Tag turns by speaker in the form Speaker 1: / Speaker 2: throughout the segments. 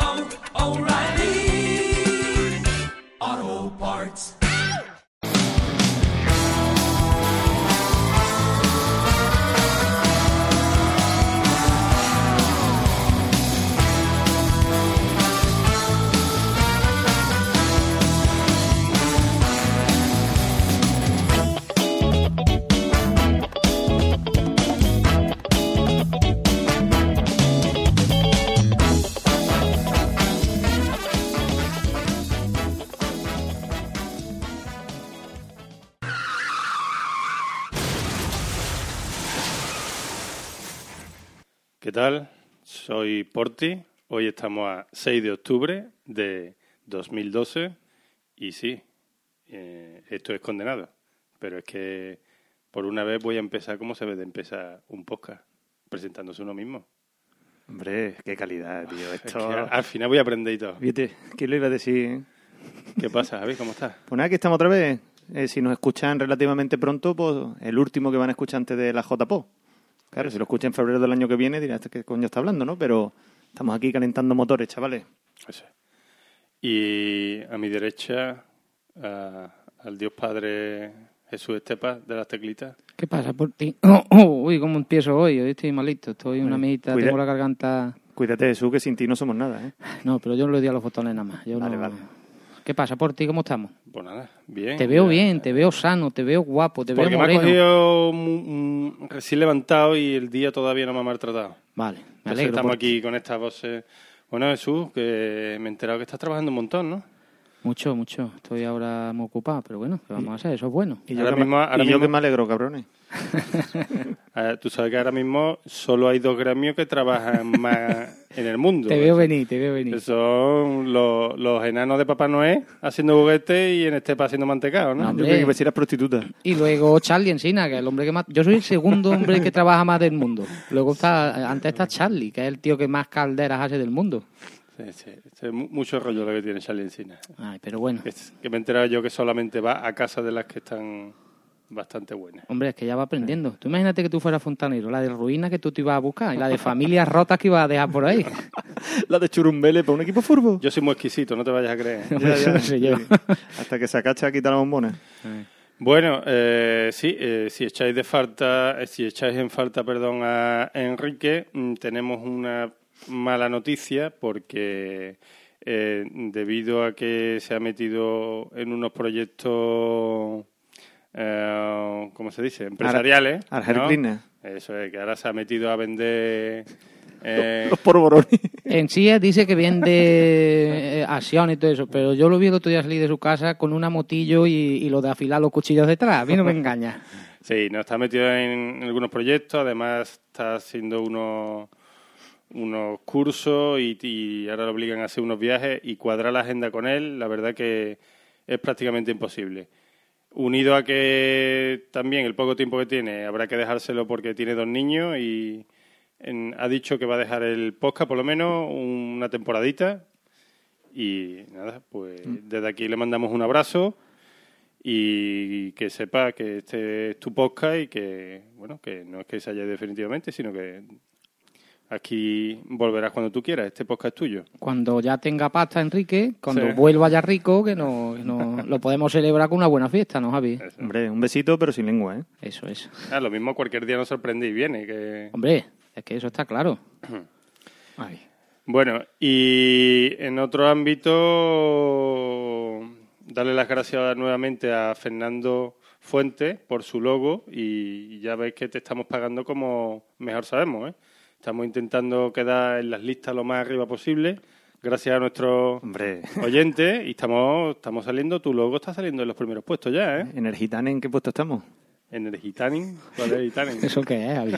Speaker 1: oh, O'Reilly. Auto Parts.
Speaker 2: ¿Qué tal? Soy Porti. Hoy estamos a 6 de octubre de 2012 y sí, eh, esto es condenado. Pero es que por una vez voy a empezar como se ve de empezar un podcast, presentándose uno mismo.
Speaker 3: Hombre, qué calidad, tío.
Speaker 2: Es que
Speaker 3: Esto.
Speaker 2: al final voy a aprender y todo.
Speaker 3: Fíjate, ¿quién lo iba a decir?
Speaker 2: ¿Qué pasa, Javi? ¿Cómo estás?
Speaker 3: Pues nada, que estamos otra vez. Eh, si nos escuchan relativamente pronto, pues el último que van a escuchar antes de la JPO. Claro, si lo escuchan en febrero del año que viene, dirán, ¿este qué coño está hablando, no? Pero estamos aquí calentando motores, chavales.
Speaker 2: Eso es. Y a mi derecha, a- al Dios Padre Jesús Estepa de las teclitas.
Speaker 4: ¿Qué pasa por ti? Oh, oh, uy, ¿cómo empiezo hoy? Hoy estoy malito, estoy una amiguita,
Speaker 3: cuida-
Speaker 4: tengo la garganta...
Speaker 3: Cuídate, Jesús, que sin ti no somos nada, ¿eh?
Speaker 4: No, pero yo no le di a los botones nada más. yo
Speaker 3: Vale,
Speaker 4: no-
Speaker 3: vale.
Speaker 4: ¿Qué pasa por ti? ¿Cómo estamos?
Speaker 2: Pues nada, bien.
Speaker 4: Te veo
Speaker 2: Ya-
Speaker 4: bien, te veo sano, te veo guapo, te
Speaker 2: Porque
Speaker 4: veo
Speaker 2: me ha
Speaker 4: moreno.
Speaker 2: cogido mu- mm, recién levantado y el día todavía no me ha maltratado.
Speaker 4: Vale, me
Speaker 2: Entonces
Speaker 4: alegro.
Speaker 2: estamos
Speaker 4: Porti.
Speaker 2: aquí con estas voces. Bueno, Jesús, que me he enterado que estás trabajando un montón, ¿no?
Speaker 4: Mucho, mucho. Estoy ahora muy ocupado, pero bueno, ¿qué vamos a hacer? Eso es bueno.
Speaker 3: Y yo,
Speaker 2: Ahora
Speaker 3: que, me-
Speaker 2: mismo- ahora
Speaker 3: y yo
Speaker 2: mismo-
Speaker 3: que me alegro, cabrones.
Speaker 2: Eh, tú sabes que ahora mismo solo hay dos gremios que trabajan más en el mundo.
Speaker 4: Te veo venir, te veo venir.
Speaker 2: Que son los, los enanos de Papá Noé haciendo juguetes y en Estepa haciendo mantecado, ¿no?
Speaker 4: No,
Speaker 3: Yo
Speaker 4: Hombre.
Speaker 3: creo que me si eras prostituta.
Speaker 4: Y luego Charlie Encina, que es el hombre que más... Yo soy el segundo hombre que trabaja más del mundo. Luego está... Antes está Charlie, que es el tío que más calderas hace del mundo.
Speaker 2: Sí, sí, sí, mu- mucho rollo lo que tiene Charlie Encina.
Speaker 4: Ay, pero bueno.
Speaker 2: Que, que me he enterado yo que solamente va a casa de las que están bastante buenas.
Speaker 4: Hombre, es que ya va aprendiendo. Tú imagínate que tú fueras fontanero, la de ruinas que tú te ibas a buscar y la de familias rotas que ibas a dejar por ahí.
Speaker 3: La de Churumbele para un equipo furbo.
Speaker 2: Yo soy muy exquisito, no te vayas a creer.
Speaker 4: Hombre, eso no sé yo.
Speaker 3: Hasta que se acacha, quita la bombona.
Speaker 2: Bueno, eh, sí, eh, si echáis de falta, eh, si echáis en falta, perdón, a Enrique, mm, tenemos una mala noticia porque eh, debido a que se ha metido en unos proyectos, eh, ¿cómo se dice? Empresariales.
Speaker 3: Ar- argentinas.
Speaker 2: Eso es, que ahora se ha metido a vender. eh,
Speaker 3: Los porborones.
Speaker 4: En sí eh, dice que vende eh, acción y todo eso, pero yo lo vi el otro día salir de su casa con una motillo y, y lo de afilar los cuchillos detrás. A mí no me engaña.
Speaker 2: Sí, no está metido en algunos proyectos, además está haciendo unos, unos cursos y, y ahora lo obligan a hacer unos viajes y cuadrar la agenda con él, la verdad que es prácticamente imposible. Unido a que también el poco tiempo que tiene, habrá que dejárselo porque tiene dos niños y en- ha dicho que va a dejar el podcast por lo menos una temporadita. Y nada, pues desde aquí le mandamos un abrazo y que sepa que este es tu podcast y que, bueno, que no es que se haya ido definitivamente, sino que aquí volverás cuando tú quieras. Este podcast es tuyo.
Speaker 4: Cuando ya tenga pasta, Enrique, cuando
Speaker 2: Sí.
Speaker 4: vuelva ya rico, que no, que no- lo podemos celebrar con una buena fiesta, ¿no, Javi?
Speaker 3: Hombre, un besito, pero sin lengua, ¿eh?
Speaker 4: Eso es.
Speaker 2: Ah, lo mismo cualquier día nos sorprende y viene. Que...
Speaker 4: Hombre, es que eso está claro. Ay.
Speaker 2: Bueno, y en otro ámbito, darle las gracias nuevamente a Fernando Fuentes por su logo y ya ves que te estamos pagando como mejor sabemos. ¿eh? Estamos intentando quedar en las listas lo más arriba posible gracias a nuestros
Speaker 3: Hombre,
Speaker 2: oyentes y estamos, estamos saliendo, tu logo está saliendo en los primeros puestos ya, ¿eh?
Speaker 3: ¿en el gitán en qué puesto estamos?
Speaker 2: En el Gitanin. ¿Cuál es el Gitanin? Ah,
Speaker 4: ¿Eso qué es, Javi?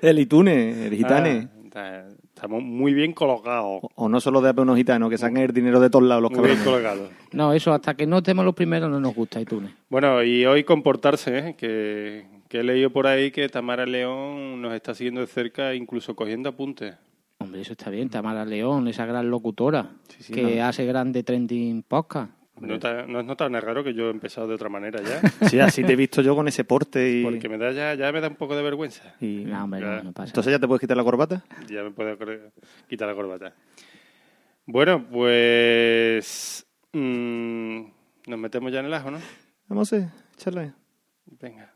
Speaker 3: El Itune, el Gitane.
Speaker 2: Ah, está- estamos muy bien colocados.
Speaker 3: O, o no solo de a unos gitanos que sacan el dinero de todos lados los
Speaker 2: Muy bien
Speaker 3: cabrones.
Speaker 2: colocados.
Speaker 4: No, eso, hasta que no temos los primeros no nos gusta iTunes.
Speaker 2: Bueno, y hoy comportarse, ¿eh? que, que he leído por ahí que Tamara León nos está siguiendo de cerca, incluso cogiendo apuntes.
Speaker 4: Hombre, eso está bien. Tamara León, esa gran locutora
Speaker 2: Sí, sí,
Speaker 4: que hace grande trending podcast.
Speaker 2: ¿Nota- ¿No has notado nada raro que yo he empezado de otra manera ya?
Speaker 3: Sí, así te he visto yo con ese porte y...
Speaker 2: Porque me da ya, ya me da un poco de vergüenza.
Speaker 3: y-
Speaker 4: No, hombre, no,
Speaker 2: Claro.
Speaker 4: no pasa.
Speaker 3: Entonces ya te puedes quitar la corbata.
Speaker 2: Ya me puedo cor- quitar la corbata. Bueno, pues mm, nos metemos ya en el ajo, ¿no?
Speaker 3: Vamos a ver, échale.
Speaker 2: Venga.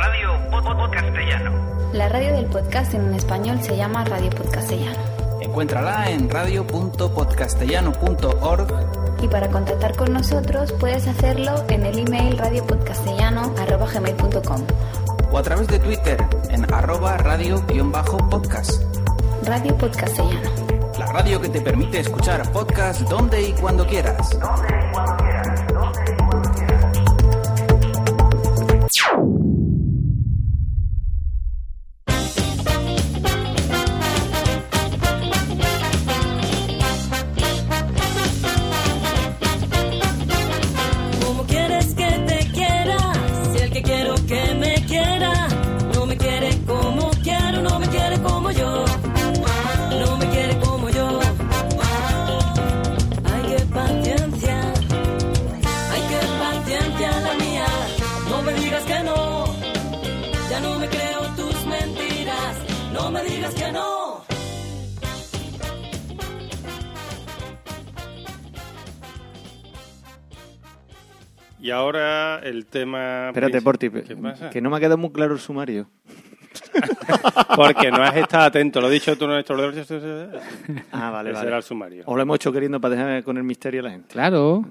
Speaker 5: Radio Pod- Pod- Podcastellano.
Speaker 6: La radio del podcast en español se llama Radio Podcastellano.
Speaker 7: Encuéntrala en radio.podcastellano.org
Speaker 6: Y para contactar con nosotros puedes hacerlo en el email radiopodcastellano.com.
Speaker 7: o a través de Twitter en arroba radio-podcast.
Speaker 6: Radio Podcastellano.
Speaker 7: La radio que te permite escuchar podcast donde y cuando quieras.
Speaker 8: ¿Cómo quieres que te quiera? Si el que quiero que me quiera no me quiere como quiero, no me quiere como yo, no me quiere como yo. Ay, qué paciencia, ay, qué paciencia la mía. No me digas que no, ya no me creo tus mentiras. No me digas que no.
Speaker 2: Y ahora el tema...
Speaker 3: Espérate,
Speaker 2: princip-
Speaker 3: Porti,
Speaker 2: ¿Qué pasa?
Speaker 3: que no me ha quedado muy claro el sumario.
Speaker 2: Porque no has estado atento, lo he dicho tú, no has estado-
Speaker 3: Ah, vale,
Speaker 2: Ese
Speaker 3: vale.
Speaker 2: era el sumario.
Speaker 3: O lo hemos hecho queriendo para dejar con el misterio a la gente.
Speaker 4: Claro.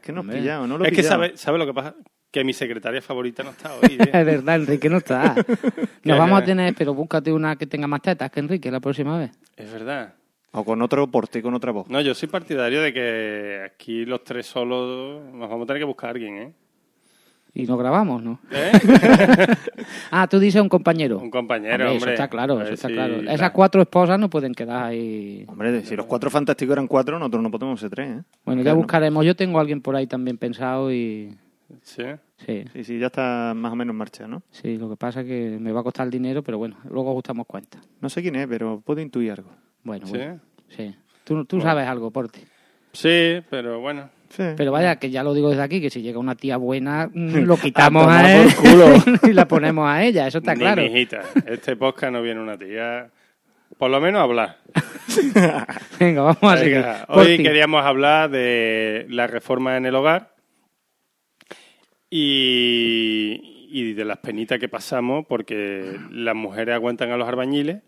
Speaker 3: Que no has pillado, no lo he
Speaker 2: Es que
Speaker 3: pillado.
Speaker 2: ¿sabes sabe lo que pasa? Que mi secretaria favorita no está hoy.
Speaker 4: Es
Speaker 2: ¿eh?
Speaker 4: verdad, Enrique no está.
Speaker 2: Que-
Speaker 4: Nos vamos a tener, pero búscate una que tenga más tetas que Enrique la próxima vez.
Speaker 2: es verdad.
Speaker 3: O con otro porte, con otra voz.
Speaker 2: No, yo soy partidario de que aquí los tres solos nos vamos a tener que buscar a alguien, ¿eh?
Speaker 4: Y nos grabamos, ¿no?
Speaker 2: ¿Eh?
Speaker 4: Ah, tú dices un compañero.
Speaker 2: Un compañero,
Speaker 4: Eso
Speaker 2: hombre.
Speaker 4: está
Speaker 2: A
Speaker 4: claro,
Speaker 2: ver
Speaker 4: eso está
Speaker 2: si-
Speaker 4: claro.
Speaker 2: claro.
Speaker 4: Esas cuatro esposas no pueden quedar ahí.
Speaker 3: Hombre, si los cuatro fantásticos eran cuatro, nosotros no podemos ser tres, ¿eh?
Speaker 4: Bueno, ya
Speaker 3: Claro, no.
Speaker 4: buscaremos. Yo tengo a alguien por ahí también pensado y.
Speaker 2: Sí.
Speaker 4: Sí,
Speaker 3: Sí, sí, ya está más o menos en marcha, ¿no?
Speaker 4: sí. Lo que pasa es que me va a costar dinero, pero bueno, luego ajustamos cuentas.
Speaker 3: No sé quién es, pero puedo intuir algo.
Speaker 4: Bueno,
Speaker 2: ¿Sí?
Speaker 4: bueno. Sí. Tú, tú sabes algo, Porti.
Speaker 2: Sí, pero bueno.
Speaker 3: Sí.
Speaker 4: Pero vaya, que ya lo digo desde aquí, que si llega una tía buena, mm, lo quitamos
Speaker 3: A
Speaker 4: a
Speaker 3: tomar
Speaker 4: él
Speaker 3: por culo.
Speaker 4: y la ponemos a ella, eso está
Speaker 2: Ni
Speaker 4: claro.
Speaker 2: mijita. Este podcast no viene una tía. Por lo menos hablar.
Speaker 4: Venga, vamos a seguir.
Speaker 2: Venga, hoy
Speaker 4: Porti,
Speaker 2: queríamos hablar de la reforma en el hogar y, y de las penitas que pasamos porque las mujeres aguantan a los albañiles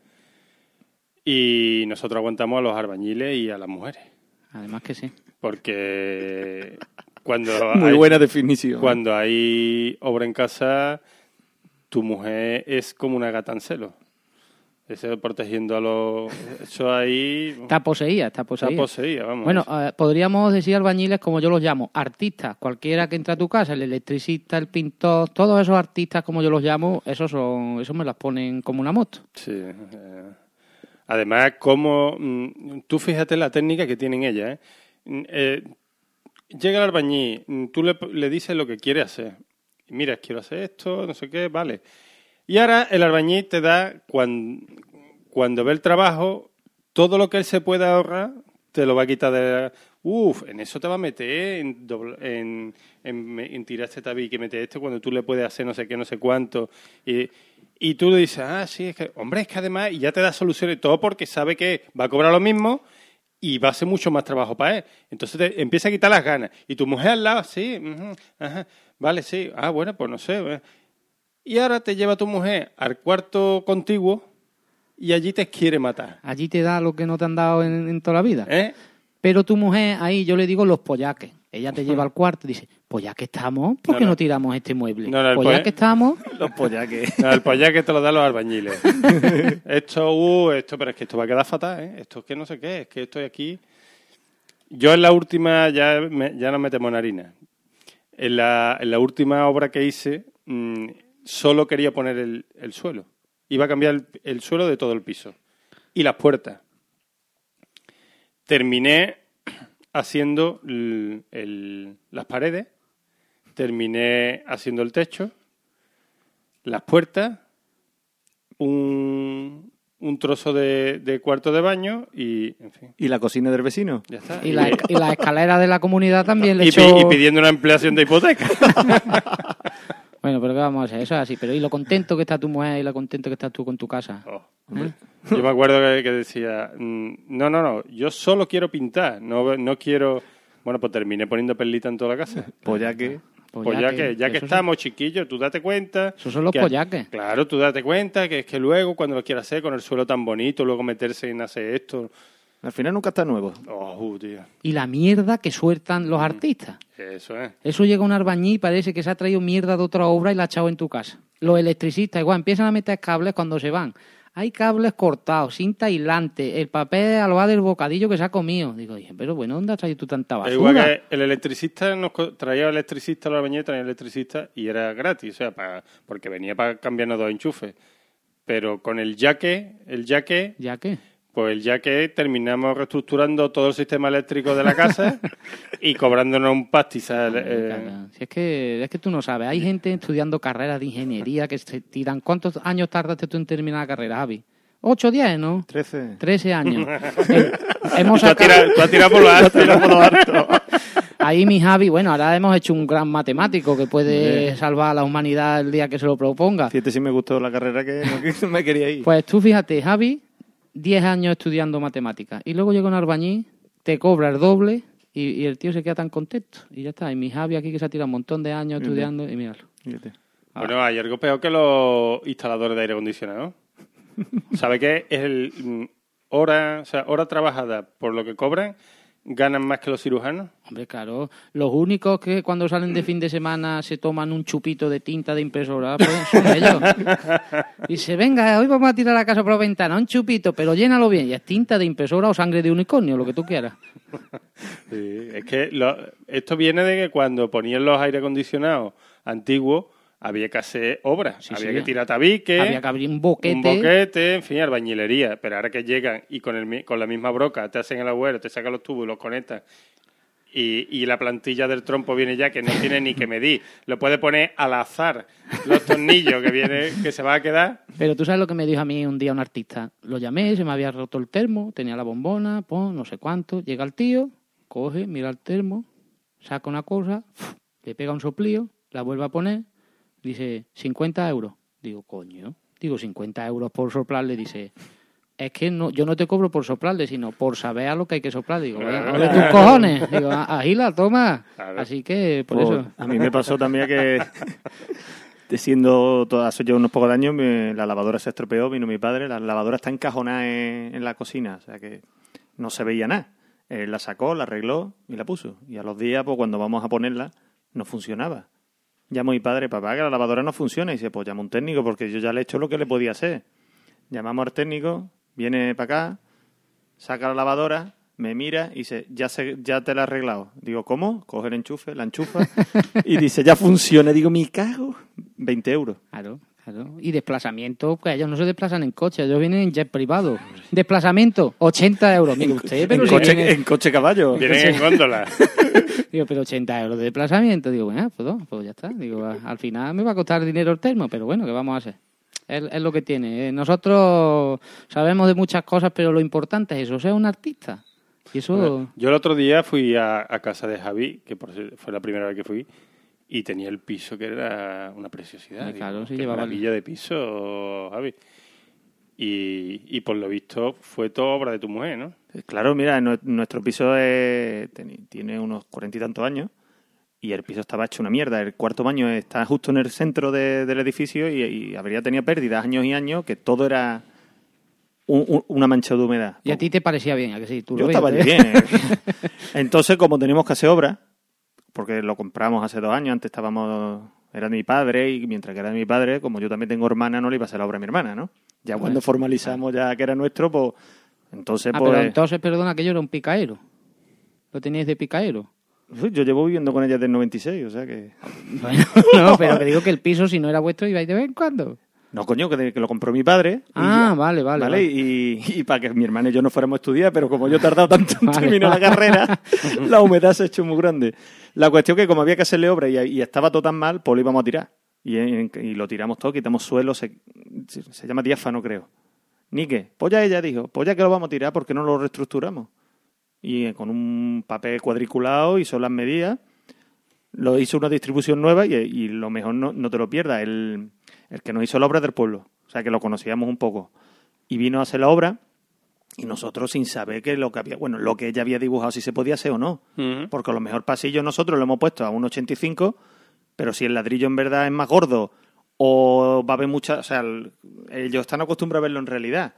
Speaker 2: y nosotros aguantamos a los albañiles y a las mujeres.
Speaker 4: Además que sí.
Speaker 2: Porque cuando
Speaker 3: Muy
Speaker 2: hay-
Speaker 3: buena definición.
Speaker 2: cuando hay obra en casa, tu mujer es como una gata en celo. Eso protegiendo a los... Eso ahí...
Speaker 4: Está poseída, está poseída.
Speaker 2: Está poseída, vamos.
Speaker 4: Bueno, eh, podríamos decir albañiles como yo los llamo, artistas, cualquiera que entra a tu casa, el electricista, el pintor, todos esos artistas como yo los llamo, esos son, esos me las ponen como una moto.
Speaker 2: Sí. eh. Además, como tú fíjate la técnica que tienen ellas. ¿eh? Mm, eh, llega el albañil, mm, tú le, le dices lo que quiere hacer. Mira, quiero hacer esto, no sé qué, vale. Y ahora el albañil te da, cuando, cuando ve el trabajo, todo lo que él se pueda ahorrar, te lo va a quitar de... Uf, en eso te va a meter, en, dobl- en, en, me- en tirar este tabique, meter este, cuando tú le puedes hacer no sé qué, no sé cuánto. Y, y tú le dices, ah, sí, es que, hombre, es que además, y ya te da soluciones, todo porque sabe que va a cobrar lo mismo y va a ser mucho más trabajo para él. Entonces te empieza a quitar las ganas. Y tu mujer al lado, sí, ujú, ajá, vale, sí, ah, bueno, pues no sé. eh. Y ahora te lleva tu mujer al cuarto contiguo y allí te quiere matar.
Speaker 4: Allí te da lo que no te han dado en, en toda la vida.
Speaker 2: ¿Eh?
Speaker 4: Pero tu mujer, ahí yo le digo los pollaques. Ella te lleva al cuarto y dice, pues ya que estamos, ¿por
Speaker 2: No,
Speaker 4: qué
Speaker 2: no.
Speaker 4: no, tiramos este mueble?
Speaker 2: No, no, el
Speaker 4: pues ya
Speaker 2: polla-
Speaker 4: que estamos,
Speaker 3: Los pollaques.
Speaker 2: No, el polla que te lo dan los albañiles. esto, uh, esto, pero es que esto va a quedar fatal, ¿eh? Esto es que no sé qué, es que estoy aquí. Yo en la última, ya, me- ya nos metemos en harina. En la, en la última obra que hice, mm, solo quería poner el, el suelo. Iba a cambiar el, el suelo de todo el piso. Y las puertas. Terminé haciendo l- el- las paredes, terminé haciendo el techo, las puertas, un, un trozo de, de cuarto de baño y, en fin,
Speaker 3: ¿Y la cocina del vecino?
Speaker 2: ya está.
Speaker 4: Y la, y la escalera de la comunidad también le
Speaker 2: Y pi-
Speaker 4: echó...
Speaker 2: y pidiendo una ampliación de hipoteca.
Speaker 4: Bueno, pero ¿qué vamos a hacer? Eso es así. Pero y lo contento que está tu mujer y lo contento que estás tú con tu casa.
Speaker 2: Oh, hombre. Yo me acuerdo que, que decía, mm, no, no, no, yo solo quiero pintar, no, no quiero... Bueno, pues terminé poniendo perlita en toda la casa.
Speaker 3: Pues ya que...
Speaker 4: Pues
Speaker 2: Pues, ya,
Speaker 4: ya que-
Speaker 2: que, ya que
Speaker 4: eso es-
Speaker 2: estamos, chiquillos, tú date cuenta.
Speaker 4: Esos son los
Speaker 2: que-
Speaker 4: pollaques.
Speaker 2: Claro, tú date cuenta que es que luego, cuando lo quieras hacer con el suelo tan bonito, luego meterse en hacer esto.
Speaker 3: Al final nunca está nuevo.
Speaker 2: Oh, tío,
Speaker 4: Y la mierda que sueltan los artistas.
Speaker 2: eso es.
Speaker 4: Eso llega un arbañí y parece que se ha traído mierda de otra obra y la ha echado en tu casa. Los electricistas igual empiezan a meter cables cuando se van. Hay cables cortados, cinta aislante, el papel al va del bocadillo que se ha comido. Digo, "Oye, pero bueno, ¿dónde has traído tú tanta
Speaker 2: Es
Speaker 4: basura?
Speaker 2: igual que el electricista nos co- traía electricista a la bañera, traía electricista y era gratis, o sea, pa- porque venía para cambiarnos dos enchufes. Pero con el yaque, el yaque,
Speaker 4: ¿Ya qué?
Speaker 2: pues el yaque terminamos reestructurando todo el sistema eléctrico de la casa y cobrándonos un pastizal. eh,
Speaker 4: Claro, Si es que, es que tú no sabes, hay gente estudiando carreras de ingeniería que se tiran. ¿Cuántos años tardaste tú en terminar la carrera, Javi? ¿Ocho, diez, no?
Speaker 3: Trece.
Speaker 4: Trece años. Eh, Hemos
Speaker 2: tú, has tirado,
Speaker 4: sacado...
Speaker 2: tú has tirado por lo alto.
Speaker 4: Ahí mi Javi, bueno, ahora hemos hecho un gran matemático que puede salvar a la humanidad el día que se lo proponga.
Speaker 3: Fíjate si me gustó la carrera que no que me quería ir.
Speaker 4: Pues tú fíjate, Javi, 10 años estudiando matemáticas y luego llega un albañil, te cobra el doble y, y el tío se queda tan contento. Y ya está. Y mi Javi aquí que se ha tirado un montón de años estudiando y míralo.
Speaker 3: Fíjate.
Speaker 2: Bueno, hay algo peor que los instaladores de aire acondicionado. ¿Sabe qué? Es el mm, hora, o sea, hora trabajada por lo que cobran, ganan más que los cirujanos.
Speaker 4: Hombre, claro, los únicos que cuando salen de fin de semana se toman un chupito de tinta de impresora pues, son ellos. Dice, venga, hoy vamos a tirar la casa por la ventana, un chupito, pero llénalo bien. Y es tinta de impresora o sangre de unicornio, lo que tú quieras.
Speaker 2: Sí, es que lo- esto viene de que cuando ponían los aire acondicionados antiguos, había que hacer obras,
Speaker 4: Sí,
Speaker 2: había
Speaker 4: sí.
Speaker 2: que tirar tabiques,
Speaker 4: Había que abrir un boquete.
Speaker 2: un boquete, en fin, albañilería. Pero ahora que llegan y con, el, mi- con la misma broca te hacen el agujero, te sacan los tubos, los conectan. Y, y la plantilla del trompo viene ya que no tiene ni que medir. Lo puede poner al azar los tornillos que viene que se va a quedar.
Speaker 4: Pero tú sabes lo que me dijo a mí un día un artista. Lo llamé, se me había roto el termo, tenía la bombona, pon, no sé cuánto. Llega el tío, coge, mira el termo, saca una cosa, le pega un soplío, la vuelve a poner, dice 50 euros. Digo, coño. Digo, 50 euros por soplarle, dice. Es que no, yo no te cobro por soplarle, sino por saber a lo que hay que soplar. Digo, vaya, abre tus cojones. Digo, "Ah, agila, toma.
Speaker 2: Claro.
Speaker 4: Así que, por
Speaker 3: Pues,
Speaker 4: eso.
Speaker 3: A mí me pasó también que, de siendo todo, hace ya unos pocos de años, me- la lavadora se estropeó, vino mi padre, la lavadora está encajonada en, en la cocina, o sea que no se veía nada. Él la sacó, la arregló y la puso. Y a los días, pues cuando vamos a ponerla, no funcionaba. Llamo a mi padre, papá, que la lavadora no funciona. Y dice, pues llama a un técnico porque yo ya le he hecho lo que le podía hacer. Llamamos al técnico, viene para acá, saca la lavadora, me mira y dice, ya, se- ya te la he arreglado. Digo, ¿cómo? Coge el enchufe, la enchufa y dice, ya funciona. Digo, mi cago. 20 euros.
Speaker 4: Claro, claro. Y desplazamiento, que ellos no se desplazan en coche, ellos vienen en jet privado. Desplazamiento, 80 euros. Mira usted, pero
Speaker 3: en,
Speaker 4: si
Speaker 3: coche,
Speaker 4: viene-
Speaker 3: en coche caballo.
Speaker 2: Vienen en góndola.
Speaker 4: Digo, pero 80 euros de desplazamiento. Digo, bueno, pues, no, pues ya está. Digo, a- al final me va a costar dinero el termo, pero bueno, ¿qué vamos a hacer? Es, es lo que tiene. Eh, Nosotros sabemos de muchas cosas, pero lo importante es eso, sea un artista. Y eso...
Speaker 2: Yo el otro día fui a, a casa de Javi, que por cierto, fue la primera vez que fui, y tenía el piso que era una preciosidad.
Speaker 4: Hombre,
Speaker 2: Digo,
Speaker 4: claro, sí
Speaker 2: "Qué
Speaker 4: llevaba el-
Speaker 2: maravilla de piso, Javi. Y, y por lo visto fue toda obra de tu mujer, ¿no?
Speaker 3: Claro, mira, nue- nuestro piso es- ten- tiene unos cuarenta y tantos años y el piso estaba hecho una mierda. El cuarto baño está justo en el centro de- del edificio y, y habría tenido pérdidas años y años que todo era un- un- una mancha de humedad.
Speaker 4: Y a ti te parecía bien, ¿a que sí? Tú
Speaker 3: Yo
Speaker 4: lo
Speaker 3: estaba
Speaker 4: veías,
Speaker 3: bien.
Speaker 4: ¿eh?
Speaker 3: Entonces, como tenemos que hacer obra, porque lo compramos hace dos años, antes estábamos, era de mi padre, y mientras que era de mi padre, como yo también tengo hermana, no le iba a hacer la obra a mi hermana, ¿no? Ya cuando formalizamos ya que era nuestro, pues entonces
Speaker 4: Ah,
Speaker 3: pues
Speaker 4: pero entonces, perdona, que yo era un picaero. Lo teníais de picaero.
Speaker 3: uy, yo llevo viviendo con ella desde el 96, o sea que
Speaker 4: Bueno, no, pero que digo que el piso, si no era vuestro, ibais de vez en cuando.
Speaker 3: no coño, que, que lo compró mi padre. y-
Speaker 4: Ah, vale, vale, vale.
Speaker 3: Y, y para que mi hermana y yo no fuéramos a estudiar, pero como yo he tardado tanto en
Speaker 4: Vale.
Speaker 3: terminar la carrera, la humedad se ha hecho muy grande. La cuestión que como había que hacerle obra y, y estaba todo tan mal, pues lo íbamos a tirar. Y, en- y lo tiramos todo, quitamos suelo, se, se llama diáfano, creo. Ni qué. Pues ya ella dijo, pues ya que lo vamos a tirar, porque no lo reestructuramos? Y eh, con un papel cuadriculado hizo las medidas, lo hizo una distribución nueva y, y lo mejor no, no te lo pierdas, el, el que nos hizo la obra del pueblo, o sea que lo conocíamos un poco. Y vino a hacer la obra y nosotros sin saber que lo que había, bueno, lo que ella había dibujado si se podía hacer o no.
Speaker 2: Ujú.
Speaker 3: Porque a lo mejor pasillo nosotros lo hemos puesto a 1,85, pero si el ladrillo en verdad es más gordo o va a haber mucha... O sea, el- ellos están acostumbrados a verlo en realidad.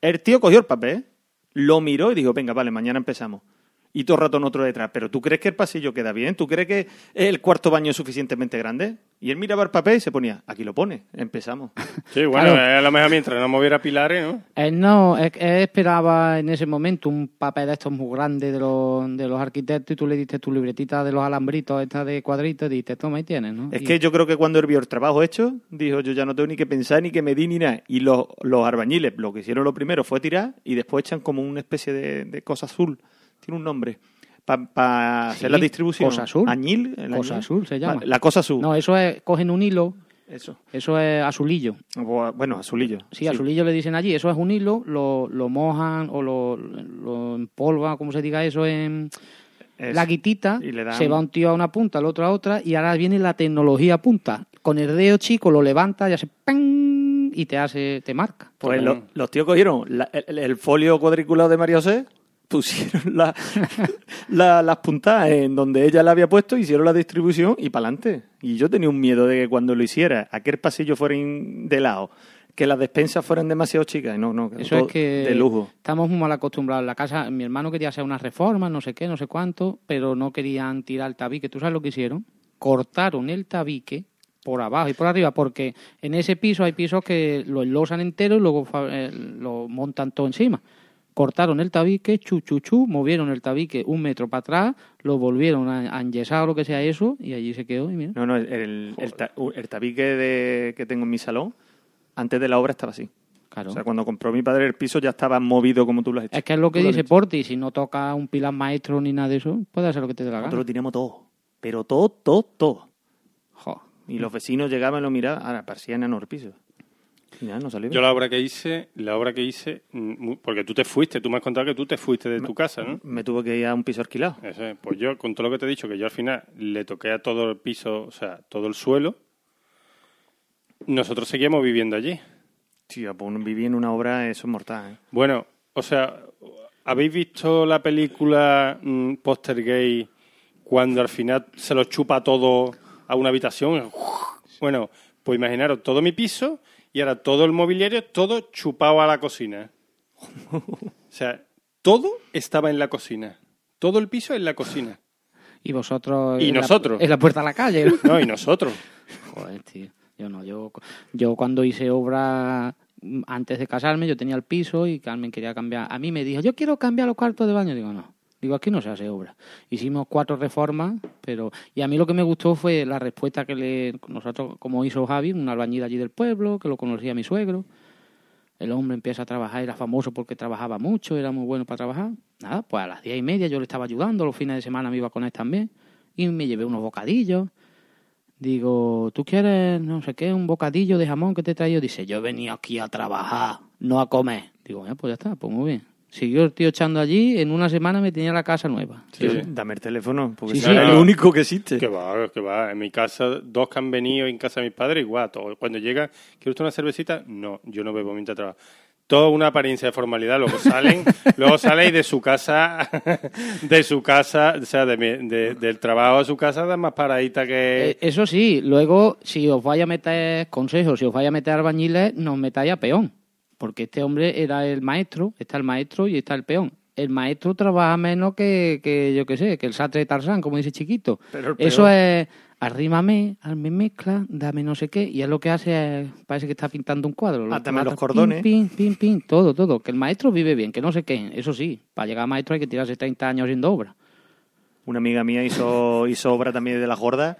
Speaker 3: El tío cogió el papel, lo miró y dijo, venga, vale, mañana empezamos. Y todo el rato en otro detrás. Pero ¿tú crees que el pasillo queda bien? ¿Tú crees que el cuarto baño es suficientemente grande? Y él miraba el papel y se ponía, aquí lo pone, empezamos.
Speaker 2: Sí, bueno,
Speaker 4: Claro.
Speaker 2: eh, a lo mejor mientras no moviera pilares, ¿no?
Speaker 4: Él Eh, no, él, él esperaba en ese momento un papel de estos muy grandes de los, de los arquitectos y tú le diste tu libretita de los alambritos, esta de cuadritos, y dijiste, toma y tienes, ¿no?
Speaker 3: Es
Speaker 4: Y-
Speaker 3: que yo creo que cuando él vio el trabajo hecho, dijo, yo ya no tengo ni que pensar, ni que medir, ni nada. Y los, los albañiles lo que hicieron lo primero fue tirar y después echan como una especie de, de cosa azul. Tiene un nombre. Para
Speaker 4: Sí,
Speaker 3: hacer la distribución.
Speaker 4: cosa azul.
Speaker 3: Añil. el
Speaker 4: Cosa
Speaker 3: añil.
Speaker 4: azul se llama.
Speaker 3: Vale, La cosa azul.
Speaker 4: No, eso es, cogen un hilo,
Speaker 3: Eso.
Speaker 4: eso es azulillo.
Speaker 3: O, Bueno, azulillo.
Speaker 4: Sí, azulillo le dicen allí, eso es un hilo, lo, lo mojan o lo, lo empolvan, como se diga eso, en
Speaker 3: Es-
Speaker 4: la guitita,
Speaker 3: y le dan-
Speaker 4: se va un tío a una punta, el otro a otra, y ahora viene la tecnología punta. Con el dedo chico lo levanta y hace ¡pam! y te hace, te marca.
Speaker 3: Pues lo- los tíos cogieron la- el, el folio cuadriculado de María José, pusieron la- la- las puntadas en donde ella la había puesto, hicieron la distribución y para adelante. Y yo tenía un miedo de que cuando lo hiciera, aquel pasillo fuera in- de lado, que las despensas fueran demasiado chicas. No, no,
Speaker 4: Eso
Speaker 3: todo
Speaker 4: es que
Speaker 3: de lujo.
Speaker 4: estamos muy mal acostumbrados. La casa, mi hermano quería hacer unas reformas, no sé qué, no sé cuánto, pero no querían tirar el tabique. ¿Tú sabes lo que hicieron? Cortaron el tabique por abajo y por arriba, porque en ese piso hay pisos que lo enlosan entero y luego fa- eh, lo montan todo encima. Cortaron el tabique, chu, chu, chu, movieron el tabique un metro para atrás, lo volvieron a, a enyesar o lo que sea eso, y allí se quedó. Y mira.
Speaker 3: No, no, el, el- el ta- el tabique de- que tengo en mi salón, antes de la obra estaba así.
Speaker 4: Claro.
Speaker 3: O sea, cuando compró mi padre el piso ya estaba movido como tú lo has hecho.
Speaker 4: es que es lo que
Speaker 3: Tú has
Speaker 4: dice
Speaker 3: hecho.
Speaker 4: Porti, si no toca un pilar maestro ni nada de eso, puede hacer lo que te dé la
Speaker 3: Nosotros
Speaker 4: gana.
Speaker 3: lo tiramos todo, pero todo, todo, todo.
Speaker 4: Jo.
Speaker 3: Y los vecinos llegaban y lo miraban. Ahora, parecía enano el piso. Y nada, no salió.
Speaker 2: Yo la obra que hice, la obra que hice, mm, mu- porque tú te fuiste, tú me has contado que tú te fuiste de tu casa, ¿no?
Speaker 3: Me tuve que ir a un piso alquilado.
Speaker 2: Eso es. Pues yo, con todo lo que te he dicho, que yo al final le toqué a todo el piso, o sea, todo el suelo, nosotros seguíamos viviendo allí.
Speaker 3: Tío, pues viví en una obra, eso es mortal, ¿eh?
Speaker 2: Bueno, o sea, ¿habéis visto la película mm, Poster Gay cuando al final se lo chupa todo a una habitación? Bueno, pues imaginaros todo mi piso y ahora todo el mobiliario, todo chupado a la cocina. O sea, todo estaba en la cocina. Todo el piso en la cocina.
Speaker 4: Y vosotros.
Speaker 2: Y
Speaker 4: en la-
Speaker 2: nosotros.
Speaker 4: en la puerta a la calle. ¿no?
Speaker 2: No, y nosotros.
Speaker 4: Joder, tío. Yo no, yo, yo cuando hice obra mm, antes de casarme, yo tenía el piso y Carmen quería cambiar. A mí me dijo, yo quiero cambiar los cuartos de baño. Digo, no. Digo, aquí no se hace obra. Hicimos cuatro reformas, pero. Y a mí lo que me gustó fue la respuesta que le. Nosotros, como hizo Javi, un albañil allí del pueblo, que lo conocía mi suegro. El hombre empieza a trabajar, era famoso porque trabajaba mucho, era muy bueno para trabajar. Nada, pues a las diez y media yo le estaba ayudando, los fines de semana me iba con él también. Y me llevé unos bocadillos. Digo, ¿tú quieres, no sé qué, un bocadillo de jamón que te he traído? Dice, yo he venido aquí a trabajar, no a comer. Digo, "Ah, pues ya está, pues muy bien. Siguió el tío echando allí, en una semana me tenía la casa nueva.
Speaker 3: Tío, Dame el teléfono, porque
Speaker 4: Sí,
Speaker 3: es
Speaker 4: sí.
Speaker 3: el
Speaker 2: No.
Speaker 3: único que existe.
Speaker 2: Que va, que va. En mi casa, dos que han venido, en casa de mis padres, igual. todo. Cuando llega, ¿quiere usted una cervecita? No, yo no bebo mientras trabajo. Toda una apariencia de formalidad, luego salen, luego salen de su casa, de su casa, o sea, de mi- de- del trabajo a su casa, da más paradita
Speaker 4: Eh,
Speaker 2: que...
Speaker 4: eso sí, luego, si os vais a meter consejos, si os vais a meter albañiles, no os metáis a peón. Porque este hombre era el maestro, está el maestro y está el peón. El maestro trabaja menos que, que yo qué sé, que el sastre de Tarzán, como dice chiquito.
Speaker 3: Pero el peón-
Speaker 4: Eso es, arrímame, hazme mezcla, dame no sé qué. Y es lo que hace, es- parece que está pintando un cuadro. Lo
Speaker 3: Átame los
Speaker 4: mata,
Speaker 3: cordones.
Speaker 4: Pin, pin, pin, pin, todo, todo. Que el maestro vive bien, que no sé qué. Eso sí, para llegar a maestro hay que tirarse 30 años haciendo obra.
Speaker 3: Una amiga mía hizo, hizo obra también de la gorda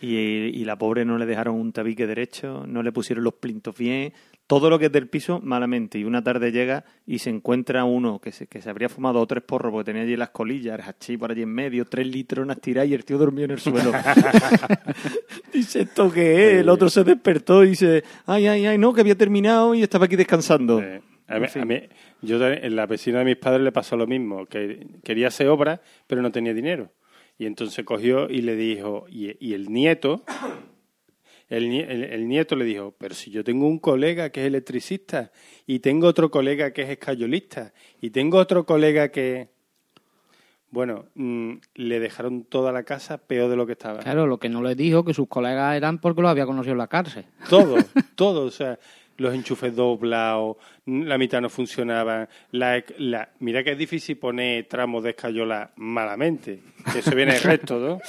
Speaker 3: y, y la pobre no le dejaron un tabique derecho, no le pusieron los plintos bien, todo lo que es del piso malamente. Y una tarde llega y se encuentra uno que se, que se habría fumado dos o tres porros porque tenía allí las colillas, el hachí por allí en medio, tres litronas tiradas y el tío dormido en el suelo. dice, ¿esto qué es? El otro se despertó y dice, ay, ay, ay, no, que había terminado y estaba aquí descansando.
Speaker 2: Eh, A mí- a mí- yo ta- en la vecina de mis padres le pasó lo mismo, que quería hacer obra, pero no tenía dinero. Y entonces cogió y le dijo, y, y el nieto, el, nie- el- el nieto le dijo, pero si yo tengo un colega que es electricista, y tengo otro colega que es escayolista, y tengo otro colega que... Bueno, mm, le dejaron toda la casa peor de lo que estaba.
Speaker 4: Claro, lo que no les dijo que sus colegas eran porque los había conocido en la cárcel.
Speaker 2: Todo, todo, o sea, los enchufes doblados, la mitad no funcionaba. La, la- mira que es difícil poner tramos de escayola malamente, que eso viene recto, ¿no?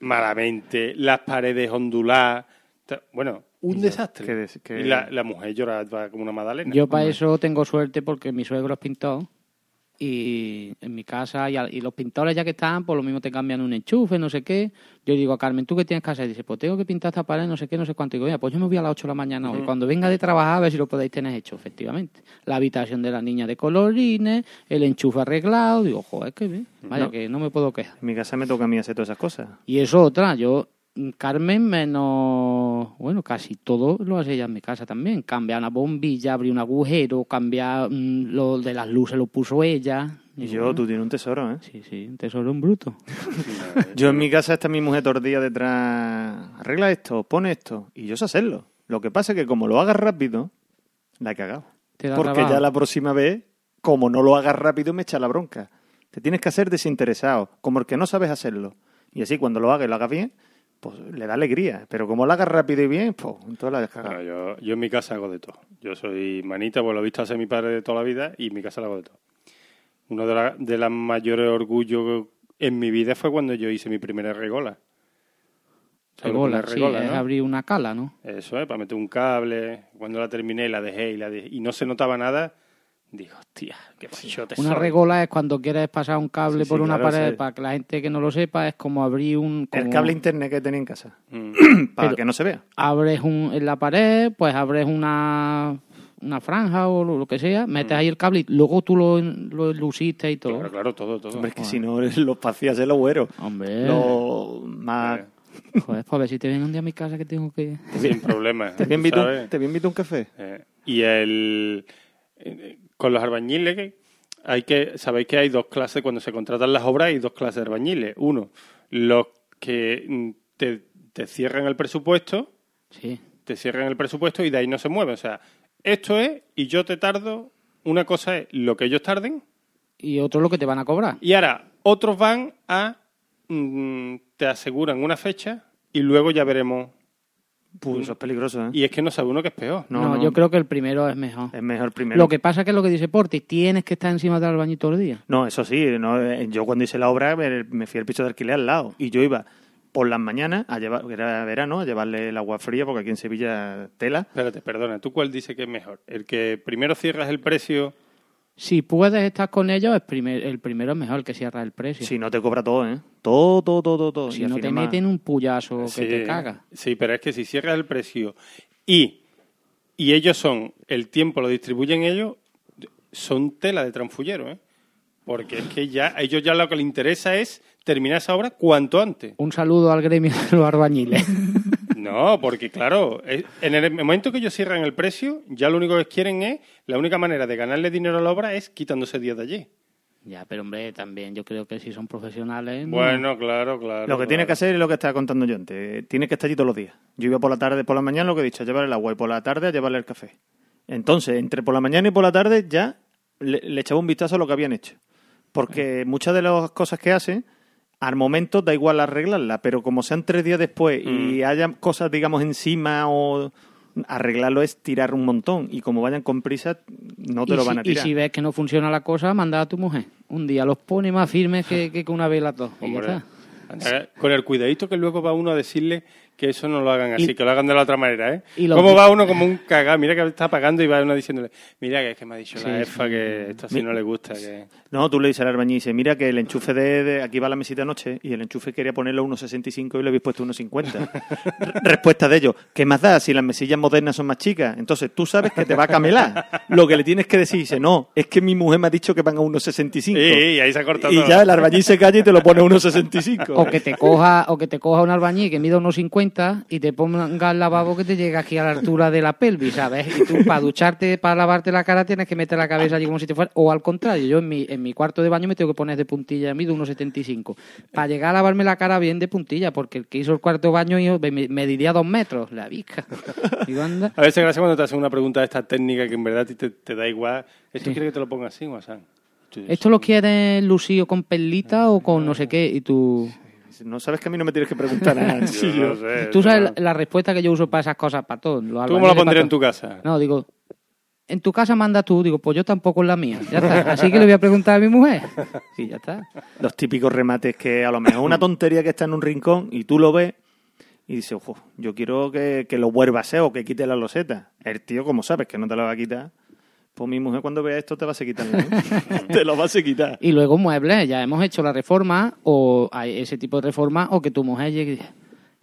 Speaker 2: Malamente, las paredes onduladas. ta- Bueno, un desastre.
Speaker 3: qué des- qué-
Speaker 2: Y la, la mujer lloraba como una madalena.
Speaker 4: Yo para eso tengo suerte porque mi suegro es pintor y en mi casa y, al- y los pintores ya que están, por lo mismo te cambian un enchufe, no sé qué. Yo digo a Carmen, ¿tú qué tienes que hacer? Dice, pues tengo que pintar esta pared, no sé qué, no sé cuánto. Y digo, "Mira, pues yo me voy a las 8 de la mañana hoy. Cuando venga de trabajar a ver si lo podéis tener hecho, efectivamente. La habitación de la niña de colorines, el enchufe arreglado. Digo, joder, qué bien. Vaya, que no me puedo quejar.
Speaker 3: En mi casa me toca a mí hacer todas esas cosas.
Speaker 4: Y eso otra, yo, mm, Carmen, menos, bueno, casi todo lo hace ella en mi casa también. Cambiar una bombilla, abrir un agujero, cambiar mm, lo de las luces, lo puso ella.
Speaker 3: Y
Speaker 4: Digo,
Speaker 3: yo, tú tienes un tesoro, ¿eh?
Speaker 4: Sí, sí, un tesoro en bruto.
Speaker 3: Yo en mi casa está mi mujer tordía detrás. Arregla esto, pone esto. Y yo sé hacerlo. Lo que pasa es que como lo hagas rápido, la he cagado.
Speaker 4: Te da
Speaker 3: Porque
Speaker 4: trabajo.
Speaker 3: ya la próxima vez, como no lo hagas rápido, me echa la bronca. Te tienes que hacer desinteresado, como el que no sabes hacerlo. Y así cuando lo hagas y lo hagas bien, pues le da alegría. Pero como lo hagas rápido y bien, pues entonces la descarga.
Speaker 2: Claro, yo, yo en mi casa hago de todo. Yo soy manita, por lo visto hace mi padre de toda la vida y en mi casa la hago de todo. Uno de, la- de los mayores orgullos en mi vida fue cuando yo hice mi primera regola. ¿Sabes lo que es una
Speaker 4: Regola, sí, es
Speaker 2: ¿no?
Speaker 4: abrir una cala, ¿no?
Speaker 2: Eso es, para meter un cable. Cuando la terminé, la dejé y la dejé- y no se notaba nada. Dije, hostia, qué pachote
Speaker 4: Una
Speaker 2: soy.
Speaker 4: regola es cuando quieres pasar un cable
Speaker 3: sí,
Speaker 4: por una
Speaker 3: claro,
Speaker 4: pared,
Speaker 3: sí.
Speaker 4: para que la gente que no lo sepa, es como abrir un...
Speaker 3: El
Speaker 4: como-
Speaker 3: cable internet que tenía en casa.
Speaker 2: Mm.
Speaker 3: Para
Speaker 4: Pero-
Speaker 3: que no se vea.
Speaker 4: abres un, en la pared, pues abres una, una franja o lo, lo que sea, metes
Speaker 3: Mm.
Speaker 4: ahí el cable y luego tú lo, lo luciste y todo.
Speaker 2: Claro, claro, todo, todo.
Speaker 3: Hombre, es que si no, los vacías el agüero.
Speaker 4: Hombre,
Speaker 3: Los más...
Speaker 4: joder, pues a ver si te viene un día a mi casa que tengo que...
Speaker 2: Sin problemas.
Speaker 3: Te voy a invitar un-
Speaker 2: ¿sabes?
Speaker 3: te voy a invitar un café.
Speaker 2: Eh, y el eh, con los albañiles que hay que sabéis que hay dos clases cuando se contratan las obras hay dos clases de albañiles uno los que mm, te, te cierran el presupuesto
Speaker 4: Sí,
Speaker 2: te cierran el presupuesto y de ahí no se mueve o sea esto es y yo te tardo una cosa es lo que ellos tarden
Speaker 4: y otro lo que te van a cobrar.
Speaker 2: y ahora otros van a mm, te aseguran una fecha y luego ya veremos
Speaker 3: Pues eso es peligroso, ¿eh?
Speaker 2: y es que no sabe uno que es peor
Speaker 4: No,
Speaker 3: No, no.
Speaker 4: yo creo que el primero es mejor.
Speaker 3: Es mejor primero.
Speaker 4: Lo que pasa que es lo que dice Porti, tienes que estar encima del albañil todo el día.
Speaker 3: No, eso sí, no, eh, yo cuando hice la obra me, me fui al piso de alquiler al lado y yo iba por las mañanas a llevar, que era verano, a llevarle el agua fría porque aquí en Sevilla tela.
Speaker 2: espérate perdona tú cuál dice que es mejor el que primero cierras el precio
Speaker 4: Si puedes estar con ellos, es primer- el primero es mejor, el que cierra el precio.
Speaker 3: Si no te cobra todo, ¿eh? Todo, todo, todo, todo.
Speaker 4: si
Speaker 3: Y al
Speaker 4: no te
Speaker 3: final más.
Speaker 4: meten un puyazo que te caga.
Speaker 2: Sí, pero es que si cierras el precio y, y ellos son, el tiempo lo distribuyen ellos, son tela de transfullero, ¿eh? Porque es que ya, a ellos ya lo que les interesa es terminar esa obra cuanto antes.
Speaker 4: Un saludo al gremio de los albañiles.
Speaker 2: No, porque claro, eh, en el momento que ellos cierran el precio, ya lo único que quieren es, la única manera de ganarle dinero a la obra es quitándose días de allí.
Speaker 4: Ya, pero hombre, también yo creo que si son profesionales. no.
Speaker 2: Bueno, claro, claro.
Speaker 3: Mm. Lo que tienes que
Speaker 2: claro.
Speaker 3: hacer es lo que estaba contando yo antes. Tienes que estar allí todos los días. Yo iba por la tarde, por la mañana, lo que he dicho, a llevar el agua y por la tarde a llevarle el café. Entonces, entre por la mañana y por la tarde ya le, le echaba un vistazo a lo que habían hecho. Porque muchas de las cosas que hacen, al momento da igual arreglarla, pero como sean tres días después
Speaker 4: Mm.
Speaker 3: y haya cosas, digamos, encima o arreglarlo es tirar un montón. Y como vayan con prisa, no te
Speaker 4: y
Speaker 3: lo
Speaker 4: si,
Speaker 3: van a
Speaker 4: y
Speaker 3: tirar.
Speaker 4: si ves que no funciona la cosa, manda a tu mujer. Un día los pone más firmes que, que con una vela dos. Y ya
Speaker 2: Hombre,
Speaker 4: está.
Speaker 2: anda, Con el cuidadito que luego va uno a decirle que eso no lo hagan así,
Speaker 4: Y-
Speaker 2: que lo hagan de la otra manera, ¿eh?
Speaker 4: y lo-
Speaker 2: ¿Cómo va uno como un cagá? Mira que está pagando y va uno diciéndole, mira que es que me ha dicho
Speaker 4: Sí,
Speaker 2: la EFA que esto así no le gusta. Que...
Speaker 3: No, tú le dices al albañil, dice, mira que el enchufe de, de- aquí va la mesita anoche y el enchufe quería ponerlo a 1,65 y le habéis puesto 1,50. R- Respuesta de ellos, ¿qué más da si las mesillas modernas son más chicas? Entonces tú sabes que te va a camelar. Lo que le tienes que decir, dice, no, es que mi mujer me ha dicho que van a 1,65.
Speaker 2: Y, y ahí se ha cortado
Speaker 3: Y
Speaker 2: todo.
Speaker 3: ya el albañil se calla y te lo pone a 1,65.
Speaker 4: O que te coja, o que te coja un albañil que mida unos 50 cuenta y te ponga el lavabo que te llega aquí a la altura de la pelvis, ¿sabes? Y tú para ducharte, para lavarte la cara, tienes que meter la cabeza allí como si te fuera... O al contrario, yo en mi, en mi cuarto de baño me tengo que poner de puntilla, mido 1,75. Para llegar a lavarme la cara bien de puntilla, porque el que hizo el cuarto baño yo me, me diría dos metros, la vica. Digo, anda.
Speaker 2: A veces gracias cuando te hacen una pregunta de esta técnica que en verdad a ti te, te da igual. ¿Esto
Speaker 4: Sí.
Speaker 2: quiere que te lo ponga así, Guasán? Tú-
Speaker 4: ¿Esto lo quieres lucido con perlita o con no sé qué? Y tú...
Speaker 3: No sabes que a mí no me tienes que preguntar nada.
Speaker 2: Yo
Speaker 3: sí,
Speaker 2: no
Speaker 3: yo-
Speaker 2: sé,
Speaker 4: Tú
Speaker 2: yo
Speaker 4: sabes
Speaker 2: no-
Speaker 4: la, la respuesta que yo uso para esas cosas, para todo. los
Speaker 2: ¿Tú cómo la
Speaker 4: albañiles, para
Speaker 2: pondrías en
Speaker 4: todo.
Speaker 2: tu casa?
Speaker 4: No, digo, en tu casa manda tú. Digo, pues yo tampoco en la mía. Ya está. Así que le voy a preguntar a mi mujer. Sí, ya está.
Speaker 3: Los típicos remates que a lo mejor una tontería que está en un rincón y tú lo ves y dices, ojo, yo quiero que, que lo vuelva a hacer o que quite la loseta. El tío, como sabes que no te la va a quitar, pues mi mujer cuando vea esto te va a seguir quitarla, ¿no? te lo vas a quitar.
Speaker 4: Y luego muebles. Ya hemos hecho la reforma o hay ese tipo de reforma o que tu mujer llegue y diga,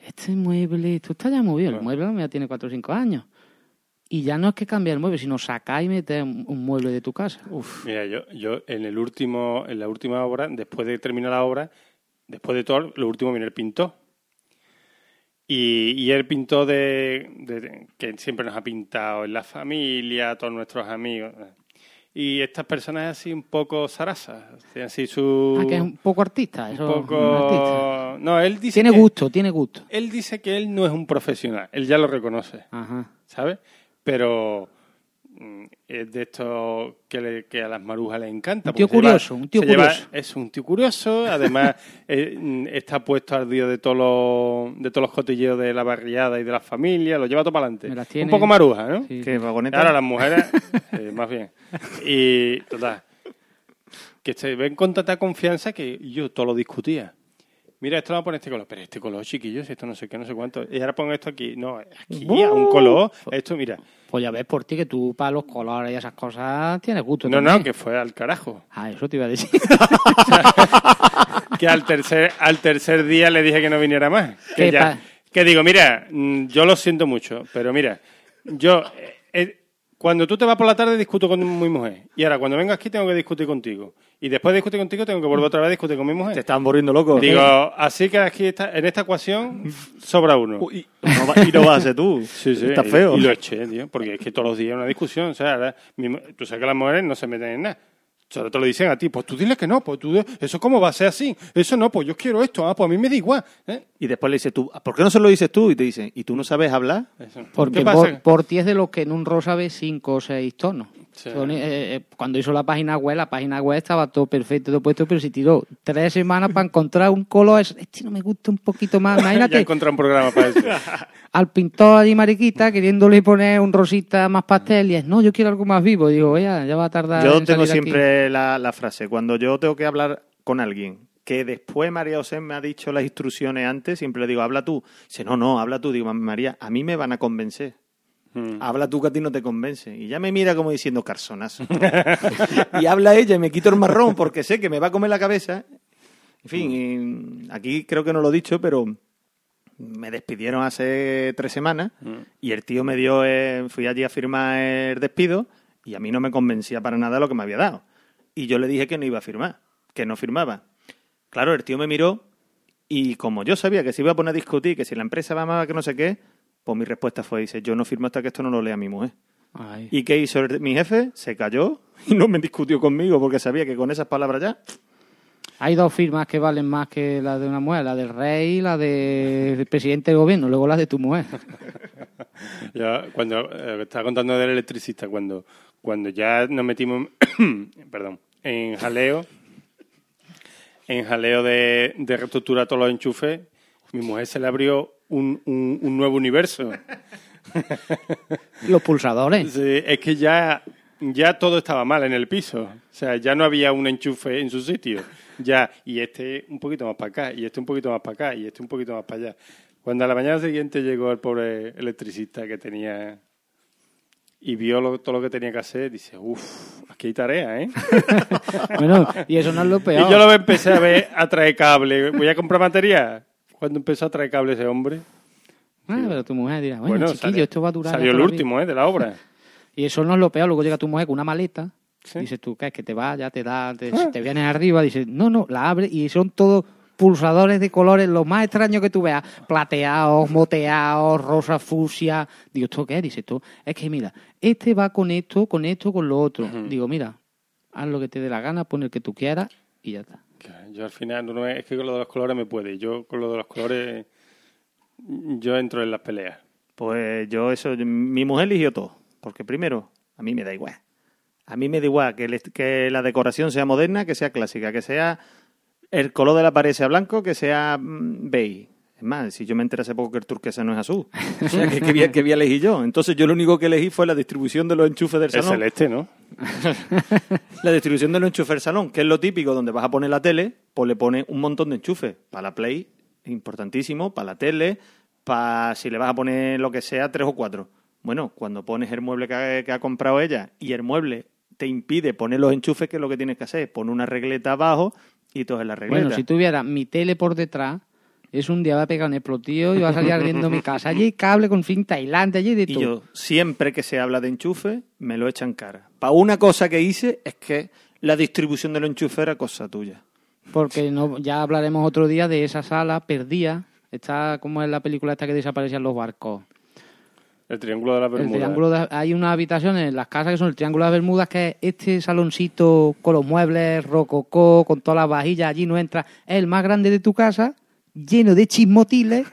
Speaker 4: este mueble, tú estás ya movido. El mueble a lo mejor tiene 4 o 5 años. Y ya no es que cambiar el mueble, sino sacar y meter un un mueble de tu casa.
Speaker 2: Mira, yo, yo en el último, en la última obra, después de terminar la obra, después de todo, lo último viene el pintor. Y, y él pintó de, de- que siempre nos ha pintado en la familia, todos nuestros amigos. Y estas personas así un poco zarasas, así su
Speaker 4: Ah, que es un poco artista. Eso,
Speaker 2: un
Speaker 4: un artista.
Speaker 2: poco no, él dice
Speaker 4: Tiene
Speaker 2: que-
Speaker 4: gusto, tiene gusto.
Speaker 2: Él dice que él no es un profesional, él ya lo reconoce.
Speaker 4: Ajá.
Speaker 2: ¿sabes? Pero mm, es de estos que, le- que a las marujas les encanta.
Speaker 4: Un
Speaker 2: porque
Speaker 4: tío
Speaker 2: se lleva-
Speaker 4: curioso, un tío
Speaker 2: se lleva-
Speaker 4: curioso.
Speaker 2: es un tío curioso, además eh, mm, está puesto al día de todos los, de todos los cotilleos de la barriada y de las familias, lo lleva todo para
Speaker 4: Me las
Speaker 2: adelante. Un
Speaker 4: tiene-
Speaker 2: poco maruja, ¿no?
Speaker 4: Sí.
Speaker 3: ¿Qué, vagoneta?
Speaker 2: Ahora las mujeres, eh, más bien. Y total, que se ven con tanta confianza que yo todo lo discutía. Mira, esto lo voy a poner este color. Pero este color, chiquillos, esto no sé qué, no sé cuánto. Y ahora pongo esto aquí. No, aquí, a un color. Esto, mira.
Speaker 4: Pues ya ves por ti que tú para los colores y esas cosas tienes gusto.
Speaker 2: No,
Speaker 4: también.
Speaker 2: no, que fue al carajo.
Speaker 4: Ah, eso te iba a decir.
Speaker 2: Que al tercer, al tercer día le dije que no viniera más. Que,
Speaker 4: Qué
Speaker 2: ya-
Speaker 4: pa-
Speaker 2: que digo, mira, mm, yo lo siento mucho, pero mira, yo... eh, eh, cuando tú te vas por la tarde discuto con mi mujer. Y ahora, cuando vengo aquí, tengo que discutir contigo. Y después de discutir contigo, tengo que volver otra vez a discutir con mi
Speaker 3: Te
Speaker 2: mujer.
Speaker 3: están volviendo loco. ¿eh?
Speaker 2: Digo, así que aquí está, en esta ecuación sobra uno.
Speaker 3: Uy, no va- y lo vas a hacer tú.
Speaker 2: Sí, sí,
Speaker 3: Está
Speaker 2: y-
Speaker 3: feo.
Speaker 2: Y lo eché, tío, porque es que todos los días una discusión. O sea, ahora mismo- tú sabes que las mujeres no se meten en nada. Solo te lo dicen a ti, pues tú diles que no, pues tú, eso cómo va a ser así, eso no, pues yo quiero esto, ah, pues a mí me da igual. ¿eh?
Speaker 3: Y después le dices tú, ¿por qué no se lo dices tú? Y te dicen, ¿y tú no sabes hablar?
Speaker 2: Eso.
Speaker 4: Porque
Speaker 2: ¿Qué pasa?
Speaker 4: por, por ti es de los que en un rosa ve cinco o seis tonos.
Speaker 2: Sí.
Speaker 4: Son, eh, eh, cuando hizo la página web, la página web estaba todo perfecto, todo puesto, pero si tiró tres semanas para encontrar un color, es- este no me gusta un poquito más.
Speaker 2: ya
Speaker 4: Imagínate,
Speaker 2: encontré un programa para eso.
Speaker 4: al pintor allí mariquita queriéndole poner un rosita más pastel y es, no, yo quiero algo más vivo. Digo, ya, ya va a tardar.
Speaker 3: Yo
Speaker 4: en
Speaker 3: tengo
Speaker 4: salir aquí".
Speaker 3: siempre la, la frase, cuando yo tengo que hablar con alguien, que después María José me ha dicho las instrucciones antes, siempre le digo, habla tú. Dice, no, no, habla tú. Digo, María, a mí me van a convencer.
Speaker 2: Mm.
Speaker 3: Habla tú que a ti no te convence. Y ya me mira como diciendo carzonazo. y habla ella y me quito el marrón porque sé que me va a comer la cabeza. En fin, y aquí creo que no lo he dicho, pero me despidieron hace tres semanas y el tío me dio, eh, fui allí a firmar el despido y a mí no me convencía para nada lo que me había dado. Y yo le dije que no iba a firmar, que no firmaba. Claro, el tío me miró y como yo sabía que se iba a poner a discutir, que si la empresa va mal, que no sé qué, pues mi respuesta fue, dice, yo no firmo hasta que esto no lo lea mi mujer.
Speaker 4: Ay.
Speaker 3: ¿Y qué hizo el- mi jefe? Se cayó y no me discutió conmigo porque sabía que con esas palabras ya
Speaker 4: Hay dos firmas que valen más que la de una mujer, la del rey y la del presidente del gobierno, luego la de tu mujer.
Speaker 2: Ya, cuando eh, estaba contando del electricista, cuando, cuando ya nos metimos en- perdón, en jaleo, en jaleo de, de reestructurar todos los enchufes, mi mujer se le abrió un, un- un nuevo universo.
Speaker 4: Los pulsadores.
Speaker 2: Sí, es que ya, ya todo estaba mal en el piso. O sea, ya no había un enchufe en su sitio. Ya, y este un poquito más para acá, y este un poquito más para acá, y este un poquito más para allá. Cuando a la mañana siguiente llegó el pobre electricista que tenía y vio lo- todo lo que tenía que hacer, dice, uff, aquí hay tarea, ¿eh?
Speaker 4: Bueno, y eso no es lo peor.
Speaker 2: Y yo lo empecé a ver a traer cable. Voy a comprar materia. Cuando empezó a traer cable ese hombre,
Speaker 4: Ah, pero tu mujer dirá, bueno,
Speaker 2: bueno,
Speaker 4: chiquillo,
Speaker 2: sale-
Speaker 4: esto va a durar.
Speaker 2: salió
Speaker 4: hasta
Speaker 2: el
Speaker 4: la vida".
Speaker 2: último, ¿eh? De la obra.
Speaker 4: Y eso no es lo peor. Luego llega tu mujer con una maleta.
Speaker 2: Sí. Ah.
Speaker 4: Dices tú, ¿qué es que te va, ya te da, te, si te vienes arriba? Dices, no, no, la abre y son todo pulsadores de colores, lo más extraño que tú veas, plateados, moteados, rosa fusia. Digo, ¿esto qué es? Dice, esto es que mira, este va con esto, con esto, con lo otro. Digo, mira, haz lo que te dé la gana, pon el que tú quieras y ya está.
Speaker 2: Que Yo al final, no es es que con lo de los colores me puede. Yo con lo de los colores, yo entro en las peleas.
Speaker 3: Pues yo eso, mi mujer eligió todo. Porque primero, a mí me da igual. A mí me da igual que, el est- que la decoración sea moderna, que sea clásica, que sea el color de la pared sea blanco, que sea mm, beige. Es más, si yo me enteré hace poco que el turquesa no es azul. O sea, que, que, voy a- que voy a elegir yo. Entonces yo lo único que elegí fue la distribución de los enchufes del
Speaker 2: El
Speaker 3: salón.
Speaker 2: celeste, ¿no?
Speaker 3: La distribución de los enchufes del salón, que es lo típico donde vas a poner la tele, pues le pones un montón de enchufes. Para la Play, importantísimo, para la tele, para si le vas a poner lo que sea, tres o cuatro. Bueno, cuando pones el mueble que ha, que ha comprado ella y el mueble te impide poner los enchufes, que es lo que tienes que hacer, pon una regleta abajo y todo es la regleta.
Speaker 4: Bueno, si tuviera mi tele por detrás, es un día va a pegar un explotillo y va a salir ardiendo mi casa. Allí hay cable con cinta aislante, allí de
Speaker 3: Y
Speaker 4: todo.
Speaker 3: yo, siempre que se habla de enchufe, me lo echan cara. Para una cosa que hice es que la distribución de los enchufes era cosa tuya.
Speaker 4: Porque no, ya hablaremos otro día de esa sala perdida. Está como en la película esta que desaparecían los barcos.
Speaker 2: El triángulo de la
Speaker 4: El
Speaker 2: Bermuda.
Speaker 4: triángulo de- hay unas habitaciones en las casas que son el Triángulo de las Bermudas, que es este saloncito con los muebles, rococó, con todas las vajillas, allí no entra. Es el más grande de tu casa, lleno de chismotiles,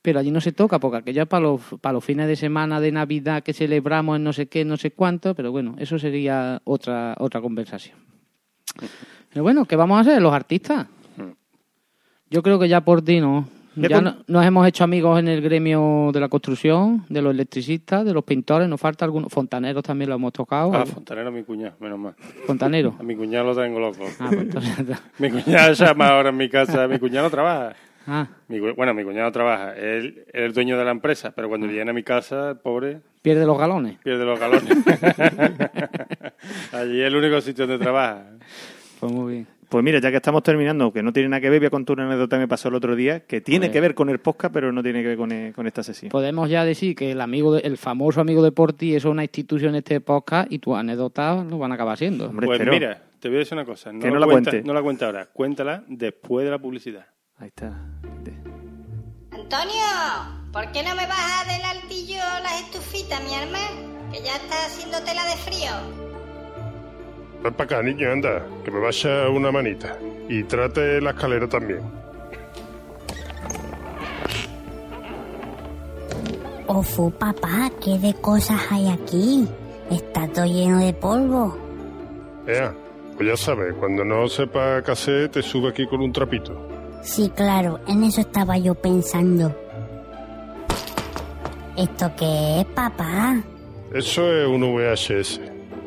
Speaker 4: pero allí no se toca, porque aquello es para los, para los fines de semana de Navidad que celebramos en no sé qué, no sé cuánto, pero bueno, eso sería otra, otra conversación. Pero bueno, ¿qué vamos a hacer? Los artistas.
Speaker 2: Mm.
Speaker 4: Yo creo que ya por ti no.
Speaker 3: Me
Speaker 4: Ya
Speaker 3: con-
Speaker 4: no- nos hemos hecho amigos en el gremio de la construcción, de los electricistas, de los pintores, nos falta algunos. Fontaneros también lo hemos tocado.
Speaker 2: Ah, fontanero mi cuñado, menos mal.
Speaker 4: Fontaneros.
Speaker 2: A mi cuñado lo tengo loco.
Speaker 4: Ah, pues entonces-
Speaker 2: Mi cuñado llama ahora en mi casa. Mi cuñado trabaja.
Speaker 4: ah,
Speaker 2: Mi cu- bueno, mi cuñado trabaja. Él él es el dueño de la empresa, pero cuando viene a mi casa, el pobre
Speaker 4: pierde los galones.
Speaker 2: pierde los galones. Allí es el único sitio donde trabaja.
Speaker 4: Pues muy bien.
Speaker 3: Pues mira, ya que estamos terminando, que no tiene nada que ver, voy a contar una anécdota que me pasó el otro día, que tiene que ver con el podcast, pero no tiene que ver con, eh, con esta sesión.
Speaker 4: Podemos ya decir que el amigo, de- el famoso amigo de Porti, eso es una institución en este podcast y tus anécdotas lo van a acabar siendo.
Speaker 3: Hombre,
Speaker 2: pues
Speaker 3: espero.
Speaker 2: mira, te voy a decir una cosa. No,
Speaker 3: Que no la
Speaker 2: cuenta,
Speaker 3: cuente.
Speaker 2: no la cuenta ahora. Cuéntala después de la publicidad.
Speaker 3: Ahí está.
Speaker 9: Antonio, ¿por qué no me bajas del altillo las estufitas, mi alma? Que ya está haciendo tela de frío.
Speaker 10: Ven para acá, niño, anda, que me vaya una manita. Y trate la escalera también.
Speaker 9: Ofu, papá, ¿qué de cosas hay aquí? Está todo lleno de polvo.
Speaker 10: Ea, pues ya sabes, cuando no sepa qué hacer, te sube aquí con un trapito.
Speaker 9: Sí, claro, en eso estaba yo pensando. ¿Esto qué es, papá?
Speaker 10: Eso es un VHS.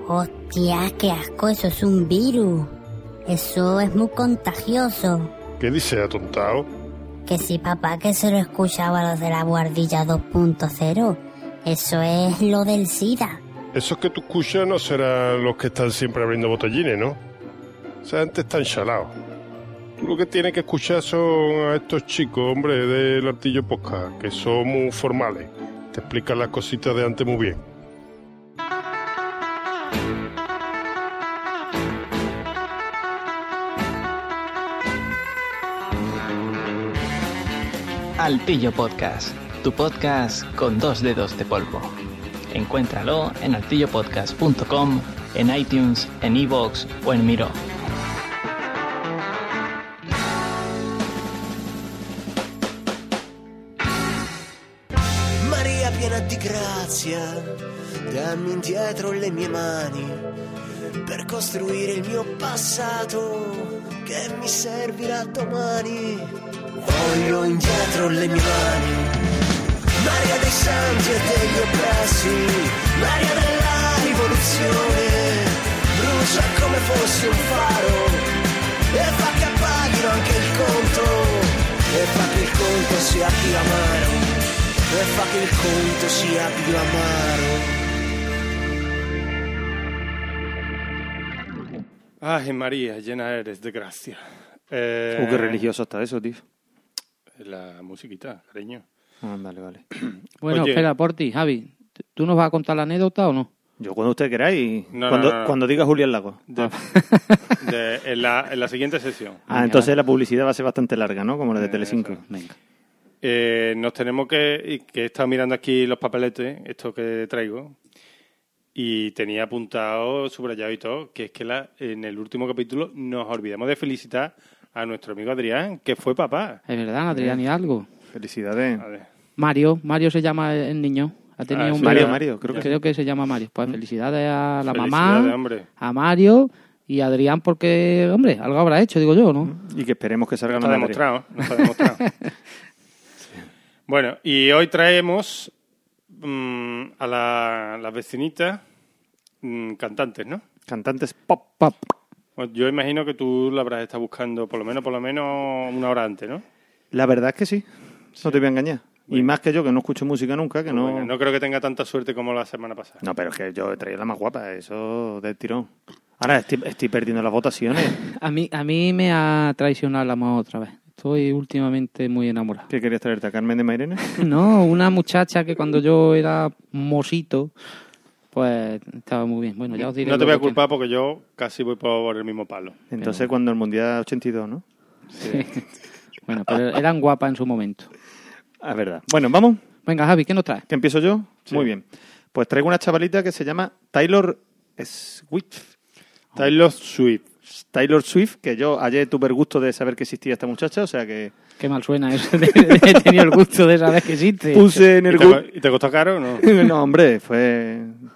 Speaker 9: Hostia, qué asco, eso es un virus. Eso es muy contagioso.
Speaker 10: ¿Qué dice, atontado?
Speaker 9: Que sí, papá, que se lo escuchaba a los de la guardilla 2.0. Eso es lo del SIDA.
Speaker 10: Esos que tú escuchas no serán los que están siempre abriendo botellines, ¿no? Esa gente está enchalado. Tú lo que tienes que escuchar son a estos chicos, hombre, del artillo posca, que son muy formales. Te explican las cositas de antes muy bien.
Speaker 7: Altillo Podcast, tu podcast con dos dedos de polvo. Encuéntralo en altillopodcast.com, en iTunes, en iVoox o en Miro.
Speaker 8: Maria piena di grazia, dammi indietro le mie mani per costruire il mio passato che mi servirà domani. Voglio indietro le mie mani. Maria dei santi e degli oppressi, Maria della rivoluzione, brucia come fosse un faro e fa che appaghino anche il conto e fa che il conto sia più amaro e fa che il conto sia più amaro.
Speaker 2: Ay, María, llena eres de gracia. Eh,
Speaker 3: Uh, qué religioso está eso, tío.
Speaker 2: La musiquita, cariño.
Speaker 3: Ah, vale, vale.
Speaker 4: Bueno,
Speaker 2: Oye.
Speaker 4: espera, Porti, Javi, ¿tú nos vas a contar la anécdota o no?
Speaker 3: Yo cuando usted queráis.
Speaker 2: No, no,
Speaker 3: cuando,
Speaker 2: no, no.
Speaker 3: cuando diga Julián Lago.
Speaker 2: De- en, la, en la siguiente sesión.
Speaker 3: Ah, entonces la publicidad va a ser bastante larga, ¿no? Como la de Telecinco.
Speaker 4: Venga.
Speaker 2: Eh, nos tenemos que... y que he estado mirando aquí los papeletes, esto que traigo, y tenía apuntado, subrayado y todo, que es que la, en el último capítulo nos olvidamos de felicitar a nuestro amigo Adrián, que fue papá.
Speaker 4: Es verdad, Adrián,
Speaker 2: Eh.
Speaker 4: y algo.
Speaker 3: Felicidades.
Speaker 4: Mario, Mario se llama el niño. Ha tenido
Speaker 3: Ah,
Speaker 4: un
Speaker 3: sí, Mario, Mario, creo que sí. Mm.
Speaker 4: se llama Mario. Pues felicidades a la
Speaker 3: Felicidades,
Speaker 4: mamá,
Speaker 3: hombre.
Speaker 4: a Mario y a Adrián porque, hombre, algo habrá hecho, digo yo, ¿no?
Speaker 3: Y que esperemos que salga
Speaker 2: No está
Speaker 3: la materia.
Speaker 2: demostrado, no está demostrado. Bueno, y hoy traemos mm, a la- las vecinitas mm, cantantes, ¿no?
Speaker 3: Cantantes pop, pop.
Speaker 2: Bueno, yo imagino que tú la habrás estado buscando por lo menos, por lo menos una hora antes, ¿no?
Speaker 3: La verdad es que sí. No te voy a engañar. Y más que yo, que no escucho música nunca, que no...
Speaker 2: Bueno, Pues no creo que tenga tanta suerte como la semana pasada.
Speaker 3: No, pero es que yo he traído la más guapa, eso del tirón. Ahora estoy, estoy perdiendo las votaciones.
Speaker 4: A mí, a mí me ha traicionado la mamá otra vez. Estoy últimamente muy enamorado.
Speaker 3: ¿Qué querías traerte a Carmen de Mairena?
Speaker 4: No, una muchacha que cuando yo era mosito, pues estaba muy bien. Bueno, ya os diré.
Speaker 2: No te voy a
Speaker 4: luego quién.
Speaker 2: culpar porque yo casi voy por el mismo palo.
Speaker 3: Entonces cuando el Mundial 82, ¿no?
Speaker 4: bueno, pero eran guapas en su momento.
Speaker 3: Es verdad. Bueno, vamos.
Speaker 4: Venga, Javi, ¿qué nos traes?
Speaker 3: ¿Que empiezo yo?
Speaker 4: Sí.
Speaker 3: Muy bien. Pues traigo una chavalita que se llama Taylor Swift. Oh.
Speaker 2: Taylor Swift.
Speaker 3: Taylor Swift, que yo ayer tuve el gusto de saber que existía esta muchacha, o sea que...
Speaker 4: Qué mal suena eso. de- de- He tenido el gusto de saber que existe.
Speaker 3: Puse en el
Speaker 2: ¿Y te,
Speaker 3: gu-
Speaker 2: co- y te costó caro o no?
Speaker 3: No, hombre, fue... En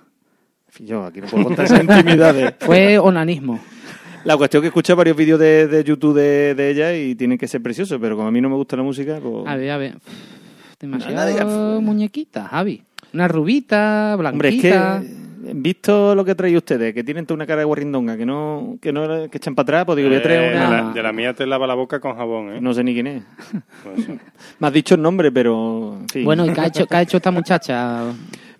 Speaker 3: fin, Yo aquí no puedo contar esas intimidades.
Speaker 4: Fue onanismo.
Speaker 3: La cuestión que escuché varios vídeos de, de YouTube de, de ella y tienen que ser preciosos, pero como a mí no me gusta la música, pues...
Speaker 4: A ver, a ver.
Speaker 3: No, no digas,
Speaker 4: Demasiado muñequita, Javi. Una rubita,
Speaker 3: Hombre, es
Speaker 4: blanquita.
Speaker 3: que visto lo que traéis ustedes, que tienen toda una cara de guarrindonga, que no, que no que echan para atrás, pues digo, voy a
Speaker 2: Eh,
Speaker 3: traer
Speaker 2: de,
Speaker 3: una.
Speaker 2: la, de la mía te lava la boca con jabón, ¿eh?
Speaker 3: No sé ni quién es.
Speaker 2: Pues eso.
Speaker 3: Me has dicho el nombre, pero. en fin.
Speaker 4: Bueno, ¿y qué ha, hecho, qué ha hecho esta muchacha?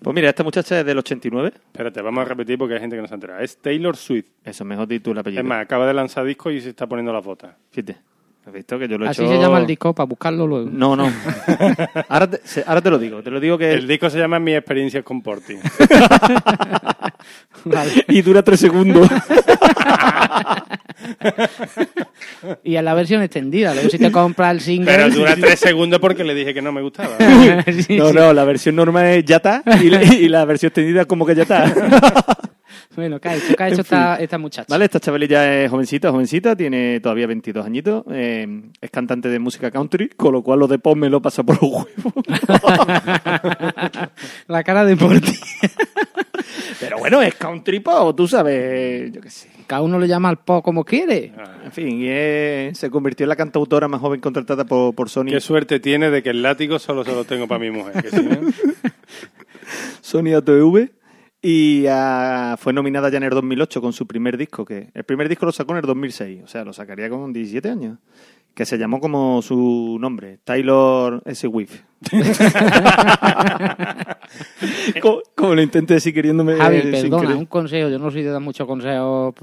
Speaker 3: Pues mira, esta muchacha es del 89.
Speaker 2: Espérate, vamos a repetir porque hay gente que no se entera. Es Taylor Swift.
Speaker 3: Eso, mejor di tú el apellido.
Speaker 2: Es más, acaba de lanzar disco y se está poniendo las botas.
Speaker 3: Fíjate. ¿Has visto que yo lo he
Speaker 4: Así
Speaker 3: hecho-
Speaker 4: se llama el disco, para buscarlo luego.
Speaker 3: No, no. ahora, te, se- ahora te lo digo, te lo digo que.
Speaker 2: El disco se llama Mis experiencias con Porti.
Speaker 3: y dura tres segundos.
Speaker 4: Y en la versión extendida, luego si te compras el single.
Speaker 2: Pero dura tres segundos porque le dije que no me gustaba.
Speaker 4: Sí,
Speaker 3: no,
Speaker 4: sí.
Speaker 3: no, la versión normal es ya está y, la- y la versión extendida es como que ya está.
Speaker 4: Bueno, ¿qué ha hecho, qué ha
Speaker 3: En
Speaker 4: hecho
Speaker 3: fin.
Speaker 4: esta, esta muchacha?
Speaker 3: Vale, esta chavalilla es jovencita, jovencita, tiene todavía 22 añitos, eh, es cantante de música country, con lo cual lo de pop me lo pasa por los huevos.
Speaker 4: La cara de Porti.
Speaker 3: Pero bueno, es country pop, tú sabes, yo qué sé.
Speaker 4: Cada uno le llama al pop como quiere.
Speaker 3: En fin, y es- se convirtió en la cantautora más joven contratada por, por Sony.
Speaker 2: Qué suerte tiene de que el látigo solo se lo tengo para mi mujer. que si no-
Speaker 3: Sony ATV. Y ah, fue nominada ya en el 2008 con su primer disco, que el primer disco lo sacó en el 2006, o sea, lo sacaría con 17 años, que se llamó como su nombre, Taylor S. Swift. como, como lo intenté decir queriéndome eh,
Speaker 4: Javi,
Speaker 3: sin
Speaker 4: perdona,
Speaker 3: querer.
Speaker 4: un consejo. Yo no soy de dar muchos consejos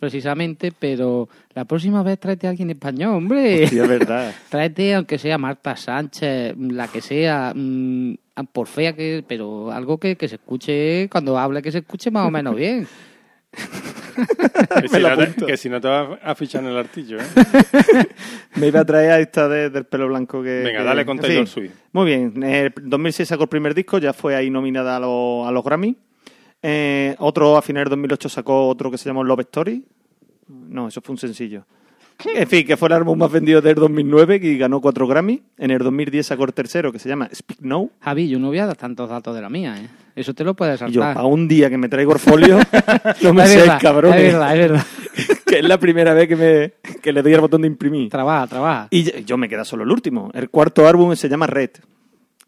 Speaker 4: precisamente, pero la próxima vez tráete a alguien español, hombre.
Speaker 3: Sí, es verdad.
Speaker 4: Tráete, aunque sea Marta Sánchez, la que sea, mm, por fea que, pero algo que, que se escuche, cuando hable, que se escuche más o menos bien.
Speaker 2: que, si
Speaker 3: lo
Speaker 2: no te,
Speaker 3: apunto.
Speaker 2: que si no te vas a fichar en el artillo. ¿eh?
Speaker 3: Me iba a traer a esta de- del pelo blanco que...
Speaker 2: Venga,
Speaker 3: que-
Speaker 2: dale con
Speaker 3: en
Speaker 2: Taylor
Speaker 3: fin.
Speaker 2: Swift.
Speaker 3: Muy bien. eh, En el 2006 sacó el primer disco, ya fue ahí nominada a, los- a los Grammy. Eh, otro a finales de 2008 sacó otro que se llamó Love Story. No, eso fue un sencillo. En fin, que fue el álbum más vendido del 2009 y ganó cuatro Grammy. En el 2010 sacó el tercero que se llama Speak Now.
Speaker 4: Javi, yo no voy a dar tantos datos de la mía, ¿eh? Eso te lo puedes
Speaker 3: Y yo,
Speaker 4: saltar.
Speaker 3: a un día que me traigo el folio, no me
Speaker 4: Ah. es
Speaker 3: seáis
Speaker 4: verdad,
Speaker 3: cabrones.
Speaker 4: Es verdad, es verdad.
Speaker 3: que es la primera vez que, me, que le doy al botón de imprimir.
Speaker 4: Trabaja, trabaja.
Speaker 3: Y yo- yo me queda solo el último. El cuarto álbum se llama Red.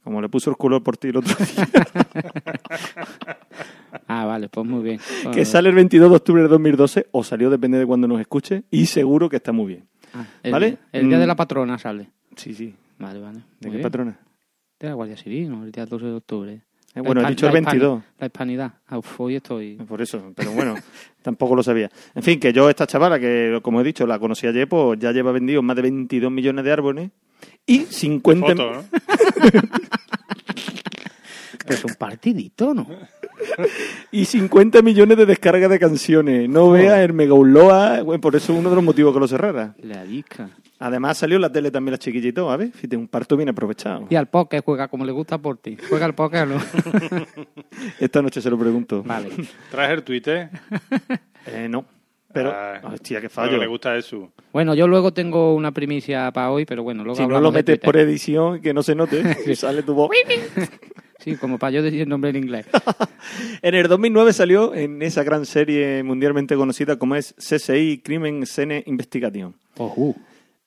Speaker 3: Como le puso el culo por ti el otro día.
Speaker 4: Ah, vale, pues muy bien.
Speaker 3: que
Speaker 4: Pues,
Speaker 3: sale el 22 de octubre de 2012, o salió, depende de cuando nos escuche, y seguro que está muy bien.
Speaker 4: ah, el,
Speaker 3: ¿vale?
Speaker 4: El día
Speaker 3: Mm.
Speaker 4: de la patrona sale.
Speaker 3: Sí, sí.
Speaker 4: Vale, vale. muy
Speaker 3: ¿De qué
Speaker 4: bien.
Speaker 3: patrona? Eh,
Speaker 4: De la Guardia Civil, ¿no? El día 12 de octubre. La
Speaker 3: bueno, he
Speaker 4: hispan-
Speaker 3: dicho el
Speaker 4: la hispani-
Speaker 3: 22.
Speaker 4: La hispanidad. Ah, uf, hoy estoy...
Speaker 3: Por eso, pero bueno, tampoco lo sabía. En fin, que yo, esta chavala, que como he dicho, la conocí ayer, pues ya lleva vendido más de 22 millones de árboles y 50...
Speaker 2: Foto, ¿no?
Speaker 4: Pero es un partidito, ¿no?
Speaker 3: y 50 millones de descargas de canciones. No veas el mega upload, güey, por eso es uno de los motivos que lo cerrara.
Speaker 4: La disca.
Speaker 3: Además salió en la tele también la chiquilla y todo, ¿sabes? Fíjate, un parto bien aprovechado.
Speaker 4: Y al póker juega como le gusta por ti. Juega al póker, ¿no?
Speaker 3: Esta noche se lo pregunto.
Speaker 4: Vale.
Speaker 2: ¿Traes el Twitter?
Speaker 3: Eh, no. Pero,
Speaker 2: Ah,
Speaker 3: hostia, qué
Speaker 2: no
Speaker 3: fallo.
Speaker 2: le gusta eso.
Speaker 4: Bueno, yo luego tengo una primicia para hoy, pero bueno, luego
Speaker 3: si no
Speaker 4: hablamos
Speaker 3: lo
Speaker 4: de
Speaker 3: metes
Speaker 4: Twitter.
Speaker 3: por edición, que no se note, y sale tu voz.
Speaker 4: Sí, como para yo decir el nombre en inglés.
Speaker 3: En el 2009 salió en esa gran serie mundialmente conocida como es CSI Crimen Scene Investigation.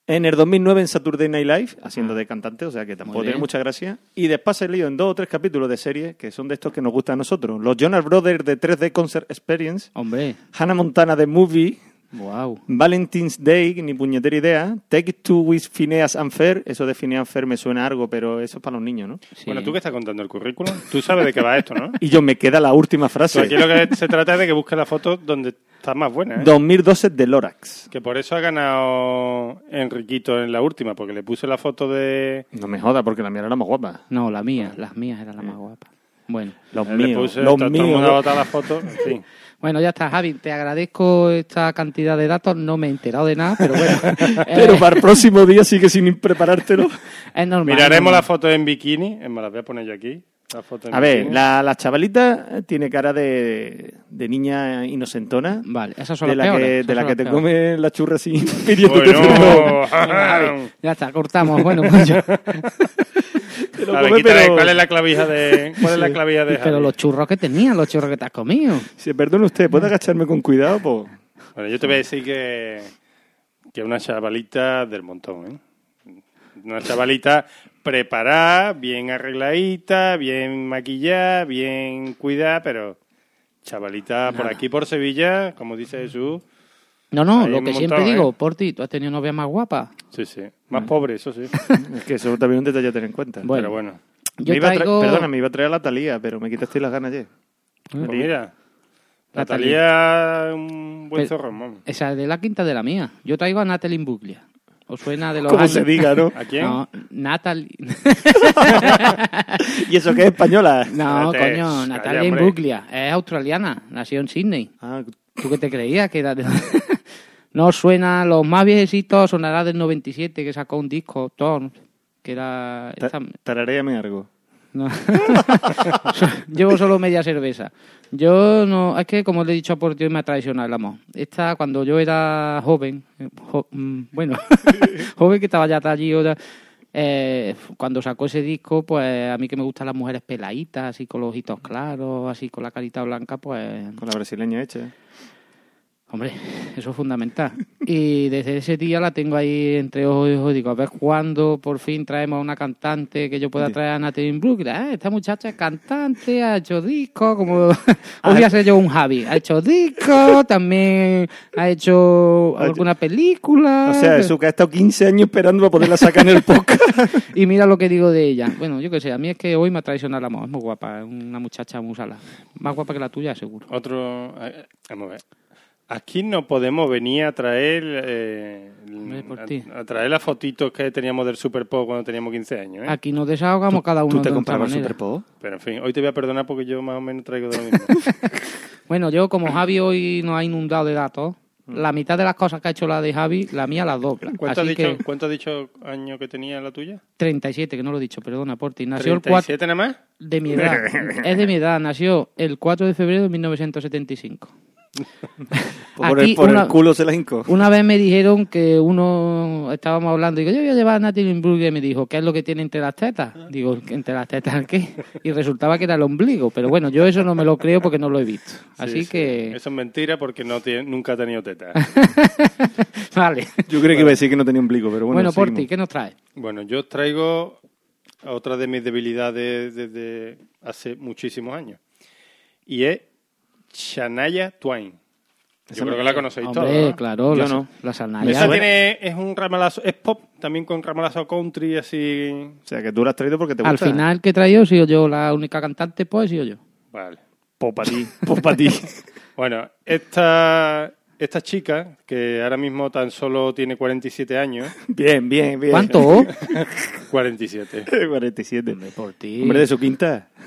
Speaker 3: En el 2009 en Saturday Night Live, haciendo de cantante, o sea que tampoco
Speaker 4: Ah. Muy bien.
Speaker 3: tiene mucha gracia. Y después se leído en dos o tres capítulos de series que son de estos que nos gustan a nosotros. Los Jonas Brothers de 3D Concert Experience,
Speaker 4: Hombre,
Speaker 3: Hannah Montana de Movie,
Speaker 4: wow.
Speaker 3: Valentine's Day, ni puñetera idea, Take It Two with Phineas and Fer, eso de Phineas and Fer me suena algo, pero eso es para los niños, ¿no?
Speaker 2: Bueno, tú que estás contando el currículum, tú sabes de qué va esto, ¿no?
Speaker 3: Y yo me queda la última frase.
Speaker 2: Pero Pues aquí lo que se trata es de que busques la foto donde está más buena, ¿eh?
Speaker 3: 2012 de Lorax.
Speaker 2: Que por eso ha ganado Enriquito en la última, porque le puse la foto de...
Speaker 3: No me joda, porque la mía era la más guapa.
Speaker 4: No, la mía, las mías eran las
Speaker 3: Eh.
Speaker 4: más guapas. Bueno.
Speaker 3: Los
Speaker 2: Le
Speaker 3: míos,
Speaker 2: puse,
Speaker 3: los
Speaker 2: todo el
Speaker 3: míos.
Speaker 2: mundo ha votado la foto, en fin.
Speaker 4: Bueno, ya está, Javi, te agradezco esta cantidad de datos, no me he enterado de nada, pero bueno. eh,
Speaker 3: Pero para el próximo día sigue sin preparártelo.
Speaker 4: es normal.
Speaker 2: Miraremos la foto en bikini, eh, me las voy a poner yo aquí. La foto en
Speaker 3: A ver,
Speaker 2: bikini.
Speaker 3: la, la chavalita tiene cara de, de niña inocentona.
Speaker 4: Vale, esas son
Speaker 3: De
Speaker 4: las
Speaker 3: la,
Speaker 4: peores,
Speaker 3: que,
Speaker 4: esas
Speaker 3: de la
Speaker 4: son
Speaker 3: que
Speaker 4: las
Speaker 3: te
Speaker 4: peores.
Speaker 3: come la churra así pidiéndote perdón.
Speaker 2: Bueno,
Speaker 4: Ya está, cortamos. Bueno, pues yo-
Speaker 3: Te lo
Speaker 2: A
Speaker 3: come,
Speaker 2: ver, quítale,
Speaker 3: pero-
Speaker 2: ¿cuál es la clavija de...? ¿Cuál es la
Speaker 3: Sí.
Speaker 2: clavija de
Speaker 4: pero
Speaker 2: Javi?
Speaker 4: los churros que tenías, los churros que te has comido.
Speaker 3: Sí, perdone usted, ¿puede agacharme con cuidado? po?
Speaker 2: Bueno, yo te voy a decir que que una chavalita del montón, ¿eh? Una chavalita preparada, bien arregladita, bien maquillada, bien cuidada, pero chavalita por aquí, por Sevilla, como dice Jesús,
Speaker 4: No, no,
Speaker 2: Hay
Speaker 4: lo
Speaker 2: un
Speaker 4: que
Speaker 2: montón,
Speaker 4: siempre
Speaker 2: ¿eh?
Speaker 4: digo, por ti, tú has tenido novia más guapa.
Speaker 2: sí, sí,
Speaker 3: Mm.
Speaker 2: más pobre, eso sí,
Speaker 3: Es que eso también es un detalle a tener en cuenta.
Speaker 4: Bueno,
Speaker 2: pero bueno.
Speaker 4: Yo
Speaker 3: Me iba a tra-
Speaker 4: traigo-
Speaker 3: Perdona, me iba a traer a la Talía, pero me quitaste las ganas ayer.
Speaker 2: Pues mira,
Speaker 4: Natalie.
Speaker 2: Natalia, un buen
Speaker 4: Pero-
Speaker 2: zorro, vamos.
Speaker 4: Esa es de la quinta de la mía. Yo traigo a Natalie Buglia. ¿Os suena de los
Speaker 3: Como
Speaker 4: años?
Speaker 3: se diga, ¿no?
Speaker 2: ¿A quién?
Speaker 4: No, Natalie.
Speaker 3: Y eso que es española.
Speaker 4: No,
Speaker 2: Espérate,
Speaker 4: coño,
Speaker 2: calla,
Speaker 4: Natalie
Speaker 2: hombre.
Speaker 4: Buglia. Es australiana, nació en Sydney.
Speaker 3: Ah,
Speaker 4: ¿Tú qué te creías que era de... No suena, los más viejecitos sonará del 97 que sacó un disco, Torn, que era...
Speaker 3: ta-
Speaker 4: esta-
Speaker 3: tararéame algo.
Speaker 4: No. Llevo solo media cerveza. Yo no, es que como le he dicho a Portillo me ha traicionado el amor. Esta cuando yo era joven, eh, jo- mm, bueno, joven que estaba ya allí, o ya- eh, cuando sacó ese disco, pues a mí que me gustan las mujeres peladitas, así con los ojitos claros, así con la carita blanca, pues
Speaker 3: Con la brasileña hecha. ¿eh?
Speaker 4: Hombre, eso es fundamental. Y desde ese día la tengo ahí entre ojos y ojos. Digo, a ver cuándo por fin traemos a una cantante que yo pueda traer a Natalie Brooke. Ah, esta muchacha es cantante, ha hecho disco, como... Hoy voy a ser yo un Javi. Ha hecho disco, también ha hecho
Speaker 3: Ha hecho-
Speaker 4: alguna película.
Speaker 3: O sea, eso que ha estado 15 años esperando para poderla sacar en el podcast.
Speaker 4: Y mira lo que digo de ella. Bueno, yo qué sé, a mí es que hoy me ha traicionado el amor. Es muy guapa, es una muchacha muy sala. Más guapa que la tuya, seguro.
Speaker 2: Otro. eh, Vamos a ver. Aquí no podemos venir a traer. eh,
Speaker 4: Hombre, por
Speaker 2: a-
Speaker 4: ti.
Speaker 2: a, traer las fotitos que teníamos del Super Pop cuando teníamos 15 años. ¿eh?
Speaker 4: Aquí nos desahogamos cada
Speaker 3: ¿Tú
Speaker 4: uno
Speaker 3: te
Speaker 4: de otra
Speaker 3: comprabas
Speaker 4: manera.
Speaker 3: Super Pop?
Speaker 2: Pero en fin, hoy te voy a perdonar porque yo más o menos traigo de lo mismo.
Speaker 4: Bueno, yo como Javi hoy nos ha inundado de datos, la mitad de las cosas que ha hecho la de Javi, la mía las dobla.
Speaker 2: ¿Cuánto, has
Speaker 4: Así
Speaker 2: dicho,
Speaker 4: que
Speaker 2: ¿Cuánto has dicho año que tenía la tuya?
Speaker 4: 37, que no lo he dicho, perdona, Porti. Nació el 4
Speaker 2: ¿37 nada más?
Speaker 4: de mi edad. es de mi edad, nació el 4 de febrero de 1975.
Speaker 3: Por,
Speaker 4: Aquí
Speaker 3: el, por
Speaker 4: una-
Speaker 3: el culo se la hinco.
Speaker 4: Una vez me dijeron que uno estábamos hablando, digo, yo voy a llevar a Natalie Imbruglia y me dijo, ¿qué es lo que tiene entre las tetas? Digo, ¿entre las tetas qué? Y resultaba que era el ombligo, pero bueno, yo eso no me lo creo porque no lo he visto. Así
Speaker 2: Sí, sí.
Speaker 4: que,
Speaker 2: Eso es mentira porque no tiene- nunca ha tenido teta.
Speaker 4: vale.
Speaker 3: Yo creo que iba a decir que no tenía ombligo, pero bueno.
Speaker 4: Bueno,
Speaker 3: seguimos.
Speaker 4: Porti, ¿qué nos trae?
Speaker 2: bueno, yo traigo otra de mis debilidades desde hace muchísimos años. Y es Shania Twain. Yo creo que la conocéis todos.
Speaker 4: Hombre,
Speaker 2: ¿no?
Speaker 4: claro,
Speaker 3: Yo
Speaker 4: la,
Speaker 3: no.
Speaker 4: la Sanaya.
Speaker 2: Esa
Speaker 4: Bueno,
Speaker 2: tiene, es un ramalazo, es pop, también con ramalazo country, así.
Speaker 3: O sea, que tú la has traído porque te gusta.
Speaker 4: Al final que he traído, he sido yo la única cantante, pues he sido yo.
Speaker 2: Vale.
Speaker 3: Popa ti, popa ti.
Speaker 2: Bueno, esta, esta chica, que ahora mismo tan solo tiene 47 años,
Speaker 3: Bien, bien, bien.
Speaker 4: ¿Cuánto?
Speaker 2: 47,
Speaker 3: 47.
Speaker 4: por ti.
Speaker 3: Hombre, de su quinta.